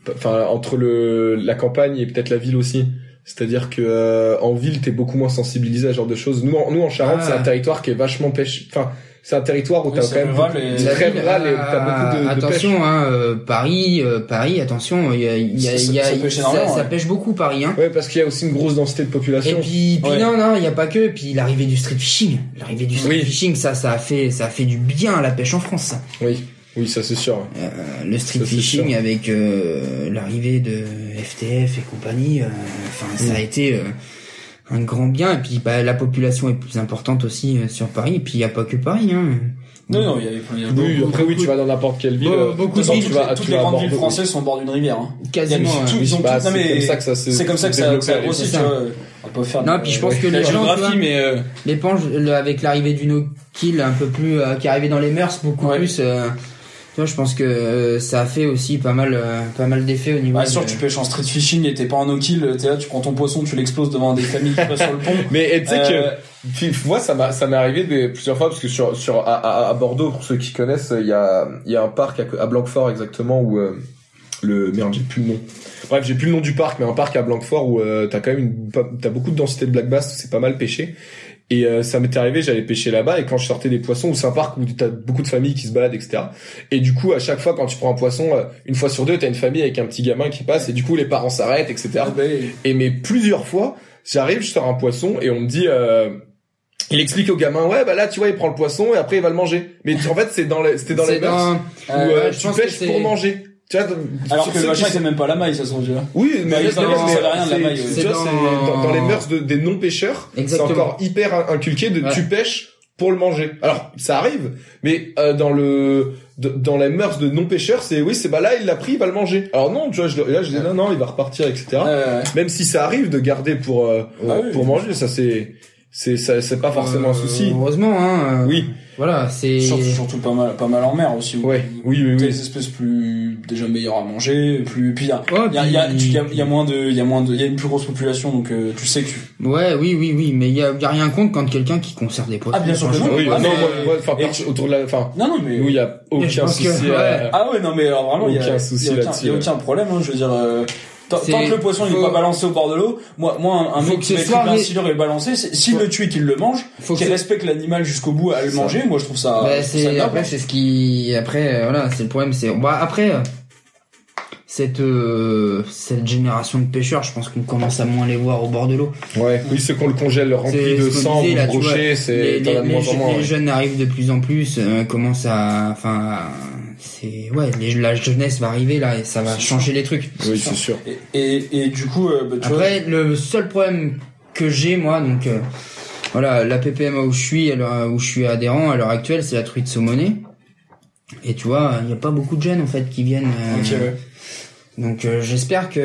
[SPEAKER 2] p- enfin entre le la campagne et peut-être la ville aussi. C'est-à-dire que euh, en ville t'es beaucoup moins sensibilisé à ce genre de choses. Nous en, nous en Charente,
[SPEAKER 4] Ah.
[SPEAKER 2] c'est un territoire qui est vachement pêche enfin c'est un territoire où
[SPEAKER 3] Oui,
[SPEAKER 2] t'as
[SPEAKER 3] c'est
[SPEAKER 2] quand même
[SPEAKER 3] rural
[SPEAKER 2] beaucoup-
[SPEAKER 3] et-
[SPEAKER 2] c'est
[SPEAKER 3] La
[SPEAKER 2] très
[SPEAKER 4] ville,
[SPEAKER 2] rural et
[SPEAKER 4] ah,
[SPEAKER 2] t'as beaucoup de, de
[SPEAKER 4] attention, hein, euh, Paris, euh, Paris, attention, il y a, il y a,
[SPEAKER 3] Ça- ça-
[SPEAKER 4] il y a-
[SPEAKER 3] ça pêche énormément,
[SPEAKER 4] ça
[SPEAKER 3] ouais.
[SPEAKER 4] pêche beaucoup Paris, hein.
[SPEAKER 2] pêche. Ouais, parce qu'il y a aussi une grosse densité de
[SPEAKER 4] Et
[SPEAKER 2] population.
[SPEAKER 4] puis, puis
[SPEAKER 3] Ouais.
[SPEAKER 4] non, non, il n'y a pas que. Puis l'arrivée du street fishing, l'arrivée du street
[SPEAKER 2] Oui.
[SPEAKER 4] fishing, ça, ça a fait, ça a fait du bien à la pêche en France. ça.
[SPEAKER 2] Oui, oui, ça c'est sûr.
[SPEAKER 4] Euh, le street
[SPEAKER 2] Ça, c'est
[SPEAKER 4] fishing
[SPEAKER 2] sûr.
[SPEAKER 4] avec euh, l'arrivée de FTF et compagnie, euh, enfin,
[SPEAKER 2] Mm.
[SPEAKER 4] ça a été euh, un grand bien. Et puis, bah, la population est plus importante aussi euh, sur Paris. Et puis, il n'y a pas que Paris, hein.
[SPEAKER 3] Non, non, il y avait plein. il y avait-
[SPEAKER 2] Oui,
[SPEAKER 4] beaucoup,
[SPEAKER 2] après oui,
[SPEAKER 4] beaucoup-
[SPEAKER 2] tu vas dans n'importe quelle ville.
[SPEAKER 4] Be-
[SPEAKER 2] euh,
[SPEAKER 4] beaucoup
[SPEAKER 3] De toute façon,
[SPEAKER 2] tu
[SPEAKER 3] toutes,
[SPEAKER 2] vas- tu
[SPEAKER 3] les, toutes
[SPEAKER 2] vas
[SPEAKER 3] les
[SPEAKER 2] à
[SPEAKER 3] grandes
[SPEAKER 2] Bordeaux,
[SPEAKER 3] villes
[SPEAKER 2] oui.
[SPEAKER 3] françaises sont au bord d'une rivière. hein.
[SPEAKER 4] Quasiment.
[SPEAKER 3] Ils ont
[SPEAKER 4] ouais.
[SPEAKER 2] Oui,
[SPEAKER 3] tout-
[SPEAKER 2] bah,
[SPEAKER 3] non, mais-
[SPEAKER 2] c'est comme ça que ça s'est
[SPEAKER 3] C'est comme ça que ça,
[SPEAKER 2] développé
[SPEAKER 3] que ça
[SPEAKER 2] à
[SPEAKER 3] a grossi, tu
[SPEAKER 4] ça.
[SPEAKER 3] vois. euh, On va pas faire.
[SPEAKER 4] Non,
[SPEAKER 3] de-
[SPEAKER 4] puis je pense
[SPEAKER 3] de
[SPEAKER 4] que
[SPEAKER 3] la
[SPEAKER 4] les gens, tu
[SPEAKER 3] géographie,
[SPEAKER 4] vois.
[SPEAKER 3] mais euh,
[SPEAKER 4] Les penches, le- avec l'arrivée du no-kill un peu plus euh, qui arrivait dans les mœurs beaucoup
[SPEAKER 3] Ouais.
[SPEAKER 4] plus euh, tu vois je pense que euh, ça a fait aussi pas mal euh, pas mal d'effets au niveau
[SPEAKER 3] bah, sûr,
[SPEAKER 4] de-
[SPEAKER 3] tu pêches en street fishing et t'es pas en no-kill. T'es là, tu prends ton poisson, tu l'exploses devant des familles qui passent sur le pont.
[SPEAKER 2] Mais et tu sais que
[SPEAKER 3] Euh,
[SPEAKER 2] Puis, moi, ça m'a, ça m'est arrivé des- plusieurs fois parce que sur, sur à, à, à Bordeaux, pour ceux qui connaissent, il y a, il y a un parc à, à Blanquefort exactement où euh, le merde, j'ai plus le nom. Bref, j'ai plus le nom du parc, mais un parc à Blanquefort où euh, t'as quand même une, pas- t'as beaucoup de densité de black bass, c'est pas mal pêché. Et euh, ça m'était arrivé, j'allais pêcher là-bas et quand je sortais des poissons, où c'est un parc où t'as beaucoup de familles qui se baladent, etc. Et du coup, à chaque fois quand tu prends un poisson, euh, une fois sur deux, t'as une famille avec un petit gamin qui passe et du coup les parents s'arrêtent, etc.
[SPEAKER 3] ah, bah, et-
[SPEAKER 2] Et mais plusieurs fois, j'arrive, je sors un poisson et on me dit, euh, il explique au gamin, ouais, bah là, tu vois, il prend le poisson et après il va le manger. Mais tu- en fait, c'est dans les, c'était dans
[SPEAKER 4] c'est
[SPEAKER 2] les mœurs où
[SPEAKER 3] euh,
[SPEAKER 2] euh,
[SPEAKER 4] ouais, je
[SPEAKER 2] tu
[SPEAKER 4] pense que
[SPEAKER 2] pêches
[SPEAKER 4] c'est-
[SPEAKER 2] pour manger. Tu vois,
[SPEAKER 3] alors
[SPEAKER 2] sur
[SPEAKER 3] que
[SPEAKER 2] ceux
[SPEAKER 3] le
[SPEAKER 2] qui
[SPEAKER 3] machin,
[SPEAKER 2] sont-
[SPEAKER 3] c'est même pas la maille, ça se trouve déjà.
[SPEAKER 2] oui, mais
[SPEAKER 3] Bah, ils
[SPEAKER 2] mais-
[SPEAKER 3] savent
[SPEAKER 2] mais-
[SPEAKER 4] rien, ils
[SPEAKER 2] mais-
[SPEAKER 3] savent rien de la
[SPEAKER 2] c'est-
[SPEAKER 3] maille,
[SPEAKER 2] tu
[SPEAKER 4] ouais.
[SPEAKER 2] vois,
[SPEAKER 4] C'est
[SPEAKER 2] c'est
[SPEAKER 4] dans-
[SPEAKER 2] dans, dans les mœurs de- des non pêcheurs, c'est
[SPEAKER 4] Exactement.
[SPEAKER 2] encore hyper inculqué de
[SPEAKER 4] Ouais.
[SPEAKER 2] tu pêches pour le manger. Alors ça arrive, mais euh, dans le de- dans les mœurs de non pêcheurs, c'est oui, c'est bah là il l'a pris, il va le manger. Alors non, tu vois, je, le- là je dis non, non, il va repartir, etc.
[SPEAKER 3] Euh,
[SPEAKER 2] Même si ça arrive de garder pour euh,
[SPEAKER 3] Ah oui.
[SPEAKER 2] pour manger, ça c'est c'est ça c'est pas forcément un
[SPEAKER 4] Euh,
[SPEAKER 2] souci.
[SPEAKER 4] heureusement hein euh,
[SPEAKER 2] Oui.
[SPEAKER 4] voilà c'est
[SPEAKER 3] surtout, surtout pas mal, pas mal en mer aussi. où-
[SPEAKER 2] Ouais, oui oui
[SPEAKER 3] T'as
[SPEAKER 2] oui.
[SPEAKER 3] des espèces plus déjà meilleures à manger, plus puis il y a
[SPEAKER 4] Ouais,
[SPEAKER 3] il y a, il y a-
[SPEAKER 4] puis-
[SPEAKER 3] tu- il y a- il y a moins de il y a moins de il y a une plus grosse population donc euh, tu sais que tu...
[SPEAKER 4] ouais oui oui oui mais il y a, y a rien contre quand quelqu'un qui conserve des poissons
[SPEAKER 3] Ah, bien sûr que
[SPEAKER 2] Ah
[SPEAKER 4] franchement.
[SPEAKER 2] oui,
[SPEAKER 3] Ah,
[SPEAKER 2] non,
[SPEAKER 3] mais-
[SPEAKER 2] moi, moi, enfin,
[SPEAKER 3] et
[SPEAKER 2] perche- autour de la enfin
[SPEAKER 3] non non mais
[SPEAKER 2] nous il y a
[SPEAKER 4] je
[SPEAKER 2] aucun
[SPEAKER 4] pense
[SPEAKER 2] souci.
[SPEAKER 4] que-
[SPEAKER 2] euh,
[SPEAKER 3] ah ouais non mais alors vraiment il y a,
[SPEAKER 2] Aucun
[SPEAKER 3] il y a
[SPEAKER 2] souci
[SPEAKER 3] aucun-
[SPEAKER 2] là-dessus,
[SPEAKER 3] il y a
[SPEAKER 2] ouais.
[SPEAKER 3] aucun problème hein, je veux dire euh, tant,
[SPEAKER 4] C'est-
[SPEAKER 3] tant que le poisson il est
[SPEAKER 4] faut-
[SPEAKER 3] pas balancé au bord de l'eau moi moi un, un
[SPEAKER 4] Faut
[SPEAKER 3] mec
[SPEAKER 4] que
[SPEAKER 3] qui
[SPEAKER 4] ce
[SPEAKER 3] met
[SPEAKER 4] soit
[SPEAKER 3] un
[SPEAKER 4] ré-
[SPEAKER 3] silure et le balancer c'est- s'il
[SPEAKER 4] Faut-
[SPEAKER 3] le tue et qu'il le mange
[SPEAKER 4] faut que
[SPEAKER 3] qu'il
[SPEAKER 4] c'est-
[SPEAKER 3] respecte l'animal jusqu'au bout à le
[SPEAKER 2] C'est ça.
[SPEAKER 3] manger moi je trouve ça,
[SPEAKER 2] Ah,
[SPEAKER 4] Bah,
[SPEAKER 3] je trouve ça
[SPEAKER 4] c'est
[SPEAKER 3] noble.
[SPEAKER 4] après c'est ce qui après euh, voilà c'est le problème c'est bah après euh, cette euh, cette génération de pêcheurs je pense qu'on commence à moins les voir au bord de l'eau
[SPEAKER 2] Ouais, oui, ceux qu'on le congèle
[SPEAKER 4] C'est
[SPEAKER 2] rempli
[SPEAKER 4] ce
[SPEAKER 2] de
[SPEAKER 4] qu'on
[SPEAKER 2] sang,
[SPEAKER 4] disait,
[SPEAKER 2] ou
[SPEAKER 4] là,
[SPEAKER 2] de
[SPEAKER 4] tu vois.
[SPEAKER 2] brochet,
[SPEAKER 4] les,
[SPEAKER 2] c'est t'en
[SPEAKER 4] les-
[SPEAKER 2] as de
[SPEAKER 4] les
[SPEAKER 2] moins en
[SPEAKER 4] je-
[SPEAKER 2] moins.
[SPEAKER 4] les
[SPEAKER 2] ouais.
[SPEAKER 4] jeunes arrivent de plus en plus, euh, commencent à, enfin, à- c'est ouais, les- la jeunesse va arriver là et ça va changer les trucs.
[SPEAKER 2] Oui, c'est sûr.
[SPEAKER 3] et, et, et du coup euh, bah, tu vois
[SPEAKER 4] Après, le seul problème que j'ai moi, donc euh, voilà, la PPMA où je suis, à l'heure- où je suis adhérent à l'heure actuelle, c'est la truite saumonée. Et tu vois, il n'y a pas beaucoup de jeunes en fait qui viennent. euh,
[SPEAKER 3] ok, ouais.
[SPEAKER 4] donc euh, j'espère que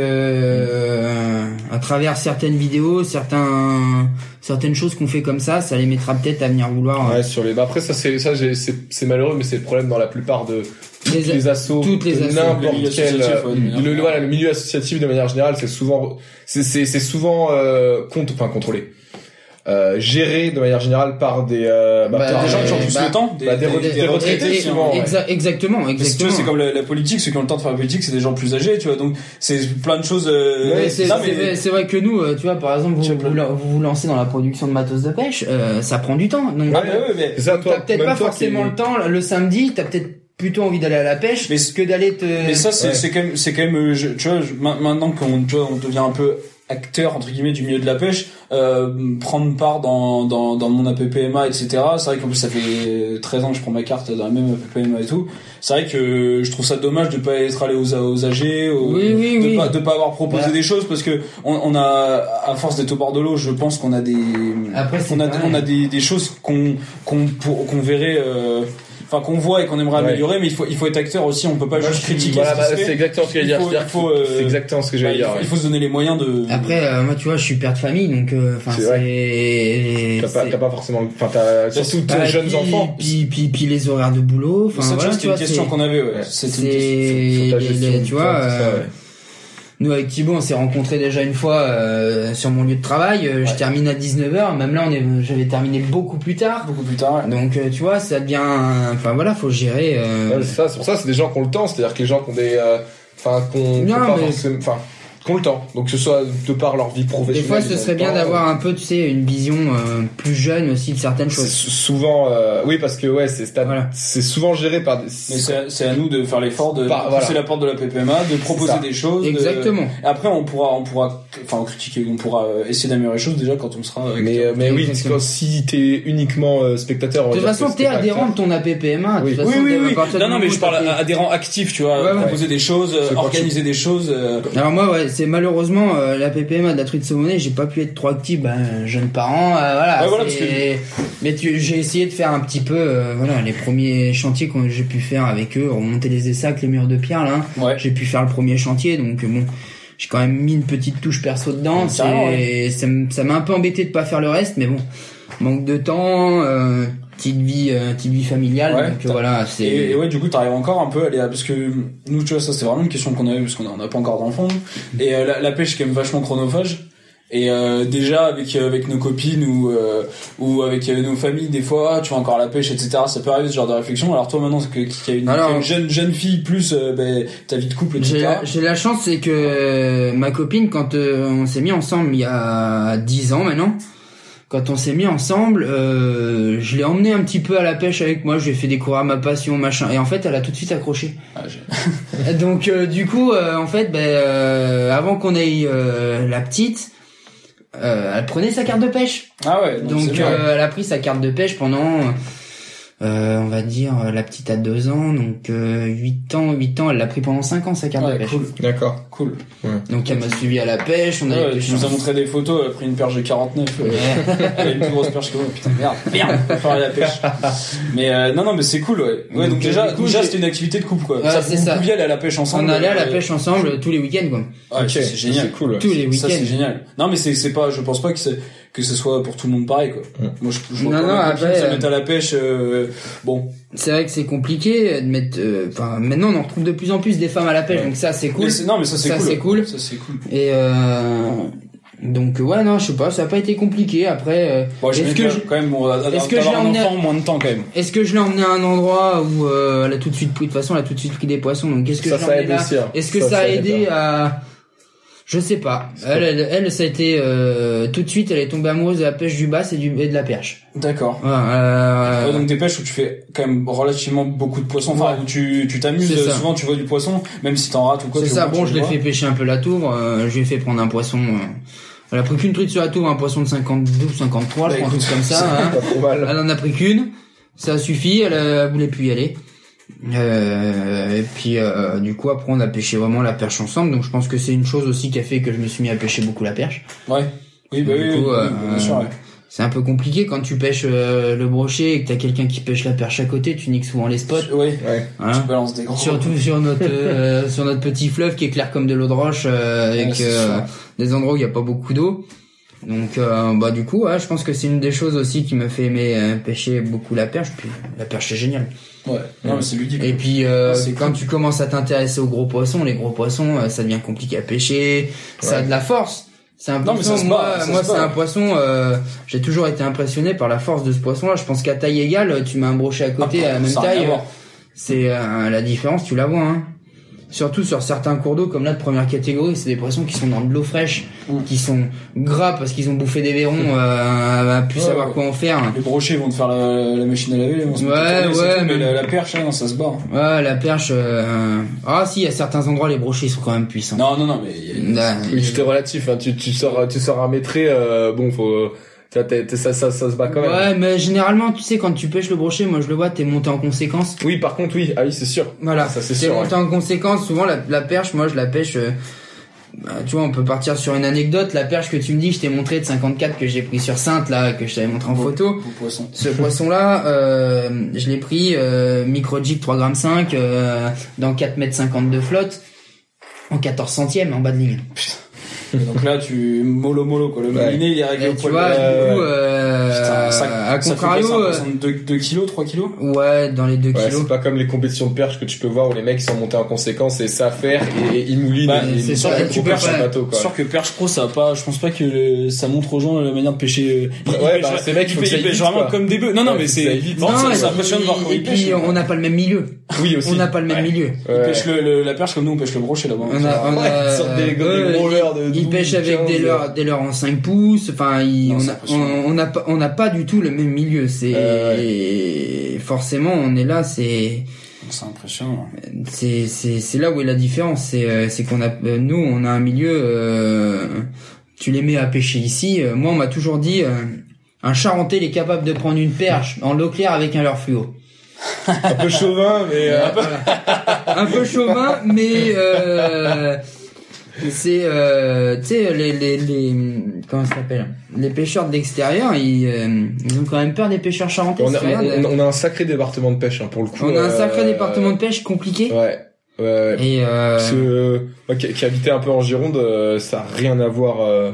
[SPEAKER 4] euh, à travers certaines vidéos, certains certaines choses qu'on fait comme ça, ça les mettra peut-être à venir vouloir euh,
[SPEAKER 2] Ouais, sur les. Bah, après, ça, c'est ça, j'ai- c'est c'est malheureux, mais c'est le problème dans la plupart de
[SPEAKER 4] Les-
[SPEAKER 2] toutes les assos,
[SPEAKER 4] toutes les
[SPEAKER 2] de
[SPEAKER 4] assos,
[SPEAKER 3] le
[SPEAKER 2] n'importe
[SPEAKER 3] milieu
[SPEAKER 2] quel.
[SPEAKER 3] associatif, ouais,
[SPEAKER 2] euh,
[SPEAKER 3] de manière
[SPEAKER 2] Le, le-
[SPEAKER 3] générale.
[SPEAKER 2] voilà, le milieu associatif de manière générale, c'est souvent, c'est c'est c'est souvent euh, compte, enfin contrôlé, euh, géré de manière générale par des euh, bah,
[SPEAKER 4] Bah,
[SPEAKER 2] par
[SPEAKER 3] des gens qui ont
[SPEAKER 4] euh,
[SPEAKER 3] plus
[SPEAKER 4] bah,
[SPEAKER 3] le temps des,
[SPEAKER 2] bah, des re- des retraités,
[SPEAKER 3] aussi, hein.
[SPEAKER 2] souvent, ouais.
[SPEAKER 4] Exa- exactement,
[SPEAKER 3] Mais si tu veux,
[SPEAKER 4] exactement.
[SPEAKER 3] c'est comme la, la politique, ceux qui ont le temps de faire la politique, c'est des gens plus âgés, tu vois. Donc c'est plein de choses. euh,
[SPEAKER 4] Ouais, c'est
[SPEAKER 3] non,
[SPEAKER 4] c'est vrai, c'est vrai que nous, euh, tu vois, par exemple,
[SPEAKER 3] Tu
[SPEAKER 4] vous
[SPEAKER 3] vois,
[SPEAKER 4] vous, la- vous vous lancez dans la production de matos de pêche, euh, ça prend du temps. Donc,
[SPEAKER 3] Ah, mais ouais, mais-
[SPEAKER 2] C'est ça, toi,
[SPEAKER 4] t'as peut-être
[SPEAKER 2] même
[SPEAKER 4] pas
[SPEAKER 2] toi
[SPEAKER 4] forcément
[SPEAKER 2] qui-
[SPEAKER 4] le temps le samedi, t'as peut-être plutôt envie d'aller à la pêche
[SPEAKER 3] Mais-
[SPEAKER 4] que d'aller te.
[SPEAKER 3] mais ça, c'est
[SPEAKER 2] Ouais.
[SPEAKER 3] c'est quand même, c'est quand même, euh, je- tu vois, je- ma- maintenant qu'on, tu vois, on devient un peu acteurs entre guillemets du milieu de la pêche euh, prendre part dans, dans, dans mon APPMA etc c'est vrai qu'en plus ça fait 13 ans que je prends ma carte dans la même APPMA et tout c'est vrai que je trouve ça dommage de pas être allé aux, aux AG aux-
[SPEAKER 4] Oui, oui,
[SPEAKER 3] de
[SPEAKER 4] oui.
[SPEAKER 3] pas de pas avoir proposé
[SPEAKER 4] Voilà.
[SPEAKER 3] des choses parce que on, on a à force d'être au bord de l'eau je pense qu'on a des
[SPEAKER 4] Après, c'est
[SPEAKER 3] on a
[SPEAKER 4] pareil.
[SPEAKER 3] on a des, des choses qu'on qu'on pour- qu'on verrait euh, enfin qu'on voit et qu'on aimerait
[SPEAKER 6] Ouais.
[SPEAKER 3] améliorer mais il faut il faut être acteur aussi on peut pas
[SPEAKER 6] Moi, je
[SPEAKER 3] juste
[SPEAKER 6] suis-
[SPEAKER 3] critiquer
[SPEAKER 6] voilà,
[SPEAKER 3] ce qui
[SPEAKER 6] bah,
[SPEAKER 3] se fait.
[SPEAKER 6] c'est exactement ce que j'allais
[SPEAKER 3] Il
[SPEAKER 6] dire.
[SPEAKER 3] faut-
[SPEAKER 6] c'est-à-dire
[SPEAKER 3] il faut,
[SPEAKER 6] que-
[SPEAKER 3] euh,
[SPEAKER 6] c'est exactement ce que
[SPEAKER 3] Bah,
[SPEAKER 6] j'allais
[SPEAKER 3] il,
[SPEAKER 6] dire.
[SPEAKER 3] faut,
[SPEAKER 6] ouais.
[SPEAKER 3] il faut se donner les moyens de.
[SPEAKER 4] Après, euh, moi, tu vois, je suis père de famille, donc euh, enfin,
[SPEAKER 2] C'est
[SPEAKER 4] c'est.
[SPEAKER 2] T'as pas,
[SPEAKER 4] c'est-
[SPEAKER 2] t'as pas forcément. Enfin, t'as surtout
[SPEAKER 4] Bah,
[SPEAKER 2] tes jeunes
[SPEAKER 4] puis-
[SPEAKER 2] enfants.
[SPEAKER 4] Puis, puis, puis les horaires de boulot. Enfin,
[SPEAKER 3] c'est
[SPEAKER 4] voilà, tu
[SPEAKER 3] une
[SPEAKER 4] vois,
[SPEAKER 3] question
[SPEAKER 4] c'est-
[SPEAKER 3] qu'on avait. Ouais.
[SPEAKER 2] Ouais.
[SPEAKER 3] C'est
[SPEAKER 4] c'est
[SPEAKER 3] une question.
[SPEAKER 4] les-
[SPEAKER 2] ta
[SPEAKER 4] les-
[SPEAKER 2] gestion du
[SPEAKER 4] tu
[SPEAKER 2] temps,
[SPEAKER 4] vois
[SPEAKER 2] tout ça,
[SPEAKER 4] euh,
[SPEAKER 2] ouais.
[SPEAKER 4] nous avec Thibaut on s'est rencontrés déjà une fois euh, sur mon lieu de travail Euh, je
[SPEAKER 3] Ouais.
[SPEAKER 4] termine à 19h même là on est j'avais terminé beaucoup plus tard
[SPEAKER 3] Beaucoup plus tard. ouais.
[SPEAKER 4] donc euh, tu vois ça devient enfin voilà faut gérer euh,
[SPEAKER 2] Ouais, c'est ça, c'est pour ça, c'est des gens qui ont le temps, c'est-à-dire que les gens qui ont des. euh, Enfin, qui ont- qui ont
[SPEAKER 4] Non,
[SPEAKER 2] pas
[SPEAKER 4] mais-
[SPEAKER 2] forcément- enfin, qui ont le temps. Donc, que ce soit de par leur vie
[SPEAKER 4] des
[SPEAKER 2] professionnelle.
[SPEAKER 4] fois
[SPEAKER 2] ils
[SPEAKER 4] ce
[SPEAKER 2] ont
[SPEAKER 4] serait
[SPEAKER 2] le
[SPEAKER 4] bien
[SPEAKER 2] temps.
[SPEAKER 4] d'avoir un peu tu sais une vision euh, plus jeune aussi de certaines
[SPEAKER 2] C'est
[SPEAKER 4] choses
[SPEAKER 2] sou- souvent. euh, oui, parce que, ouais, c'est c'est-
[SPEAKER 4] Voilà.
[SPEAKER 2] c'est souvent géré par des.
[SPEAKER 3] Mais c'est à- c'est à nous de faire l'effort de
[SPEAKER 2] Bah,
[SPEAKER 3] pousser
[SPEAKER 2] voilà.
[SPEAKER 3] la porte de la PPMA, de
[SPEAKER 2] ça.
[SPEAKER 3] proposer des choses. de-
[SPEAKER 4] exactement
[SPEAKER 3] Et Après, on pourra, on pourra, enfin, critiquer, on pourra euh, essayer d'améliorer les choses déjà quand on sera. avec-
[SPEAKER 2] Mais, euh, mais oui,
[SPEAKER 4] Exactement.
[SPEAKER 2] parce que si t'es uniquement euh, spectateur, on
[SPEAKER 4] de
[SPEAKER 2] va
[SPEAKER 4] toute
[SPEAKER 2] dire
[SPEAKER 4] façon
[SPEAKER 2] que
[SPEAKER 4] t'es
[SPEAKER 2] c'est pas
[SPEAKER 4] adhérent de ton APPMA de
[SPEAKER 2] Oui.
[SPEAKER 4] toute
[SPEAKER 3] Oui,
[SPEAKER 4] façon,
[SPEAKER 3] oui,
[SPEAKER 4] à
[SPEAKER 3] oui.
[SPEAKER 4] partir du
[SPEAKER 3] Non, non, mais
[SPEAKER 4] moment
[SPEAKER 3] je
[SPEAKER 4] où
[SPEAKER 3] parle
[SPEAKER 4] t'as
[SPEAKER 3] à- adhérent actif, tu vois,
[SPEAKER 4] Ouais, ouais.
[SPEAKER 3] proposer des choses, euh,
[SPEAKER 2] C'est quand
[SPEAKER 3] organiser des choses. euh,
[SPEAKER 4] Alors moi ouais c'est malheureusement euh, la PPMA de la truite saumonée j'ai pas pu être trop actif ben jeune parent euh, voilà,
[SPEAKER 3] Ouais, voilà,
[SPEAKER 4] c'est- mais tu j'ai essayé de faire un petit peu euh, voilà les premiers chantiers que j'ai pu faire avec eux remonter les essacs les murs de pierre là
[SPEAKER 3] Ouais.
[SPEAKER 4] j'ai pu faire le premier chantier donc euh, bon j'ai quand même mis une petite touche perso dedans
[SPEAKER 3] Ça, ouais.
[SPEAKER 4] c'est ça m- ça m'a un peu embêté de pas faire le reste mais bon manque de temps euh, petite vie euh, petite vie familiale
[SPEAKER 3] Ouais,
[SPEAKER 4] donc
[SPEAKER 3] t'as-
[SPEAKER 4] voilà c'est
[SPEAKER 3] Et, et ouais, du coup, t'arrives encore un peu à aller à- parce que nous, tu vois, ça c'est vraiment une question qu'on avait parce qu'on a- on n'a pas encore d'enfants.
[SPEAKER 4] Mhm.
[SPEAKER 3] nous. Et euh, la, la pêche, c'est quand même vachement chronophage. Et euh, déjà avec euh, avec nos copines ou euh, ou avec euh, nos familles, des fois, ah, tu vas encore à la pêche, etc. Ça peut arriver ce genre de réflexion. Alors toi, maintenant, que qu'il y a une,
[SPEAKER 4] Alors-
[SPEAKER 3] qu'il y a une jeune jeune fille plus euh, ben, ta vie de couple,
[SPEAKER 4] J'ai
[SPEAKER 3] etc.
[SPEAKER 4] la, j'ai la chance, c'est que euh, ma copine, quand euh, on s'est mis ensemble il y a 10 ans maintenant, quand on s'est mis ensemble, euh, je l'ai emmenée un petit peu à la pêche avec moi, je lui ai fait découvrir ma passion, machin, et en fait elle a tout de suite accroché.
[SPEAKER 3] Ah, j'ai-
[SPEAKER 4] Donc euh, du coup, euh, en fait, ben, euh, avant qu'on ait euh, la petite, euh, elle prenait sa carte de pêche.
[SPEAKER 3] Ah ouais. Donc, c'est
[SPEAKER 4] Donc
[SPEAKER 3] bien.
[SPEAKER 4] euh, elle a pris sa carte de pêche pendant, euh, on va dire, euh, la petite a deux ans, donc euh, 8 ans, 8 ans, elle l'a pris pendant 5 ans sa carte
[SPEAKER 3] Ouais,
[SPEAKER 4] de pêche.
[SPEAKER 3] cool,
[SPEAKER 2] D'accord.
[SPEAKER 3] cool.
[SPEAKER 4] Donc elle m'a suivi à la pêche, on a
[SPEAKER 3] Ouais, tu nous as montré des photos, elle a pris une perche de 49. euh, Elle a une plus grosse perche que moi, putain, merde, merde, faut faire aller à la pêche. Mais euh, non, non, mais c'est cool, ouais. Ouais, donc,
[SPEAKER 4] Donc, euh,
[SPEAKER 3] déjà,
[SPEAKER 4] du coup,
[SPEAKER 3] déjà
[SPEAKER 4] j'ai-
[SPEAKER 3] c'était une activité de couple, quoi.
[SPEAKER 4] Ouais,
[SPEAKER 3] ça,
[SPEAKER 4] c'est
[SPEAKER 3] vous
[SPEAKER 4] ça.
[SPEAKER 3] pouviez aller à la pêche ensemble.
[SPEAKER 4] On allait à la
[SPEAKER 3] euh,
[SPEAKER 4] pêche ensemble tous les week-ends, quoi.
[SPEAKER 3] Ouais,
[SPEAKER 2] Ok.
[SPEAKER 3] ça, Ah, c'est génial.
[SPEAKER 2] C'est cool. ouais.
[SPEAKER 4] Tous les
[SPEAKER 3] Ça, c'est
[SPEAKER 4] week-ends.
[SPEAKER 3] génial. Non, mais c'est, c'est pas, je pense pas que c'est, que ce soit pour tout le monde pareil, quoi.
[SPEAKER 2] Ouais.
[SPEAKER 3] Moi, je, je vois
[SPEAKER 4] Non,
[SPEAKER 3] pas
[SPEAKER 4] non,
[SPEAKER 3] mes copines
[SPEAKER 4] après,
[SPEAKER 3] se
[SPEAKER 4] euh,
[SPEAKER 3] mettre à la pêche, euh, bon.
[SPEAKER 4] C'est vrai que c'est compliqué de mettre. euh, Enfin, maintenant on en retrouve de plus en plus des femmes à la pêche,
[SPEAKER 2] Ouais.
[SPEAKER 4] donc ça c'est
[SPEAKER 3] Mais
[SPEAKER 4] cool.
[SPEAKER 3] c'est- non, mais ça, c'est
[SPEAKER 4] Ça,
[SPEAKER 3] cool.
[SPEAKER 4] c'est cool.
[SPEAKER 3] Ça, c'est cool.
[SPEAKER 4] Et euh, donc ouais, non, je sais pas, ça a pas été compliqué. Après, euh,
[SPEAKER 3] Bon,
[SPEAKER 4] est-ce
[SPEAKER 3] j'imagine
[SPEAKER 4] que
[SPEAKER 3] que
[SPEAKER 4] je-
[SPEAKER 3] quand même, on va,
[SPEAKER 4] est-ce que
[SPEAKER 3] d'avoir
[SPEAKER 4] je l'ai
[SPEAKER 3] un
[SPEAKER 4] emmené à-
[SPEAKER 3] enfant, moins de temps, quand même.
[SPEAKER 4] est-ce que je l'ai emmené à un endroit où euh, elle a tout de suite pris de toute façon, elle a tout de suite pris des poissons. Donc est-ce que
[SPEAKER 2] Ça,
[SPEAKER 4] je l'ai
[SPEAKER 2] ça
[SPEAKER 4] emmené
[SPEAKER 2] aide
[SPEAKER 4] là
[SPEAKER 2] aussi. hein.
[SPEAKER 4] Est-ce que ça, a
[SPEAKER 2] aide,
[SPEAKER 4] aidé
[SPEAKER 2] hein.
[SPEAKER 4] à je sais pas. Elle, elle, elle, ça a été euh, tout de suite. Elle est tombée amoureuse de la pêche du bass et, du, et de la perche.
[SPEAKER 3] D'accord.
[SPEAKER 4] Voilà, euh,
[SPEAKER 3] Ouais, donc des pêches où tu fais quand même relativement beaucoup de poissons, enfin
[SPEAKER 4] Ouais.
[SPEAKER 3] où tu tu t'amuses,
[SPEAKER 4] C'est ça.
[SPEAKER 3] souvent tu vois du poisson, même si t'en rates ou quoi.
[SPEAKER 4] C'est
[SPEAKER 3] tu
[SPEAKER 4] ça,
[SPEAKER 3] vois,
[SPEAKER 4] bon,
[SPEAKER 3] tu
[SPEAKER 4] je l'ai
[SPEAKER 3] vois.
[SPEAKER 4] fait pêcher un peu la tour, euh, je lui ai fait prendre un poisson. euh, elle a pris qu'une truite sur la tour, un poisson de 52 ou 53, je
[SPEAKER 3] Bah,
[SPEAKER 4] crois, un
[SPEAKER 3] écoute,
[SPEAKER 4] truc comme ça. hein.
[SPEAKER 2] Pas trop mal.
[SPEAKER 4] Elle en a pris qu'une, ça a suffi, elle, euh, elle voulait plus y aller. Euh, et puis, euh, du coup, après, on a pêché vraiment la perche ensemble, donc je pense que c'est une chose aussi qui a fait que je me suis mis à pêcher beaucoup la perche.
[SPEAKER 3] Ouais. Oui, bah
[SPEAKER 4] Du
[SPEAKER 3] oui,
[SPEAKER 4] coup,
[SPEAKER 3] oui, oui,
[SPEAKER 4] euh,
[SPEAKER 3] bien sûr. ouais.
[SPEAKER 4] C'est un peu compliqué quand tu pêches euh, le brochet et que t'as quelqu'un qui pêche la perche à côté, tu niques souvent les spots.
[SPEAKER 3] Ouais,
[SPEAKER 4] hein.
[SPEAKER 3] tu balances des gros.
[SPEAKER 4] Surtout sur notre euh, sur notre petit fleuve qui est clair comme de l'eau de roche euh,
[SPEAKER 3] Ouais,
[SPEAKER 4] avec
[SPEAKER 3] c'est
[SPEAKER 4] euh,
[SPEAKER 3] sûr.
[SPEAKER 4] des endroits où il n'y a pas beaucoup d'eau. Donc euh, bah du coup, ouais, je pense que c'est une des choses aussi qui m'a fait aimer euh, pêcher beaucoup la perche. Puis la perche est géniale.
[SPEAKER 3] Ouais. Non, mais c'est ludique.
[SPEAKER 4] Et puis euh,
[SPEAKER 3] Ah, c'est
[SPEAKER 4] quand tu commences à t'intéresser aux gros poissons, les gros poissons, euh, ça devient compliqué à pêcher. Ça a de la force. C'est un
[SPEAKER 3] Non, mais
[SPEAKER 4] poisson.
[SPEAKER 3] ça se
[SPEAKER 4] moi,
[SPEAKER 3] bat, ça
[SPEAKER 4] moi
[SPEAKER 3] se
[SPEAKER 4] c'est
[SPEAKER 3] bat.
[SPEAKER 4] un poisson. euh, J'ai toujours été impressionné par la force de ce poisson-là. Je pense qu'à taille égale, tu mets un brochet à côté
[SPEAKER 3] Ah,
[SPEAKER 4] à la même
[SPEAKER 3] ça a rien à
[SPEAKER 4] taille.
[SPEAKER 3] voir.
[SPEAKER 4] C'est euh, la différence, tu la vois. Hein. surtout sur certains cours d'eau, comme là de première catégorie, c'est des poissons qui sont dans de l'eau fraîche,
[SPEAKER 3] Mm.
[SPEAKER 4] qui sont gras parce qu'ils ont bouffé des verrons, euh, à plus
[SPEAKER 3] Ouais,
[SPEAKER 4] savoir
[SPEAKER 3] ouais.
[SPEAKER 4] quoi en faire.
[SPEAKER 3] Les brochets vont te faire la, la machine à laver. on se met
[SPEAKER 4] Ouais,
[SPEAKER 3] à tourner, c'est
[SPEAKER 4] ouais,
[SPEAKER 3] tout, mais
[SPEAKER 4] mais-
[SPEAKER 3] la, la perche, hein, ça se barre.
[SPEAKER 4] Ouais, la perche. euh, Ah si, à certains endroits, les brochets ils sont quand même puissants.
[SPEAKER 3] Non, non, non, mais il y a une-
[SPEAKER 4] Là,
[SPEAKER 2] Oui, tout est relatif. Hein. Tu, tu sors, tu sors à maîtrer. euh, bon, faut, euh, ça, t'es- t'es- ça, ça, ça se bat quand même.
[SPEAKER 4] Ouais, mais généralement, tu sais, quand tu pêches le brochet, moi je le vois, t'es monté en conséquence.
[SPEAKER 2] Oui, par contre, oui. Ah oui, c'est sûr.
[SPEAKER 4] Voilà,
[SPEAKER 2] Ça, c'est
[SPEAKER 4] t'es
[SPEAKER 2] sûr,
[SPEAKER 4] monté en conséquence. Souvent, la, la perche, moi je la pêche. euh, bah, tu vois, on peut partir sur une anecdote. La perche que tu me dis, je t'ai montré de 54 que j'ai pris sur Sainte, là, que je t'avais montré en photo.
[SPEAKER 3] Au poisson.
[SPEAKER 4] Ce poisson-là, euh, je l'ai pris euh, micro jig 3,5 g euh, dans 4,50 m de flotte en 14 centièmes en bas de ligne.
[SPEAKER 3] Et donc là, tu mollo mollo quoi. Le molinet, il est réglé
[SPEAKER 4] Et
[SPEAKER 3] au
[SPEAKER 4] tu
[SPEAKER 3] poil.
[SPEAKER 4] vois,
[SPEAKER 3] de-
[SPEAKER 4] du
[SPEAKER 2] euh,
[SPEAKER 4] coup, euh,
[SPEAKER 3] Putain, ça, ça
[SPEAKER 4] à
[SPEAKER 3] fait
[SPEAKER 4] contrario,
[SPEAKER 3] quoi,
[SPEAKER 4] euh,
[SPEAKER 3] ça, un poisson de 2 kilos, 3 kilos
[SPEAKER 4] ouais, dans les 2
[SPEAKER 2] Ouais,
[SPEAKER 4] kilos.
[SPEAKER 2] c'est pas comme les compétitions de perche que tu peux voir où les mecs sont montés en conséquence et ça faire et, et ils moulinent.
[SPEAKER 3] Bah,
[SPEAKER 2] et ils
[SPEAKER 4] c'est
[SPEAKER 2] sortent
[SPEAKER 4] ça,
[SPEAKER 2] des
[SPEAKER 4] tu
[SPEAKER 2] gros
[SPEAKER 4] peux
[SPEAKER 2] perches
[SPEAKER 4] pas-
[SPEAKER 2] en bateau, quoi.
[SPEAKER 3] sûr que perche pro ça va pas je pense pas que le- ça montre aux gens la manière de pêcher euh,
[SPEAKER 2] Ouais,
[SPEAKER 3] ils
[SPEAKER 2] bah,
[SPEAKER 3] pêchent-
[SPEAKER 2] ces mecs,
[SPEAKER 3] ils
[SPEAKER 2] faut que ça
[SPEAKER 3] pêchent
[SPEAKER 2] aille vite,
[SPEAKER 3] vraiment
[SPEAKER 2] quoi.
[SPEAKER 3] comme des bœufs non non
[SPEAKER 2] Ouais,
[SPEAKER 3] mais
[SPEAKER 2] faut que ça aille
[SPEAKER 3] c'est
[SPEAKER 2] vite.
[SPEAKER 3] vraiment,
[SPEAKER 4] Non,
[SPEAKER 3] c'est-
[SPEAKER 4] et
[SPEAKER 3] c'est impressionnant de voir
[SPEAKER 4] puis-
[SPEAKER 3] comment hein. ils
[SPEAKER 4] et
[SPEAKER 3] pêchent
[SPEAKER 4] puis, on n'a pas le même milieu.
[SPEAKER 2] Oui, aussi.
[SPEAKER 4] On n'a pas le même
[SPEAKER 2] Ouais.
[SPEAKER 4] milieu.
[SPEAKER 3] ils
[SPEAKER 2] Ouais.
[SPEAKER 3] pêchent le, le- la perche comme nous on pêche le brochet là-bas
[SPEAKER 4] On a, on
[SPEAKER 2] Ouais,
[SPEAKER 4] a-
[SPEAKER 2] ils sortent des- des
[SPEAKER 4] eux,
[SPEAKER 2] gros
[SPEAKER 4] ils-
[SPEAKER 2] leurres de
[SPEAKER 4] Ils
[SPEAKER 2] 12,
[SPEAKER 4] pêchent avec
[SPEAKER 2] 15,
[SPEAKER 4] des leurres, des leurres en 5 pouces. Enfin, ils-
[SPEAKER 3] Non,
[SPEAKER 4] on
[SPEAKER 3] c'est
[SPEAKER 4] a-
[SPEAKER 3] impressionnant.
[SPEAKER 4] on n'a pas, on n'a pas du tout le même milieu. C'est forcément, on est là. C'est,
[SPEAKER 3] c'est impressionnant
[SPEAKER 4] c'est, c'est, c'est là où est la différence. C'est, euh, c'est qu'on a, euh, nous, on a un milieu. euh, tu les mets à pêcher ici. Euh, Moi, on m'a toujours dit, euh, un Charentais, il est capable de prendre une perche en l'eau claire avec un leurre fluo.
[SPEAKER 2] Un peu chauvin, mais. euh,
[SPEAKER 4] Voilà. un peu chauvin, mais euh, c'est euh, tu sais les les les comment ça s'appelle les pêcheurs de l'extérieur ils euh, ils ont quand même peur des pêcheurs charentais.
[SPEAKER 2] on, a,
[SPEAKER 4] c'est rien,
[SPEAKER 2] on, on a un sacré département de pêche hein, pour le coup.
[SPEAKER 4] on a un
[SPEAKER 2] euh,
[SPEAKER 4] sacré département de pêche compliqué
[SPEAKER 2] Ouais. Ouais, ouais.
[SPEAKER 4] et euh,
[SPEAKER 2] Parce que, euh, moi qui, qui habitait un peu en Gironde, euh, ça a rien à voir. euh,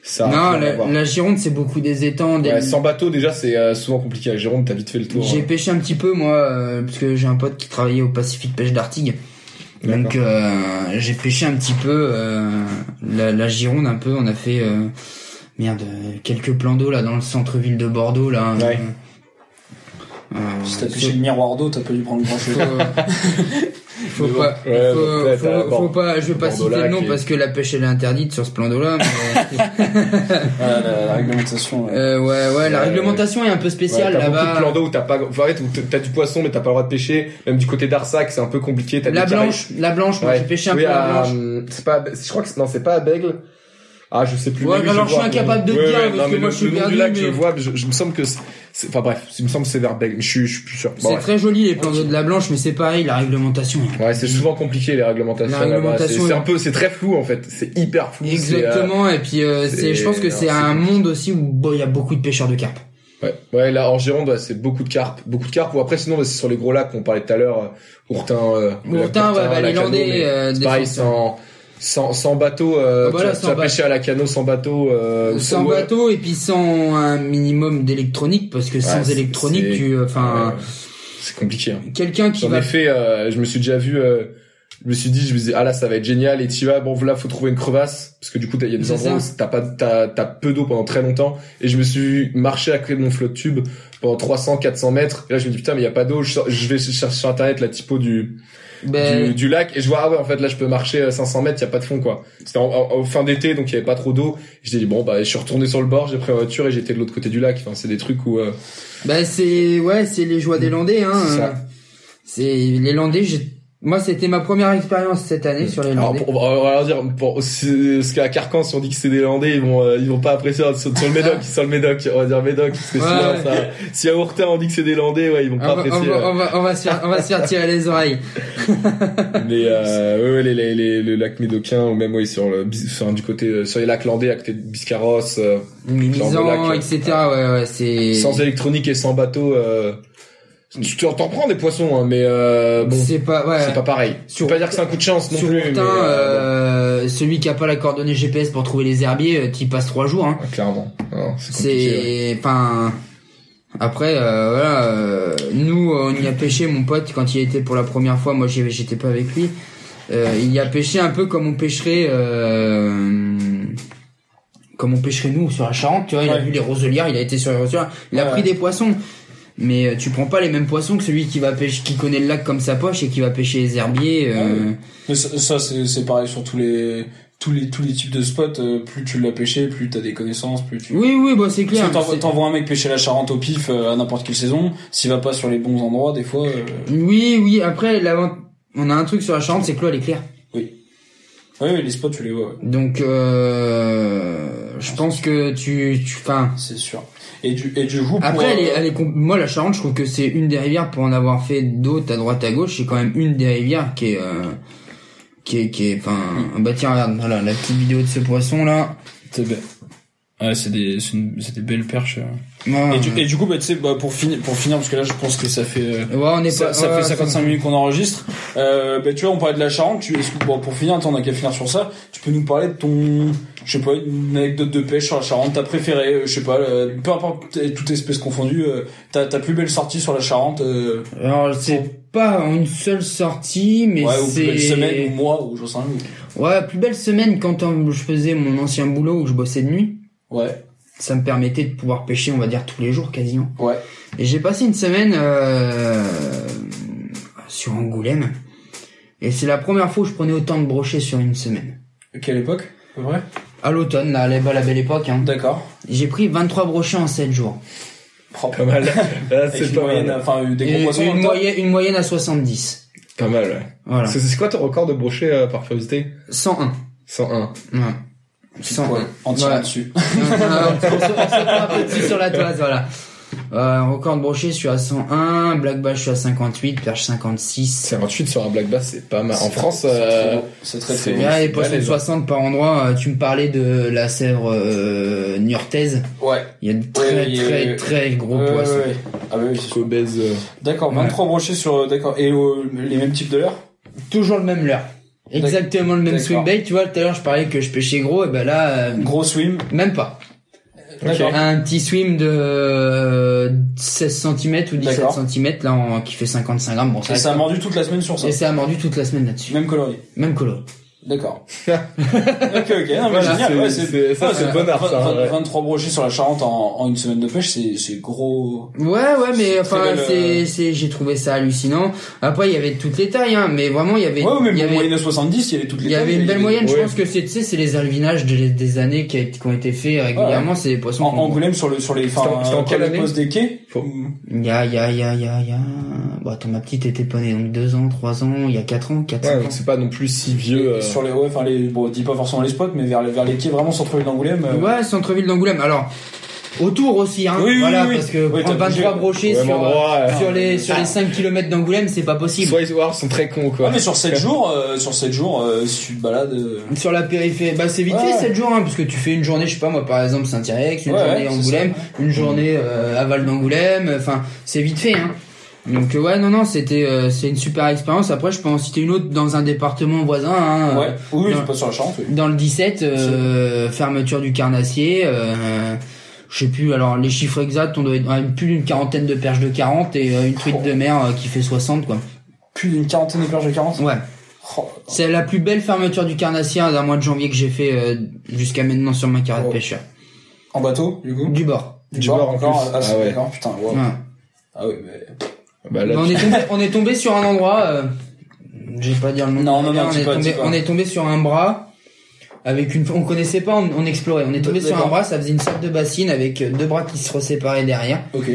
[SPEAKER 2] ça a
[SPEAKER 4] non
[SPEAKER 2] rien à
[SPEAKER 4] la,
[SPEAKER 2] voir.
[SPEAKER 4] la Gironde c'est beaucoup des étangs des
[SPEAKER 2] Ouais, sans bateau déjà c'est euh, souvent compliqué à Gironde, t'as vite fait le tour.
[SPEAKER 4] J'ai
[SPEAKER 2] hein.
[SPEAKER 4] pêché un petit peu moi euh, parce que j'ai un pote qui travaillait au Pacifique Pêche d'Artigues.
[SPEAKER 2] D'accord.
[SPEAKER 4] Donc euh, j'ai pêché un petit peu euh, la, la Gironde un peu. On a fait euh, merde euh, quelques plans d'eau là dans le centre-ville de Bordeaux là. hein.
[SPEAKER 2] Ouais.
[SPEAKER 4] Euh,
[SPEAKER 3] si t'as
[SPEAKER 4] euh,
[SPEAKER 3] pêché le miroir d'eau t'as pas dû prendre le brochet
[SPEAKER 4] faut, faut
[SPEAKER 2] Mais bon.
[SPEAKER 4] pas,
[SPEAKER 2] Ouais,
[SPEAKER 4] faut,
[SPEAKER 2] bah, t'as-
[SPEAKER 4] faut, faut
[SPEAKER 2] bon.
[SPEAKER 4] pas, je vais pas citer le
[SPEAKER 2] Bordeaux-Lac
[SPEAKER 4] nom
[SPEAKER 2] et-
[SPEAKER 4] parce que la pêche elle est interdite sur ce plan d'eau là. Mais,
[SPEAKER 3] Voilà, la, la réglementation ouais.
[SPEAKER 4] euh, ouais, ouais, la
[SPEAKER 2] Ouais,
[SPEAKER 4] réglementation est un peu
[SPEAKER 2] Ouais,
[SPEAKER 4] spéciale
[SPEAKER 2] t'as beaucoup de
[SPEAKER 4] là-bas.
[SPEAKER 2] plans d'eau où t'as pas, enfin, en fait, où t- t'as du poisson mais t'as pas le droit de pêcher. Même du côté d'Arsac c'est un peu compliqué. T'as
[SPEAKER 4] La
[SPEAKER 2] des carrés.
[SPEAKER 4] blanche, la blanche, moi
[SPEAKER 2] Ouais.
[SPEAKER 4] j'ai pêché un
[SPEAKER 2] Oui,
[SPEAKER 4] peu la
[SPEAKER 2] à,
[SPEAKER 4] blanche.
[SPEAKER 2] euh, C'est pas, à Be- je crois que c'est- non c'est pas à Bègle. Ah je sais plus.
[SPEAKER 4] Ouais,
[SPEAKER 2] mais oui,
[SPEAKER 4] alors je
[SPEAKER 2] vois,
[SPEAKER 4] suis incapable de
[SPEAKER 2] ouais,
[SPEAKER 4] dire,
[SPEAKER 2] ouais,
[SPEAKER 4] parce
[SPEAKER 2] non,
[SPEAKER 4] que
[SPEAKER 2] mais
[SPEAKER 4] moi,
[SPEAKER 2] le-
[SPEAKER 4] je suis
[SPEAKER 2] le nom
[SPEAKER 4] perdu,
[SPEAKER 2] du lac, je
[SPEAKER 4] mais-
[SPEAKER 2] vois, mais je, je me semble que, c'est- c'est- enfin bref, il me semble que c'est vers Bègle. mais Je suis, je suis plus sûr. Bon,
[SPEAKER 4] C'est
[SPEAKER 2] ouais.
[SPEAKER 4] très joli les plans d'eau de la blanche, mais c'est pareil, la réglementation. hein. est
[SPEAKER 2] Ouais, c'est souvent compliqué les réglementations.
[SPEAKER 4] La
[SPEAKER 2] là-bas.
[SPEAKER 4] réglementation,
[SPEAKER 2] C'est- c'est
[SPEAKER 4] là.
[SPEAKER 2] un peu, c'est très flou en fait. C'est hyper flou. c'est, euh,
[SPEAKER 4] Exactement, et puis euh, c'est,
[SPEAKER 2] c'est-
[SPEAKER 4] je pense que
[SPEAKER 2] alors,
[SPEAKER 4] c'est
[SPEAKER 2] c'est
[SPEAKER 4] un
[SPEAKER 2] compliqué.
[SPEAKER 4] monde aussi où bon, il y a beaucoup de pêcheurs de carpe.
[SPEAKER 2] euh, Ouais, ouais, là en Gironde, ouais, c'est beaucoup de carpes, beaucoup de carpes. Ou après, sinon, bah, c'est sur les gros lacs qu'on parlait tout à l'heure, euh, Ourtin, euh, le lac
[SPEAKER 4] Ourtin, ouais, bah, les
[SPEAKER 2] Lacano,
[SPEAKER 4] Landais,
[SPEAKER 2] mais
[SPEAKER 4] euh,
[SPEAKER 2] c'est
[SPEAKER 4] des
[SPEAKER 2] pareil,
[SPEAKER 4] Français.
[SPEAKER 2] sans, sans, sans bateau, euh,
[SPEAKER 4] Ah,
[SPEAKER 2] tu
[SPEAKER 4] voilà,
[SPEAKER 2] vas- tu
[SPEAKER 4] sans
[SPEAKER 2] vas
[SPEAKER 4] ba-
[SPEAKER 2] pêcher à la canot sans bateau, euh, ou
[SPEAKER 4] sans
[SPEAKER 2] ou, euh,
[SPEAKER 4] bateau et puis sans un minimum d'électronique, parce que sans
[SPEAKER 2] c'est-
[SPEAKER 4] électronique,
[SPEAKER 2] c'est-
[SPEAKER 4] tu, euh, enfin,
[SPEAKER 2] euh, c'est compliqué. Hein.
[SPEAKER 4] quelqu'un qui
[SPEAKER 2] J'en
[SPEAKER 4] va,
[SPEAKER 2] ai fait, euh, je me suis déjà vu, euh, je me suis dit, je me disais, ah là, ça va être génial, et tu vas, bon, là, faut trouver une crevasse, parce que du coup, t'as- il y a des
[SPEAKER 4] C'est
[SPEAKER 2] endroits où
[SPEAKER 4] ça.
[SPEAKER 2] t'as pas, t'as, t'as peu d'eau pendant très longtemps, et je me suis marché à côté de mon flotte tube pendant 300, 400 mètres, et là, je me dis, putain, mais il y a pas d'eau, je, sors- je vais chercher sur internet la typo du,
[SPEAKER 4] ben,
[SPEAKER 2] du, du lac, et je vois, ah ouais, en fait, là, je peux marcher euh, 500 mètres, il y a pas de fond, quoi. C'était en, en- en fin d'été, donc il y avait pas trop d'eau, je dis, bon, bah, je suis retourné sur le bord, j'ai pris ma voiture, et j'étais de l'autre côté du lac, enfin, c'est des trucs où, euh,
[SPEAKER 4] ben, c'est, ouais, c'est les joies des Landais, hein.
[SPEAKER 2] C'est ça.
[SPEAKER 4] C'est les Landais, j'ai, moi c'était ma première expérience cette année sur les
[SPEAKER 2] Alors,
[SPEAKER 4] Landais.
[SPEAKER 2] pour, on va leur dire, pour, c'est- parce qu'à Carcan, si on dit que c'est des Landais, ils vont, euh, ils vont pas apprécier sur, sur le Médoc, sur le Médoc, on va dire Médoc, parce que
[SPEAKER 4] Ouais,
[SPEAKER 2] sinon,
[SPEAKER 4] ouais. Ah, bah,
[SPEAKER 2] ça, si à Ourtin on dit que c'est des Landais, ouais, ils vont
[SPEAKER 4] On
[SPEAKER 2] pas
[SPEAKER 4] va, on,
[SPEAKER 2] apprécier.
[SPEAKER 4] va, on, va, on va se faire, on va se faire tirer les oreilles. ah.
[SPEAKER 2] ouais. Mais, euh, ouais, ouais, les, les, les- le lac médocain, ou même, ouais, sur le, bis- enfin, du côté, euh, sur les lacs landais, à côté de Biscarrosse, euh,
[SPEAKER 4] Mélisant,
[SPEAKER 2] lac,
[SPEAKER 4] etc. Ouais, ouais, c'est.
[SPEAKER 2] sans électronique et sans bateau, euh, tu tu en t'en prends des poissons, hein, mais, euh, bon,
[SPEAKER 4] c'est pas, ouais.
[SPEAKER 2] c'est pas pareil. Tu
[SPEAKER 4] Sur-
[SPEAKER 2] peux pas dire que c'est un coup de chance non
[SPEAKER 4] Sur
[SPEAKER 2] plus,
[SPEAKER 4] Ourtin,
[SPEAKER 2] mais, euh,
[SPEAKER 4] euh, celui qui a pas la coordonnée GPS pour trouver les herbiers, euh, t'y passes trois jours. Hein.
[SPEAKER 2] bon, clairement. Non, c'est compliqué, ouais.
[SPEAKER 4] C'est, enfin, après, euh, voilà, euh, nous, euh, on y a pêché mon pote quand il était pour la première fois. Moi, j'y- j'étais pas avec lui. Euh, il y a pêché un peu comme on pêcherait, euh, comme on pêcherait nous sur la Charente. Tu vois, il a
[SPEAKER 3] Ouais.
[SPEAKER 4] vu les roselières, il a été sur les roselières, il a
[SPEAKER 3] Ouais,
[SPEAKER 4] pris
[SPEAKER 3] ouais.
[SPEAKER 4] des poissons. mais euh, tu prends pas les mêmes poissons que celui qui va pêcher, qui connaît le lac comme sa poche et qui va pêcher les herbiers. euh,
[SPEAKER 3] Mais ça, ça, c'est c'est pareil sur tous les tous les tous les types de spots. euh, plus tu l'as pêché, plus t'as des connaissances, plus tu.
[SPEAKER 4] Oui, oui, bah c'est
[SPEAKER 3] Parce
[SPEAKER 4] clair.
[SPEAKER 3] que t'envo-
[SPEAKER 4] c'est-
[SPEAKER 3] T'envoies un mec pêcher la Charente au pif euh, à n'importe quelle saison, s'il va pas sur les bons endroits, des fois. euh,
[SPEAKER 4] Oui, oui. Après, l'avant- on a un truc sur la Charente, c'est que l'eau elle est claire.
[SPEAKER 3] Ouais, ouais, les spots tu les vois, ouais.
[SPEAKER 4] Donc, euh, je pense que tu, tu, enfin.
[SPEAKER 3] c'est sûr. Et du et du coup pour,
[SPEAKER 4] Après, elle est,
[SPEAKER 3] euh,
[SPEAKER 4] elle est com- moi la Charente, je trouve que c'est une des rivières pour en avoir fait d'autres à droite à gauche. C'est quand même une des rivières qui est, euh, qui est, qui est, enfin.
[SPEAKER 3] Mm.
[SPEAKER 4] Bah tiens, regarde, voilà la petite vidéo de ce poisson là.
[SPEAKER 5] C'est bien. Ouais, c'est des, c'est une- c'est des belles perches. hein.
[SPEAKER 4] Ouais,
[SPEAKER 3] et, du, et du coup bah tu sais bah, pour finir pour finir parce que là je pense que ça fait euh,
[SPEAKER 4] ouais, on est
[SPEAKER 3] ça,
[SPEAKER 4] pas.
[SPEAKER 3] ça
[SPEAKER 4] ouais,
[SPEAKER 3] fait 55 minutes qu'on enregistre. Euh, bah, tu vois, on parlait de la Charente. Tu, est-ce que- bon, pour finir, attends, on a qu'à finir sur ça. Tu peux nous parler de ton, je sais pas, une anecdote de pêche sur la Charente, ta préférée, euh, je sais pas, euh, peu importe, t- toute espèce confondue, euh, ta, ta plus belle sortie sur la Charente, euh,
[SPEAKER 4] Alors c'est pas en une seule sortie, mais
[SPEAKER 3] ouais, ou plus
[SPEAKER 4] c'est.
[SPEAKER 3] belle semaine, ou mois, ou j'en sais rien.
[SPEAKER 4] Ouais, plus belle semaine quand euh, je faisais mon ancien boulot où je bossais de nuit.
[SPEAKER 3] ou- Ouais,
[SPEAKER 4] Ça me permettait de pouvoir pêcher, on va dire, tous les jours quasiment.
[SPEAKER 3] ouais.
[SPEAKER 4] Et j'ai passé une semaine euh, sur Angoulême. Et c'est la première fois où je prenais autant de brochets sur une semaine.
[SPEAKER 3] Quelle époque, à peu près
[SPEAKER 4] À l'automne, là, à la à la belle époque. Hein.
[SPEAKER 3] D'accord.
[SPEAKER 4] J'ai pris 23 brochets en 7 jours.
[SPEAKER 3] Propre.
[SPEAKER 2] Pas mal. Là,
[SPEAKER 3] Avec
[SPEAKER 2] c'est
[SPEAKER 3] une
[SPEAKER 2] pas
[SPEAKER 3] moyenne,
[SPEAKER 2] mal.
[SPEAKER 3] enfin, euh, des gros
[SPEAKER 4] Et
[SPEAKER 3] poissons. dans
[SPEAKER 4] une,
[SPEAKER 3] le tas.
[SPEAKER 4] moyenne, une moyenne à 70.
[SPEAKER 2] Pas mal, ouais.
[SPEAKER 4] Voilà.
[SPEAKER 2] C'est c'est quoi ton record de brochet euh, par curiosité
[SPEAKER 4] 101.
[SPEAKER 2] 101.
[SPEAKER 4] Ouais.
[SPEAKER 3] Petite
[SPEAKER 4] 101.
[SPEAKER 3] poêle, en tirant
[SPEAKER 4] Ouais.
[SPEAKER 3] dessus.
[SPEAKER 4] Non, non, non, on se- on se- on se prend un peu dessus sur la toise, voilà. Euh, record de brochet, je suis à 101. Black Bass, je suis à 58. Perche, 56.
[SPEAKER 2] 58 sur un black bass, c'est pas mal. En
[SPEAKER 3] C'est-
[SPEAKER 2] France,
[SPEAKER 3] c'est très
[SPEAKER 2] euh,
[SPEAKER 3] beau, c'est très
[SPEAKER 2] c'est-
[SPEAKER 3] très beau.
[SPEAKER 4] Il y a les
[SPEAKER 2] c'est
[SPEAKER 4] poissons de
[SPEAKER 2] balèze.
[SPEAKER 4] 60 par endroit. Euh, Tu me parlais de la Sèvre euh, niortaise.
[SPEAKER 3] Ouais.
[SPEAKER 4] Il y a de très
[SPEAKER 3] Ouais, il y a-
[SPEAKER 4] très très gros
[SPEAKER 3] Ouais,
[SPEAKER 4] poissons.
[SPEAKER 3] ouais, ouais. Ah bah oui, c'est sûr.
[SPEAKER 2] Cobèze, euh,
[SPEAKER 3] D'accord, 23 brochets sur. D'accord, et euh, les mêmes types de leurre
[SPEAKER 4] Toujours le même leurre. Exactement le même
[SPEAKER 3] D'accord.
[SPEAKER 4] swim bait. Tu vois, tout à l'heure je parlais que je pêchais gros, et ben là, euh,
[SPEAKER 3] Gros swim.
[SPEAKER 4] même pas.
[SPEAKER 3] D'accord.
[SPEAKER 4] Un petit swim de euh, 16 cm ou 17
[SPEAKER 3] D'accord.
[SPEAKER 4] cm là en- qui fait 55 grammes. Bon,
[SPEAKER 3] Et ça a
[SPEAKER 4] reste-
[SPEAKER 3] mordu toute la semaine sur ça.
[SPEAKER 4] Et ça a mordu toute la semaine là-dessus.
[SPEAKER 3] Même coloris.
[SPEAKER 4] Même color.
[SPEAKER 3] D'accord. ok, ok. Non, Ah, mais
[SPEAKER 2] Voilà,
[SPEAKER 3] génial.
[SPEAKER 2] c'est-
[SPEAKER 3] Ouais,
[SPEAKER 2] c'est- ça,
[SPEAKER 3] ouais,
[SPEAKER 2] c'est bon art,
[SPEAKER 3] vingt-
[SPEAKER 2] ça,
[SPEAKER 3] vingt-
[SPEAKER 2] ouais.
[SPEAKER 3] 23 brochets sur la Charente en, en une semaine de pêche, c'est, c'est gros.
[SPEAKER 4] Ouais, ouais, mais
[SPEAKER 3] C'est
[SPEAKER 4] enfin,
[SPEAKER 3] très belle,
[SPEAKER 4] c'est,
[SPEAKER 3] euh,
[SPEAKER 4] c'est, j'ai trouvé ça hallucinant. Après, il y avait de toutes les tailles, hein, mais vraiment, il y avait,
[SPEAKER 3] Ouais, ouais, mais
[SPEAKER 4] il y
[SPEAKER 3] pour
[SPEAKER 4] avait,
[SPEAKER 3] moyenne à 70, il y avait toutes les
[SPEAKER 4] il y avait
[SPEAKER 3] tailles,
[SPEAKER 4] une belle
[SPEAKER 3] il y avait-
[SPEAKER 4] moyenne. Je
[SPEAKER 2] ouais.
[SPEAKER 4] pense que c'est, tu sais, c'est les alvinages des, des années qui, a- qui ont été faits régulièrement. C'est des poissons.
[SPEAKER 3] En
[SPEAKER 4] qu'on-
[SPEAKER 3] Angoulême, sur, le, sur les.
[SPEAKER 2] C'était en-
[SPEAKER 3] Enfin,
[SPEAKER 2] c'était en
[SPEAKER 3] euh,
[SPEAKER 2] quelle
[SPEAKER 3] la
[SPEAKER 2] année
[SPEAKER 3] pose des quais.
[SPEAKER 2] Faut-
[SPEAKER 4] Il y a, il y a, il y a, il y a, il y a- Bon, attends, ma petite était pas née, donc deux ans, trois ans, il y a quatre ans, quatre
[SPEAKER 2] Ouais,
[SPEAKER 4] ans.
[SPEAKER 2] donc c'est pas non plus si vieux. euh,
[SPEAKER 3] Sur les. Ouais, enfin, les. Bon, dis pas forcément les spots, mais vers, les- vers les quais, vraiment, centre-ville d'Angoulême. euh,
[SPEAKER 4] Ouais, centre-ville d'Angoulême. Alors, autour aussi, hein.
[SPEAKER 3] Oui, oui,
[SPEAKER 4] voilà,
[SPEAKER 3] oui, oui.
[SPEAKER 4] parce que
[SPEAKER 3] Oui,
[SPEAKER 4] prendre
[SPEAKER 3] t'as bougé.
[SPEAKER 4] 23 brochets
[SPEAKER 2] au même
[SPEAKER 4] sur,
[SPEAKER 2] endroit, euh,
[SPEAKER 4] sur les, sur les
[SPEAKER 3] Ah.
[SPEAKER 4] 5 km d'Angoulême, c'est pas possible.
[SPEAKER 2] Soit ils ou alors, ils sont très cons,
[SPEAKER 3] Ah,
[SPEAKER 2] quoi.
[SPEAKER 3] mais sur 7 jours, euh, sur 7 jours, euh, si tu te balades. euh,
[SPEAKER 4] Sur la périphérie, bah c'est vite
[SPEAKER 3] Ouais.
[SPEAKER 4] fait 7 jours, hein, parce que tu fais une journée, je sais pas moi, par exemple Saint-Irex, une
[SPEAKER 3] Ouais,
[SPEAKER 4] journée
[SPEAKER 3] ouais, c'est
[SPEAKER 4] Angoulême, une journée euh, aval d'Angoulême, enfin c'est vite fait. Hein. Donc euh, ouais, non, non, c'était euh, c'est une super expérience. Après, je peux en citer une autre dans un département voisin, hein,
[SPEAKER 3] Ouais, oui, oui,
[SPEAKER 4] non.
[SPEAKER 3] c'est pas sur la Charente, oui.
[SPEAKER 4] euh, dans le 17, euh, fermeture du Carnassier. Euh, je sais plus, alors les chiffres exacts, on doit être ouais, plus d'une quarantaine de perches de 40 et euh, une
[SPEAKER 3] Oh.
[SPEAKER 4] truite de mer euh, qui fait 60 quoi.
[SPEAKER 3] Plus d'une quarantaine de perches de 40.
[SPEAKER 4] Ouais.
[SPEAKER 3] Oh,
[SPEAKER 4] C'est la plus belle fermeture du Carnassier d'un mois de janvier que j'ai fait euh, jusqu'à maintenant sur ma carrière de
[SPEAKER 3] Oh.
[SPEAKER 4] pêcheur.
[SPEAKER 3] En bateau, du coup
[SPEAKER 4] Du bord.
[SPEAKER 3] Du,
[SPEAKER 2] Du
[SPEAKER 3] bord,
[SPEAKER 2] bord, en
[SPEAKER 3] encore
[SPEAKER 2] plus.
[SPEAKER 3] Ah, c'est
[SPEAKER 2] Ah ouais.
[SPEAKER 3] d'accord, putain, wow.
[SPEAKER 4] Ouais.
[SPEAKER 3] Ah ouais, mais...
[SPEAKER 2] Bah, là,
[SPEAKER 4] Mais on, est tombé, on est tombé sur un endroit. euh, je vais pas dire le nom.
[SPEAKER 3] Non, non, non,
[SPEAKER 4] on,
[SPEAKER 3] dis
[SPEAKER 4] est
[SPEAKER 3] pas, dis
[SPEAKER 4] tombé,
[SPEAKER 3] pas.
[SPEAKER 4] on est tombé sur un bras avec une. On connaissait pas, on, on explorait. On est tombé sur un
[SPEAKER 3] D'accord.
[SPEAKER 4] bras, ça faisait une sorte de bassine avec euh, deux bras qui se reséparaient derrière.
[SPEAKER 3] Ok.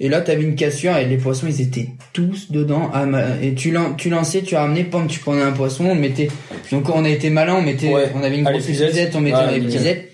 [SPEAKER 4] Et là, t'avais une cassure et les poissons, ils étaient tous dedans. à ma- Et tu, lan- tu lançais, tu ramenais, pam, tu prenais un poisson, on le mettait. Donc on a été malin, on mettait,
[SPEAKER 3] Ouais.
[SPEAKER 4] on avait une
[SPEAKER 3] Ah,
[SPEAKER 4] grosse
[SPEAKER 3] les pisettes.
[SPEAKER 4] pisette, on mettait
[SPEAKER 3] Ah,
[SPEAKER 4] les
[SPEAKER 3] nickel.
[SPEAKER 4] pisettes.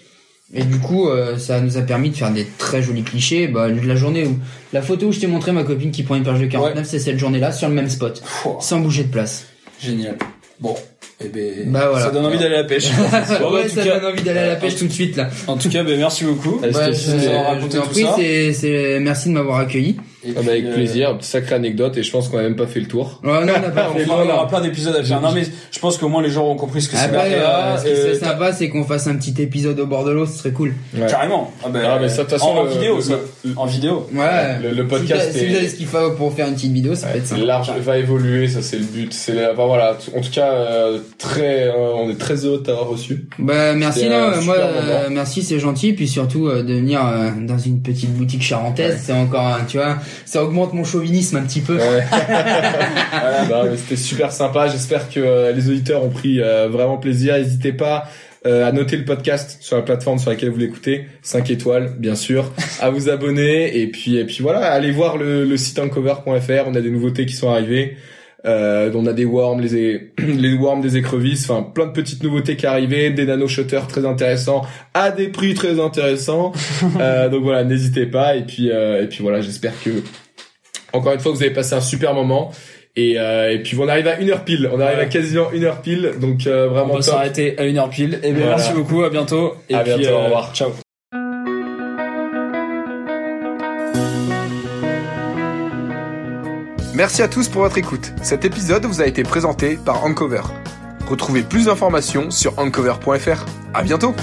[SPEAKER 4] Et du coup, euh, ça nous a permis de faire des très jolis clichés. Bah, la journée où, la photo où je t'ai montré ma copine qui prend une perche de 49, c'est cette journée-là sur le même spot,
[SPEAKER 3] Pouah,
[SPEAKER 4] sans bouger de place.
[SPEAKER 3] génial. Bon, et eh ben...
[SPEAKER 4] Bah, voilà.
[SPEAKER 3] Ça donne envie d'aller à la pêche. Bon, bah, en,
[SPEAKER 4] ouais,
[SPEAKER 3] tout
[SPEAKER 4] ça
[SPEAKER 3] cas,
[SPEAKER 4] donne envie d'aller à la
[SPEAKER 3] en
[SPEAKER 4] pêche
[SPEAKER 3] tout-
[SPEAKER 4] tout de suite là.
[SPEAKER 3] en tout cas, ben, merci beaucoup.
[SPEAKER 2] Allez, c'était
[SPEAKER 4] Ouais, je,
[SPEAKER 2] juste,
[SPEAKER 3] d'avoir
[SPEAKER 4] je
[SPEAKER 3] raconté
[SPEAKER 4] t'en
[SPEAKER 3] euh, tout
[SPEAKER 4] prie,
[SPEAKER 3] ça.
[SPEAKER 4] c'est, c'est- merci de m'avoir accueilli.
[SPEAKER 3] Et
[SPEAKER 2] Ah
[SPEAKER 3] puis,
[SPEAKER 2] bah, avec
[SPEAKER 3] euh,
[SPEAKER 2] plaisir, petite sacrée anecdote, et je pense qu'on a même pas fait le tour.
[SPEAKER 4] Ouais, non, on n'a pas
[SPEAKER 3] On
[SPEAKER 4] fait
[SPEAKER 3] fera- on
[SPEAKER 4] le-
[SPEAKER 3] aura plein d'épisodes à faire. Non, mais je pense qu'au moins les gens ont compris ce que c'est
[SPEAKER 4] Après,
[SPEAKER 3] la
[SPEAKER 4] euh,
[SPEAKER 3] RPA,
[SPEAKER 4] ce qui serait
[SPEAKER 3] euh,
[SPEAKER 4] sympa, c'est qu'on fasse un petit épisode au bord de l'eau, ce serait cool.
[SPEAKER 2] Ouais.
[SPEAKER 3] Carrément. Ah, ben,
[SPEAKER 2] Ah, mais ça, de toute façon,
[SPEAKER 3] en, en
[SPEAKER 2] le-
[SPEAKER 3] vidéo,
[SPEAKER 2] le-
[SPEAKER 3] ça.
[SPEAKER 2] le-
[SPEAKER 3] En vidéo.
[SPEAKER 4] Ouais.
[SPEAKER 2] Le- le podcast
[SPEAKER 4] Si vous avez, si vous
[SPEAKER 2] est-
[SPEAKER 4] avez ce qu'il faut pour faire une petite vidéo, ça peut être sympa.
[SPEAKER 2] Large va évoluer, ça c'est le but. C'est la- enfin, voilà. t- En tout cas, euh, très, euh, on est très heureux de t'avoir reçu.
[SPEAKER 4] Bah merci
[SPEAKER 2] C'était
[SPEAKER 4] là,
[SPEAKER 2] un
[SPEAKER 4] moi
[SPEAKER 2] super
[SPEAKER 4] euh,
[SPEAKER 2] moment.
[SPEAKER 4] merci c'est gentil puis surtout euh, de venir euh, dans une petite boutique charentaise c'est encore euh, tu vois ça augmente mon chauvinisme un petit peu.
[SPEAKER 2] Ouais. Voilà, bah, mais c'était super sympa. J'espère que euh, les auditeurs ont pris euh, vraiment plaisir. N'hésitez pas euh, à noter le podcast sur la plateforme sur laquelle vous l'écoutez, 5 étoiles bien sûr, à vous abonner et puis et puis voilà, allez voir le, le site uncover.fr. On a des nouveautés qui sont arrivées. Euh, on a des worms, les, é- les worms des écrevisses, enfin plein de petites nouveautés qui arrivent, des nano shutters très intéressants, à des prix très intéressants. Euh, donc voilà, n'hésitez pas. Et puis euh, et puis voilà, j'espère que encore une fois vous avez passé un super moment. Et, euh, et puis on arrive à une heure pile, on arrive à
[SPEAKER 5] Ouais.
[SPEAKER 2] quasiment une heure pile, donc euh,
[SPEAKER 5] On
[SPEAKER 2] vraiment
[SPEAKER 5] va
[SPEAKER 2] top.
[SPEAKER 5] s'arrêter à une heure pile. Et bien,
[SPEAKER 2] Voilà.
[SPEAKER 5] merci beaucoup, à bientôt. Et
[SPEAKER 2] À
[SPEAKER 5] puis, euh,
[SPEAKER 2] bientôt, au revoir.
[SPEAKER 5] Ciao.
[SPEAKER 1] Merci à tous pour votre écoute. Cet épisode vous a été présenté par Uncover. Retrouvez plus d'informations sur uncover.fr. À bientôt!